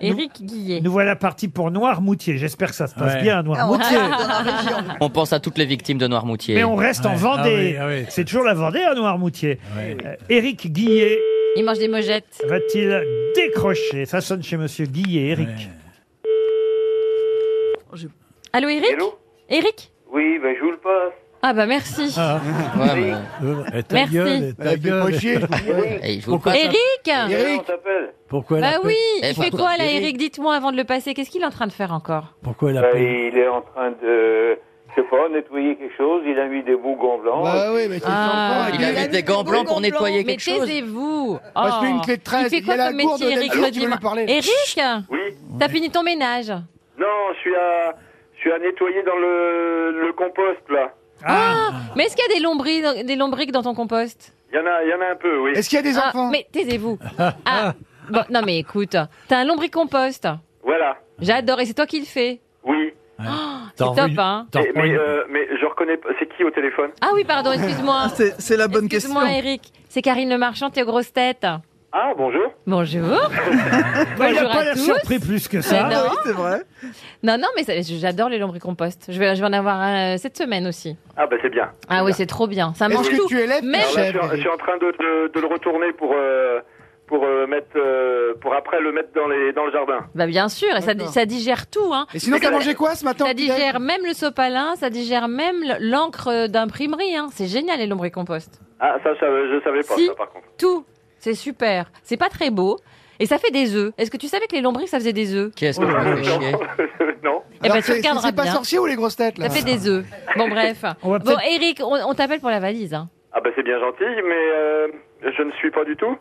G: Éric Guillet.
B: Nous voilà partis pour Noirmoutier. J'espère que ça se passe
J: Ouais.
B: bien à Noirmoutier.
G: Ah,
J: On pense à toutes les victimes de Noirmoutier.
B: *laughs* Mais on reste en Vendée.
J: Ah oui, ah oui.
B: C'est toujours la Vendée à Noirmoutier. Euh, Éric Guillet
G: Il mange des mojettes.
B: va-t-il décrocher Ça sonne chez Monsieur Guillet, Éric.
G: Allô, Éric Éric
Q: Oui,
J: bah-
Q: ben je vous le passe.
G: Ah bah merci.
F: bah,
Q: Oui.
I: Euh, Et ta
G: Merci.
I: gueule, et ta
Q: Elle fait pas
I: gueule. *laughs*
Q: chier, je vous
J: dis. Et je vous le passe.
G: Éric
Q: Comment on t'appelle
I: Pourquoi elle
G: Bah
I: appelle-
G: oui, il
J: Eh,
G: fait
I: pourquoi-
G: quoi là, Éric Dites-moi avant de le passer, qu'est-ce qu'il est en train de faire encore
I: Pourquoi elle
Q: Ben,
I: appelle
Q: Il est en train de, je sais pas, nettoyer quelque chose. Il a mis des bougons blancs.
F: Bah oui, mais t'es
G: Ah.
J: Il a mis des gants blancs pour nettoyer quelque
G: Mais
J: chose.
G: taisez-vous
J: Parce
G: Oh.
J: qu'il y a Ah, une clé de treize,
G: Il fait
J: il y
G: quoi
J: a la
G: comme
J: gourde
G: métier,
J: de
G: Éric
J: Allô,
G: le
J: tu voulais
G: dimanche
J: parler
G: Éric
Q: Oui.
G: T'as fini ton ménage
Q: Non, je suis à, je suis à nettoyer dans le, le compost là.
G: Ah. Mais est-ce qu'il y a des lombriques, des lombriques dans ton compost
Q: Il y en a, il y en a un peu, oui.
G: Ah, Mais
J: *laughs*
G: taisez-vous Ah Bon, non mais écoute, t'as un lombricompost.
Q: Voilà.
G: J'adore et c'est toi qui le fais.
Q: Oui.
J: Oh,
G: C'est top, hein
Q: Mais, mais, euh, mais je reconnais pas. C'est qui au téléphone
G: Ah oui, pardon, excuse-moi.
D: C'est la bonne
G: Excuse-moi, Eric. C'est Karine Le Marchand, t'es aux grosses têtes.
Q: Ah bonjour.
B: *laughs*
G: Bonjour.
B: il n'a
G: Bonjour
B: pas
G: à
B: l'air
G: tous.
B: surpris plus que ça.
G: Mais non. Oui,
D: c'est vrai.
G: Non, non, mais ça- j'adore les lombricomposts. Je vais, je vais en avoir un, euh, cette semaine aussi.
Q: Ah ben c'est bien.
G: Ah oui, c'est trop bien. Ça
Q: Est-ce
G: mange
Q: que
G: tout.
Q: tu
G: élèves
Q: Alors là, je, suis en- je suis en train de, de- de le retourner pour euh, pour euh, mettre euh, pour après le mettre dans les dans le jardin.
G: Bah bien sûr, et ça, di- ça digère tout. Hein.
Q: Et sinon, t'as mangé
F: quoi ce matin
G: Ça digère même le sopalin, ça digère même l- l'encre d'imprimerie. Hein. C'est génial les lombricomposts.
Q: Ah ça, ça je savais pas
G: Si.
Q: ça par contre.
G: Tout, c'est super. C'est pas très beau. Et ça fait des œufs. Est-ce que tu savais que les lombrics, ça faisait des œufs
Q: *laughs*
J: Qu'est-ce que vous me faites chier
Q: Non.
G: Eh ben,
F: Alors,
G: tu
F: c'est-
G: regarderas
F: C'est pas
G: bien.
F: sorcier ou les grosses têtes
G: Ça
F: là
G: fait des œufs. Bon,
B: *laughs*
G: bref.
F: On va
G: Bon,
F: peut-être-
Q: ben,
G: Eric, on, on t'appelle pour la valise. hein.
Q: Ah bah c'est bien gentil, mais euh, je ne suis pas du tout.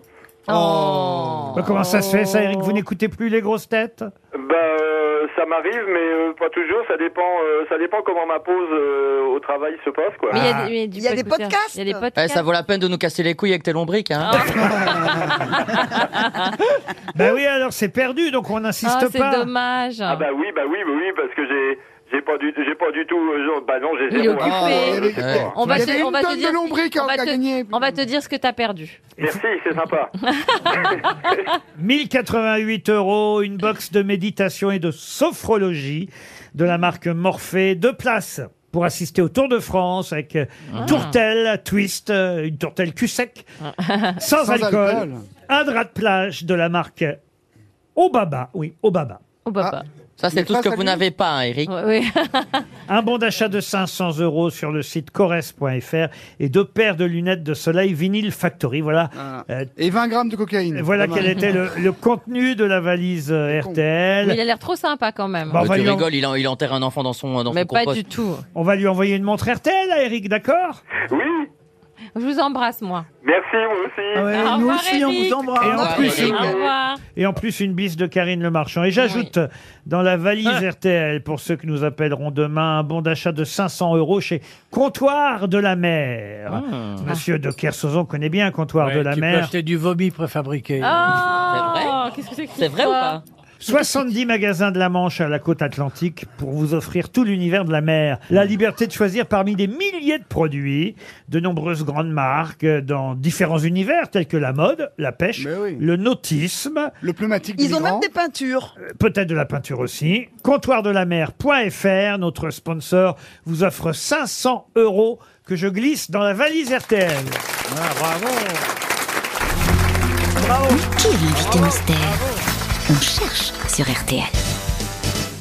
G: Oh.
Q: Oh.
B: Bah, Comment ça se fait, ça, Eric Vous n'écoutez plus les grosses têtes
Q: Ben, euh, ça m'arrive, mais euh, pas toujours. Ça dépend, euh, ça dépend comment ma pause euh, au travail se passe, quoi.
F: Ah.
B: Ah.
C: Il y a des podcasts.
G: Il y a des
J: Eh,
G: podcasts.
J: ça vaut la peine de nous casser les couilles avec tes lombriques. Hein.
G: Ah.
B: *laughs* Ben oui, alors c'est perdu, donc on n'insiste
G: Ah,
B: pas.
G: c'est dommage.
Q: Ah bah oui, bah oui, bah oui, parce que j'ai, j'ai pas du, j'ai pas du tout. euh, genre- bah non, j'ai
G: Il est
Q: zéro.
G: occupé.
Q: hein.
G: On va
Q: Ouais.
G: te, on va te dire, on va te- on va te dire ce que t'as perdu.
Q: Merci, c'est sympa.
B: 1088 euros, une box de méditation et de sophrologie de la marque Morphée, deux places pour assister au Tour de France avec euh, tourtelle, twist, euh, une tourtelle cul sec, *laughs* sans,
F: Sans
B: alcool,
F: alcool.
B: un drap de plage de la marque Obaba, oui, Obaba.
J: Ah.
G: Obaba.
J: Ça, c'est tout ce que vous n'avez pas, hein, Eric.
B: Un bon d'achat de 500 euros sur le site cores.fr et deux paires de lunettes de soleil Vinyl Factory. Voilà.
F: Ah.
B: Euh,
F: Et 20 grammes de cocaïne.
B: Voilà
F: Pas mal.
B: quel était le, le contenu de la valise euh, RTL.
G: Mais Il a l'air trop sympa quand même.
F: Bah,
B: Bon, on
J: Euh,
B: Bah, va
J: tu
B: lui en-
J: rigoles, il, en- il enterre un enfant dans son, dans
G: Mais
J: son
G: pas
J: compost.
G: du tout.
B: On va lui envoyer une montre RTL à Eric, d'accord
Q: Oui.
G: Je vous embrasse moi.
Q: Merci, moi
B: Ah
Q: aussi.
G: Au revoir, Eric.
B: Et en, plus,
G: Au revoir.
B: et en plus, une bise de Karine Le Marchand. Et j'ajoute dans la valise
G: Ah.
B: RTL, pour ceux que nous appellerons demain, un bon d'achat de 500 euros chez Comptoir de la Mer. Monsieur de Kersauzon connaît bien Comptoir de la
I: tu peux
B: Mer.
I: acheter du vomi préfabriqué.
G: Ah, Oh, qu'est-ce que c'est que
J: C'est vrai ou pas
B: 70 magasins de la Manche à la côte atlantique pour vous offrir tout l'univers de la mer. La liberté de choisir parmi des milliers de produits, de nombreuses grandes marques euh, dans différents univers tels que la mode, la pêche, le nautisme. Euh,
F: Le pneumatique
C: Ils ont même des peintures.
B: Peut-être de la peinture aussi. Comptoirdelamer.fr, notre sponsor, vous offre 500 euros que je glisse dans la valise RTL.
G: Bah
I: Ah,
B: bravo
E: Mais qui est l'invité mystère On cherche sur RTL.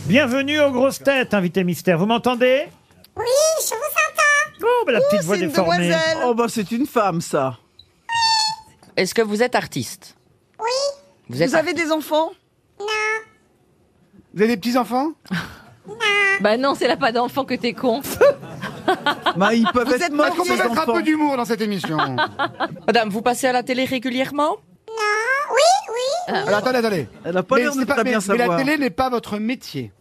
B: Bienvenue aux grosses têtes, invité mystère. Vous m'entendez
D: Oui, je vous entends.
B: Bon, la petite voix déformée.
D: Oh, bah, c'est une femme, ça.
J: Est-ce que vous êtes artiste
C: Vous, avez des enfants
F: Vous avez des petits-enfants
G: Bah non, c'est là pas d'enfant que
F: *laughs*
G: t'es con.
D: Bah, ils
J: peuvent
F: Vous
J: être
F: êtes
J: morts,
F: Est-ce qu'on peut
J: ces
F: mettre
J: enfants.
F: un peu d'humour dans
D: *laughs*
F: cette émission
J: Madame, vous passez à la télé régulièrement
F: Oui, oui. Alors attendez, attendez.
D: Ah. Elle a pas
F: Mais
D: l'air de
F: c'est
D: très bien
F: mais, mais
D: savoir.
F: la télé n'est pas votre métier.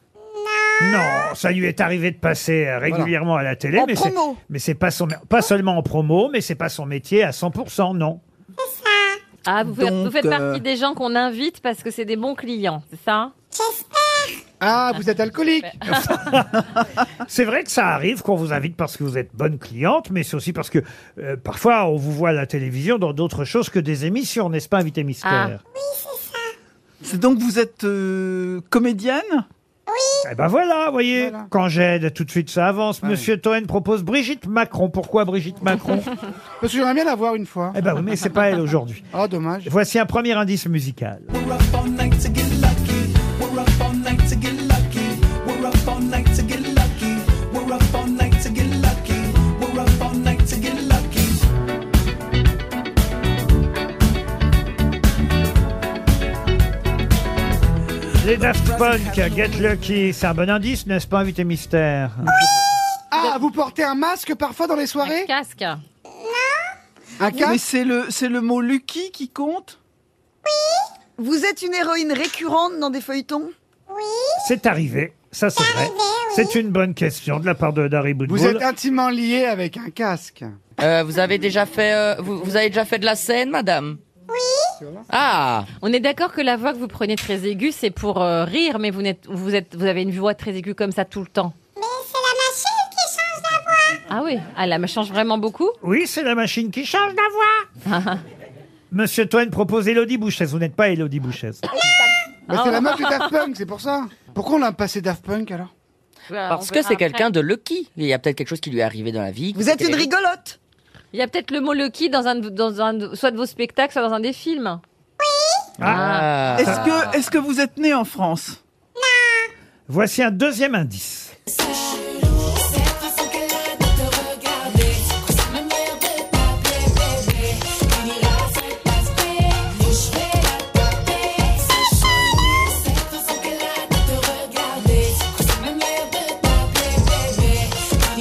B: Non, ça lui est arrivé de passer euh, régulièrement à la télé,
F: En
B: mais c'est-
F: promo.
B: mais c'est pas son pas seulement en promo, mais c'est pas son métier à 100 non.
G: Ah, vous faites, vous
B: Donc,
G: faites
B: euh,
G: partie des gens qu'on invite parce que c'est des bons clients, c'est ça
F: Ah, vous êtes
G: *laughs*
F: alcoolique.
B: C'est vrai que ça arrive qu'on vous invite parce que vous êtes bonne cliente, mais c'est aussi parce que euh, parfois on vous voit à la télévision dans d'autres choses que des émissions, n'est-ce pas, invité mystère
D: C'est donc vous êtes euh, comédienne
B: Eh ben voilà, voyez, quand j'aide, tout de suite ça avance. Monsieur Toen propose Brigitte Macron. Pourquoi
D: *laughs*
B: Brigitte Macron
F: Parce que j'aimerais bien la voir une fois.
B: Eh ben oui, mais c'est pas elle aujourd'hui.
F: Ah, dommage.
B: Voici un premier indice musical.
K: We're up all night to get lucky. We're up all night to get lucky. We're up all night to get lucky. We're up all night to get lucky. We're up all night to get lucky.
B: Les Daft Punk, Get Lucky, c'est un bon indice, n'est-ce pas, invité mystère
F: Ah, vous portez un masque parfois dans les soirées Un
G: casque.
F: Un casque
D: Mais c'est le, c'est le mot Lucky qui compte
C: Vous êtes une héroïne récurrente dans des feuilletons
B: C'est arrivé, ça c'est vrai. C'est une bonne question de la part de Dari Boudboul.
F: Vous êtes intimement lié avec un casque.
J: Euh, Vous avez déjà fait, euh, vous, vous avez déjà fait de la scène, madame Oui. Ah.
G: On est d'accord que la voix que vous prenez très aiguë, c'est pour euh, rire, mais vous, n'êtes- vous, êtes, vous avez une voix très aiguë comme ça tout le temps. Mais c'est la machine qui change la voix. Ah oui, ah, la- elle change vraiment beaucoup
B: Oui, c'est la machine qui change la
G: *laughs*
B: voix. Monsieur Toen propose Elodie Bouchez. Vous n'êtes pas Elodie Bouchez.
F: Bah, c'est la meuf de Daft Punk, c'est pour ça. Pourquoi on a passé Daft Punk alors
D: Bah,
J: Parce que c'est quelqu'un de lucky. Il y a peut-être quelque chose qui lui est arrivé dans la vie. Vous
G: êtes une
C: rigolote.
G: Il y a peut-être le mot Lucky dans un, de- dans un, de- soit de vos spectacles, soit dans un des films.
J: Ah.
D: Est-ce que, est que vous êtes né en France
B: Voici un deuxième indice.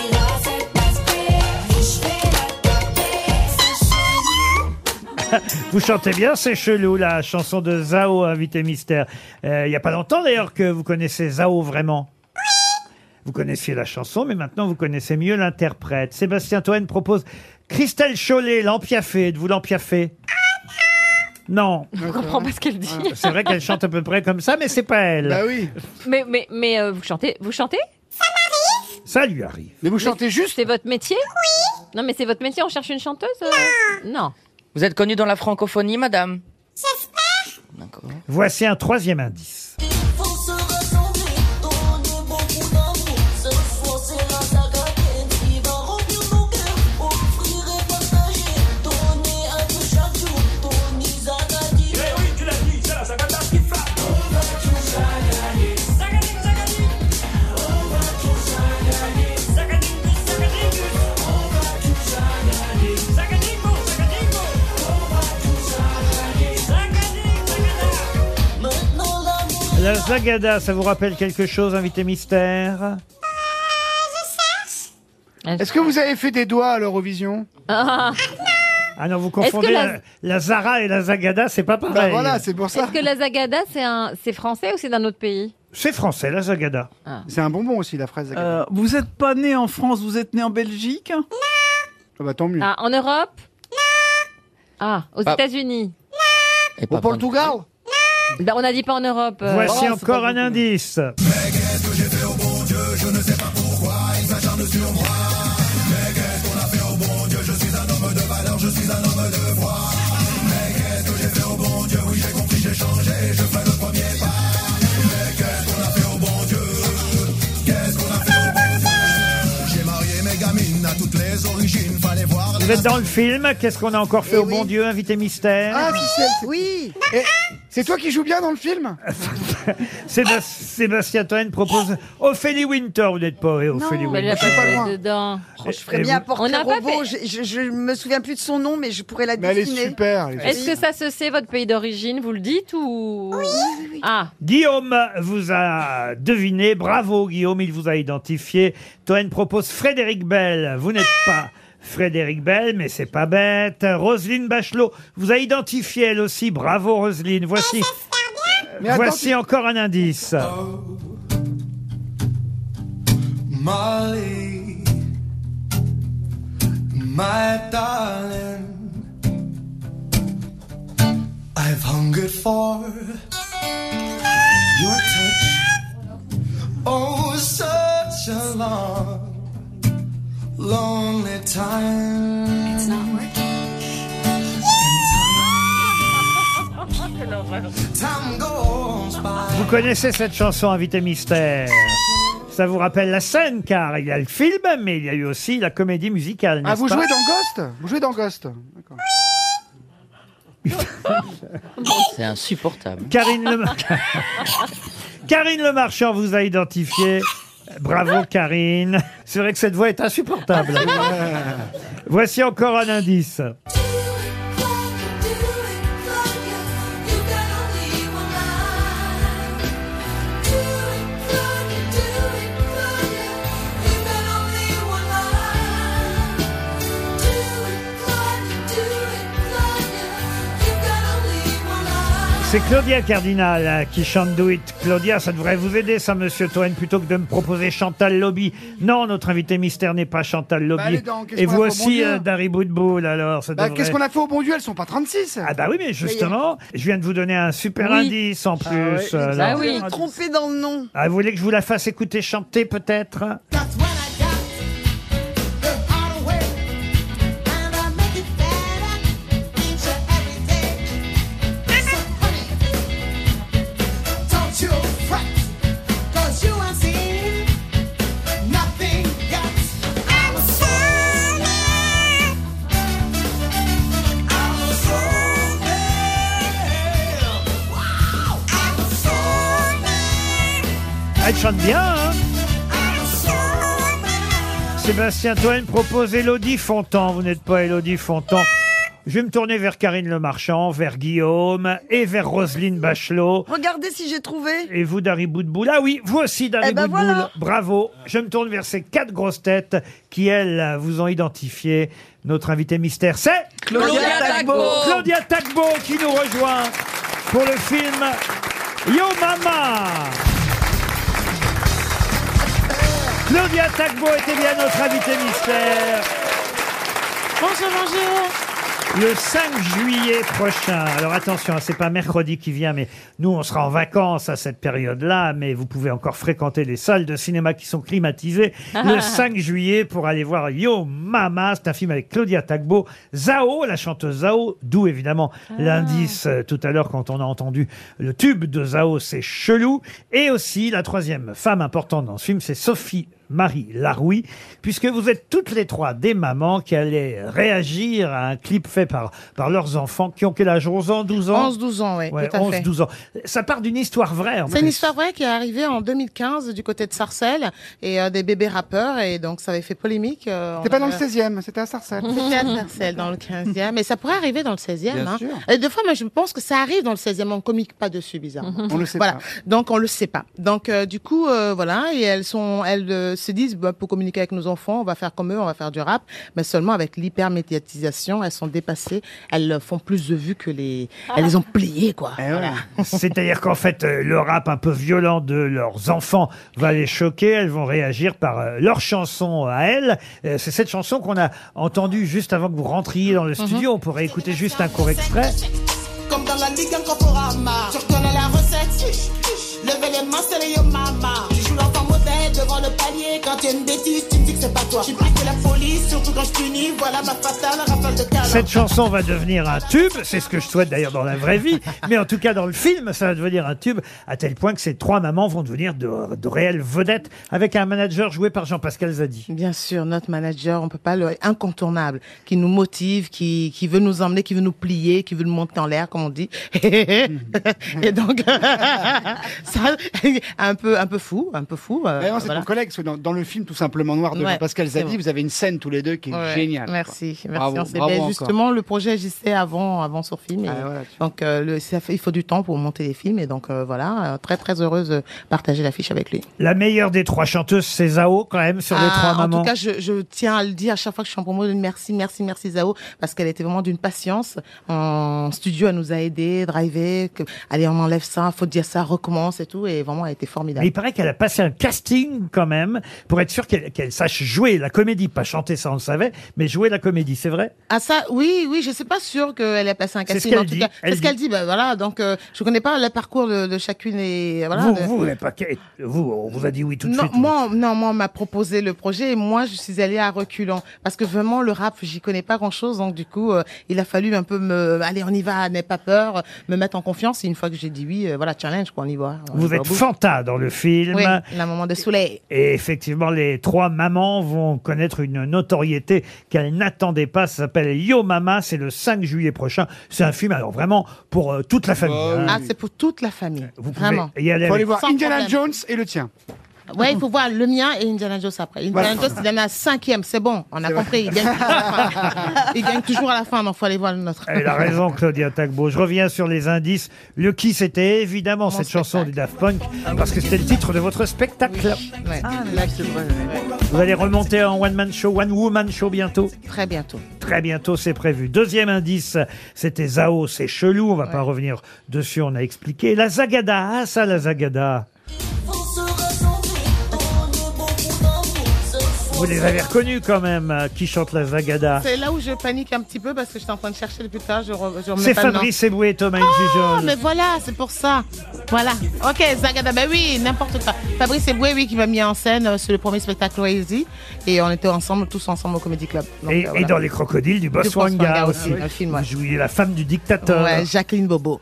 B: *laughs* Vous chantez bien, c'est chelou, la chanson de Zao, invité mystère. Euh, Il y n'y a pas longtemps d'ailleurs que vous connaissez Zao vraiment. Vous connaissiez la chanson, mais maintenant vous connaissez mieux l'interprète. Sébastien Toen propose Christelle Chollet, l'empiaffée. Êtes-vous l'empiaffée Non.
G: Je comprends pas ce qu'elle dit.
B: C'est vrai qu'elle chante à peu près comme ça, mais c'est pas elle.
G: Bah
B: oui.
G: *laughs* Mais, mais, mais euh, vous chantez Vous chantez
B: Ça lui arrive. Mais
G: vous chantez juste C'est votre métier Oui. Non, mais c'est votre métier, on cherche une chanteuse euh, Non.
J: Vous êtes connue dans la francophonie, madame
B: Voici un troisième indice. La Zagada, ça vous rappelle quelque chose, invité mystère
F: Est-ce que vous avez fait des doigts à l'Eurovision
B: Ah non, vous confondez
G: que
B: la...
G: la-
B: la Zara et la Zagada, Ah, c'est pas
G: Bah,
B: pareil.
G: Est-ce que la Zagada, c'est un- c'est français ou c'est d'un autre pays
B: C'est français, la Zagada.
F: C'est un bonbon aussi, la fraise.
D: Euh, vous n'êtes pas né en France, vous êtes né en Belgique
F: Ah bah tant mieux.
G: Ah, en Europe Ah, aux
F: Pas-
G: États-Unis
F: Au Portugal
G: Bah, On n'a dit pas en Europe. euh.
B: Voici
G: Oh, c'est
B: encore
G: pas
B: un
G: bon.
B: indice. Vous êtes dans le film. Qu'est-ce qu'on a encore
G: Eh
B: fait au bon Dieu, invité mystère
F: Ah, si, c'est- oui. Et C'est toi qui joues bien dans le film
B: Ah,
F: Ah,
B: Sébas- Sébastien Toen propose Ophélie Winter. Vous n'êtes pas Ophélie
G: mais elle
B: Winter. Eh,
G: l'a pas joué dedans.
C: Je ferais
B: Et
C: bien
B: vous-
C: un portrait
G: On n'a pas
C: robot. Je, je, je me souviens plus de son nom, mais je pourrais la
B: elle est
C: dessiner.
B: super, elle est
G: Est-ce que ça se sait votre pays d'origine Vous le dites ou Oui. Ah,
B: Guillaume vous a deviné. Bravo, Guillaume, il vous a identifié. Toen propose Frédéric Bell. Vous n'êtes pas Frédéric Bell, mais c'est pas bête. Roselyne Bachelot vous a identifié, elle aussi. Bravo, Roselyne. Voici,
F: Euh,
K: Mais attends,
B: voici
K: tu-
B: encore un indice.
K: Molly, my darling, I've hungered for your touch. Oh, such a long, lonely time. It's not working. Time goes by.
B: Vous connaissez cette chanson Invité Mystère ça vous rappelle la scène, car il y a le film, mais il y a eu aussi la comédie musicale.
F: Ah,
B: n'est-ce
F: vous
B: pas
F: jouez dans Ghost Vous jouez dans Ghost D'accord.
J: C'est insupportable.
B: Karine Le...
J: *laughs*
B: Karine Le Marchand vous a identifié. Bravo Karine. C'est vrai que cette voix est insupportable. Voici encore un indice. C'est Claudia Cardinal hein, qui chante Do It. Claudia, ça devrait vous aider, ça, monsieur Toen, plutôt que de me proposer Chantal Lobby. Non, notre invité mystère n'est pas Chantal
F: Bah, allez
B: Lobby.
F: donc, qu'est-ce
B: Et
F: qu'on
B: vous
F: a pour bon
B: aussi,
F: Dieu
B: euh, Dari Boudboul, alors. ça
F: Bah,
B: devrait-
F: Qu'est-ce qu'on a fait au bon Dieu Elles sont pas 36
B: Ah, bah oui, mais justement, je viens de vous donner un super
F: Oui.
B: indice en plus. euh, alors.
C: Ah oui, trompé dans le nom.
B: Ah, vous voulez que je vous la fasse écouter chanter peut-être Elle chante bien, hein Sébastien Toen propose Elodie Fontan. Vous n'êtes pas Elodie Fontan. Je vais me tourner vers Karine Le Marchand, vers Guillaume et vers Roselyne Bachelot.
C: Regardez si j'ai trouvé.
B: Et vous, Dari Boudboul. Ah oui, vous aussi, Dari
C: Eh ben
B: Boudboul.
C: voilà.
B: Bravo. Je me tourne vers ces quatre grosses têtes qui, elles, vous ont identifié. Notre invité mystère, c'est
K: Claudia Tagbo.
B: Claudia Tagbo qui nous rejoint pour le film Yo Mama. Claudia Tagbo était bien notre invitée mystère.
K: Bonjour, bonjour.
B: Le 5 juillet prochain, alors attention, hein, c'est pas mercredi qui vient, mais nous on sera en vacances à cette période-là, mais vous pouvez encore fréquenter les salles de cinéma qui sont climatisées
K: *laughs*
B: le 5 juillet pour aller voir Yo Mama, c'est un film avec Claudia Tagbo, Zao, la chanteuse Zao, d'où évidemment l'indice euh, tout à l'heure quand on a entendu le tube de Zao, c'est chelou, et aussi la troisième femme importante dans ce film, c'est Sophie Marie Laroui, puisque vous êtes toutes les trois des mamans qui allaient réagir à un clip fait par, par leurs enfants qui ont quel âge 11 ans, 12 ans
R: 11-12 ans, oui,
B: Ouais,
R: tout à
B: 11,
R: fait.
B: 12 ans. Ça part d'une histoire vraie, en
R: C'est une
B: plus.
R: histoire vraie qui est arrivée en 2015 du côté de Sarcelles et euh, des bébés rappeurs et donc ça avait fait polémique. euh,
F: C'était
R: on
F: pas dans le
R: avait-
F: 16e, c'était à Sarcelles.
R: C'était à Sarcelles, dans le 15e. Mais ça pourrait arriver dans le 16e.
F: Bien
R: hein.
F: sûr.
R: Et des fois, moi, je pense que ça arrive dans le 16e. On ne communique pas dessus, bizarrement.
F: On le sait
R: voilà.
F: pas.
R: Donc, on ne le sait pas. Donc, euh, du coup, euh, voilà. Et elles, sont, elles euh, se disent, bah, pour communiquer avec nos enfants, on va faire comme eux, on va faire du rap. Mais seulement avec l'hypermédiatisation, elles sont dépassées. Elles euh, font plus de vues que les. Elles les ont pliées, quoi.
F: Eh
R: Voilà.
B: C'est-à-dire qu'en fait, euh, le rap un peu violent de leurs enfants va les choquer. Elles vont réagir par euh, leur chanson à elles. Euh, C'est cette chanson qu'on a entendue juste avant que vous rentriez dans le studio. On pourrait écouter juste un court extrait.
S: Comme dans la ligue, un corporama. Je reconnais la recette. Levez les mains, c'est les yo mama. Je joue l'enfant modèle devant le panier. Quand tu une bêtise, tu me dis que c'est pas toi. J'ai que la police, surtout quand je punis. Voilà ma fatale rafale de talent.
B: Cette chanson va devenir un tube, c'est ce que je souhaite d'ailleurs dans la vraie vie, mais en tout cas dans le film, ça va devenir un tube, à tel point que ces trois mamans vont devenir de, de réelles vedettes, avec un manager joué par Jean-Pascal Zadi.
R: Bien sûr, notre manager, on peut pas le incontournable, qui nous motive, qui, qui veut nous emmener, qui veut nous plier, qui veut nous monter en l'air, comme on dit. *laughs* Et donc, *laughs* ça, *laughs* un peu, un peu fou, un peu fou. euh,
F: Ah non, c'est
R: voilà.
F: ton collègue, parce que dans, dans le film Tout simplement noir de
R: Ouais,
F: Pascal
R: c'est
F: Zadi,
R: vrai.
F: vous avez une scène tous les deux qui est
R: Ouais,
F: géniale. quoi.
R: Merci, merci.
F: Bravo,
R: on s'est-
F: bravo
R: ben,
F: encore. Ah
R: justement, le projet agissait avant, avant sur film. et- donc, euh, le, ça fait- il faut du temps pour monter les films. Et donc, euh, voilà, euh, très, très heureuse de partager l'affiche avec lui.
B: La meilleure des trois chanteuses, c'est Zao quand même, sur les
R: Ah,
B: trois mamans.
R: En tout cas, je, je tiens à le dire à chaque fois que je suis en promo, merci, merci, merci Zao, parce qu'elle était vraiment d'une patience. En studio, elle nous a aidés, driver, que- allez, on enlève ça, faut dire ça, recommence et tout, et vraiment, elle était formidable.
B: Mais il paraît qu'elle a passé un casting quand même, pour être sûre qu'elle qu'elle sache jouer la comédie, pas chanter, ça on le savait, mais jouer la comédie, c'est vrai
R: Ah ça, oui, oui, je suis pas sûre qu'elle ait passé un
B: C'est ce
R: casting.
B: qu'elle
R: en tout
B: dit,
R: cas,
B: elle
R: c'est ce qu'elle
B: dit.
R: dit. Ben voilà, donc euh, je connais pas le parcours de, de chacune et voilà.
B: Vous,
R: de-
B: vous, vous n'avez pas... Vous, on vous a dit oui tout de
R: non,
B: suite.
R: Moi, non, moi, on m'a proposé le projet et moi, je suis allée à reculons. Parce que vraiment, le rap, j'y connais pas grand chose. Donc, du coup, euh, il a fallu un peu me, allez, on y va, n'aie pas peur, me mettre en confiance. Et une fois que j'ai dit oui, euh, voilà, challenge, quoi, on y va. On y
B: Vous
R: va au
B: êtes
R: bout.
B: Fanta dans le film.
R: Oui, la maman de soleil.
B: Et effectivement, les trois mamans vont connaître une notoriété qu'elles n'attendaient pas. Ça s'appelle Yo Mama. C'est le 5 juillet prochain. C'est un film, alors vraiment, pour euh, toute la famille. hein.
R: Ah, c'est pour toute la famille.
B: pouvez
R: Vraiment.
B: y aller
F: Faut
B: avec-
F: aller voir
R: Sans
F: Indiana
R: problème.
F: Jones et le tien.
R: Ouais, il faut voir le mien et Indiana Jones après. Indiana
F: Voilà.
R: Jones, il en a cinquième, c'est bon, on a
F: C'est vrai.
R: compris. Il gagne, toujours à la fin. il gagne toujours à la fin, donc faut aller voir le nôtre.
B: Elle a raison, Claudia Tagbo. Je reviens sur les indices. Le qui, c'était évidemment cette chanson du Daft Punk, parce que c'était le titre de votre spectacle.
R: Ouais.
D: Ah,
B: Vous allez remonter en one-man show, one-woman show bientôt
R: Très bientôt.
B: Très bientôt, c'est prévu. Deuxième indice, c'était Zao, c'est chelou. On va pas revenir dessus, on a expliqué. La Zagada, ah ça, la Zagada. Vous les avez reconnus quand même, euh, qui chante la Zagada.
R: C'est là où je panique un petit peu parce que j'étais en train de chercher depuis tard. Je, re- je remets
B: C'est
R: pas le nom.
B: Fabrice Eboué et Thomas
R: Ah,
B: Exijol.
R: mais voilà, c'est pour ça. Voilà. Ok, Zagada, ben oui, n'importe quoi. Fabrice Eboué, oui, qui m'a mis en scène euh, sur le premier spectacle Oasis. Et on était ensemble, tous ensemble au Comedy Club. Donc,
B: Et,
R: euh,
B: et
R: voilà.
B: dans Les Crocodiles du Botswana
R: Botswana
B: aussi.
R: aussi, un film, ouais.
B: Vous jouiez la femme du dictateur.
R: Ouais, Jacqueline Bobo.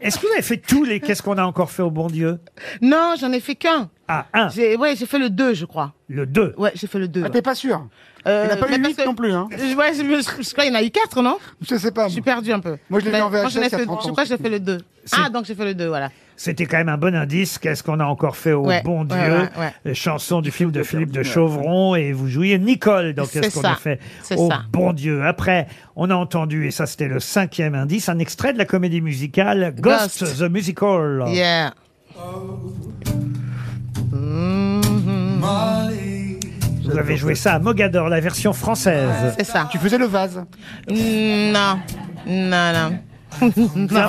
B: Est-ce que vous avez fait tous les Qu'est-ce qu'on a encore fait au bon Dieu
R: Non, j'en ai fait qu'un.
B: Ah, un
R: J'ai- Ouais, j'ai fait le 2, je crois.
B: Le 2
R: Ouais, j'ai fait le 2.
F: Ah, t'es pas sûr
R: Euh,
F: Il n'a pas
R: mais
F: eu
R: parce
F: 8 non plus. Hein.
R: Je- Ouais, je, je- je crois qu'il y en a eu 4, non
F: Je sais pas.
R: Je suis perdu un peu.
F: Moi, je l'ai
R: Mais
F: vu en VHS
R: je, n'ai
F: il y a
R: fait-
F: 30 ans.
R: je crois que j'ai fait le 2. Ah, donc j'ai fait le 2, voilà.
B: C'était quand même un bon indice. Qu'est-ce qu'on a encore fait au
R: Ouais,
B: bon
R: ouais,
B: Dieu
R: ouais, ouais.
B: Chanson du film de Philippe de Chauvron et vous jouiez Nicole dans
R: C'est
B: Qu'est-ce qu'on a
R: ça,
B: fait
R: c'est
B: au
R: ça.
B: bon Dieu. Après, on a entendu, et ça c'était le cinquième indice, un extrait de la comédie musicale Ghost,
R: Ghost.
B: the Musical.
R: Yeah.
B: Vous avez joué ça à Mogador, la version française.
R: C'est ça. Tu faisais le vase Non. Non, non. non,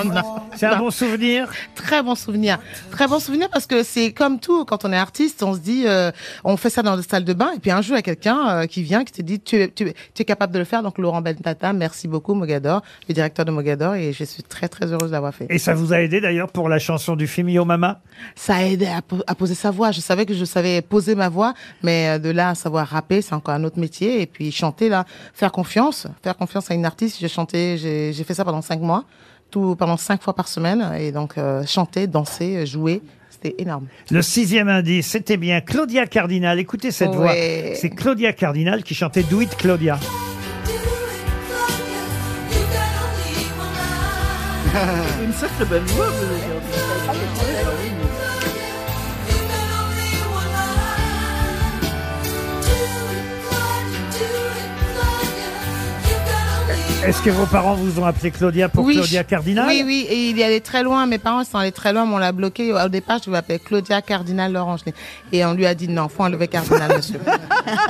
R: non.
B: C'est un bon souvenir
R: Très bon souvenir. Très bon souvenir parce que c'est comme tout, quand on est artiste, on se dit, euh, on fait ça dans la salle de bain et puis un jour, il y a quelqu'un euh, qui vient, qui te dit, tu, es- tu es- tu es capable de le faire. Donc Laurent Bentata, merci beaucoup Mogador, le directeur de Mogador et je suis très très heureuse d'avoir fait.
B: Et ça vous a aidé d'ailleurs pour la chanson du film Yo Mama
R: Ça a aidé à, po- à poser sa voix. Je savais que je savais poser ma voix, mais euh, de là à savoir rapper, c'est encore un autre métier. Et puis chanter, là, faire confiance, faire confiance à une artiste. J'ai chanté, j'ai j'ai fait ça pendant cinq mois, tout pendant cinq fois par semaine. Et donc euh, chanter, danser, euh, jouer, c'était énorme.
B: Le sixième indice, c'était bien Claudia Cardinal. Écoutez cette voix.
R: Ouais.
B: C'est Claudia Cardinal qui chantait Do It Claudia.
D: C'est une sacrée belle voix.
B: Est-ce que vos parents vous ont appelé Claudia pour Claudia
R: je-
B: Cardinal
R: Oui, oui, et il est allé très loin. Mes parents ils sont allés très loin, mais on l'a bloqué. Au départ, je m'appelais Claudia Cardinal Laurent. Et on lui a dit non, faut enlever Cardinal,
B: *laughs*
R: monsieur.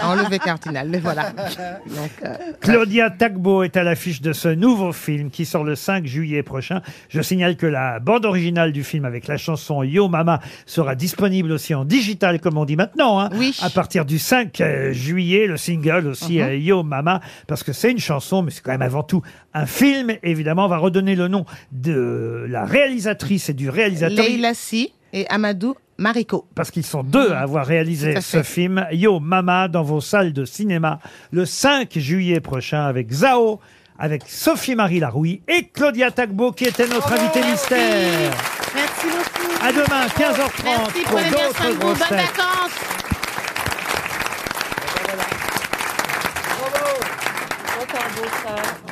R: enlever Cardinal, mais voilà. Donc, euh,
B: Claudia Tagbo est à l'affiche de ce nouveau film qui sort le 5 juillet prochain. Je signale que la bande originale du film avec la chanson Yo Mama sera disponible aussi en digital, comme on dit maintenant, hein, à partir du 5 euh, juillet, le single aussi
R: Mhm.
B: euh, Yo Mama, parce que c'est une chanson, mais c'est quand même avant tout un film. Évidemment, on va redonner le nom de la réalisatrice et du réalisateur.
R: Leila Si et Amadou Mariko.
B: Parce qu'ils sont deux à avoir réalisé
R: Tout à
B: ce
R: fait.
B: film, Yo Mama, dans vos salles de cinéma, le 5 juillet prochain avec Zao, avec Sophie-Marie Larouille et Claudia Tagbo, qui était notre invitée mystère.
R: Merci beaucoup.
B: À demain, 15h30.
R: Merci,
B: pour
R: prenez bien
B: d'autres
R: soin de vous. Bonnes
B: grosses têtes.
R: vacances.
G: Encore beau, ça.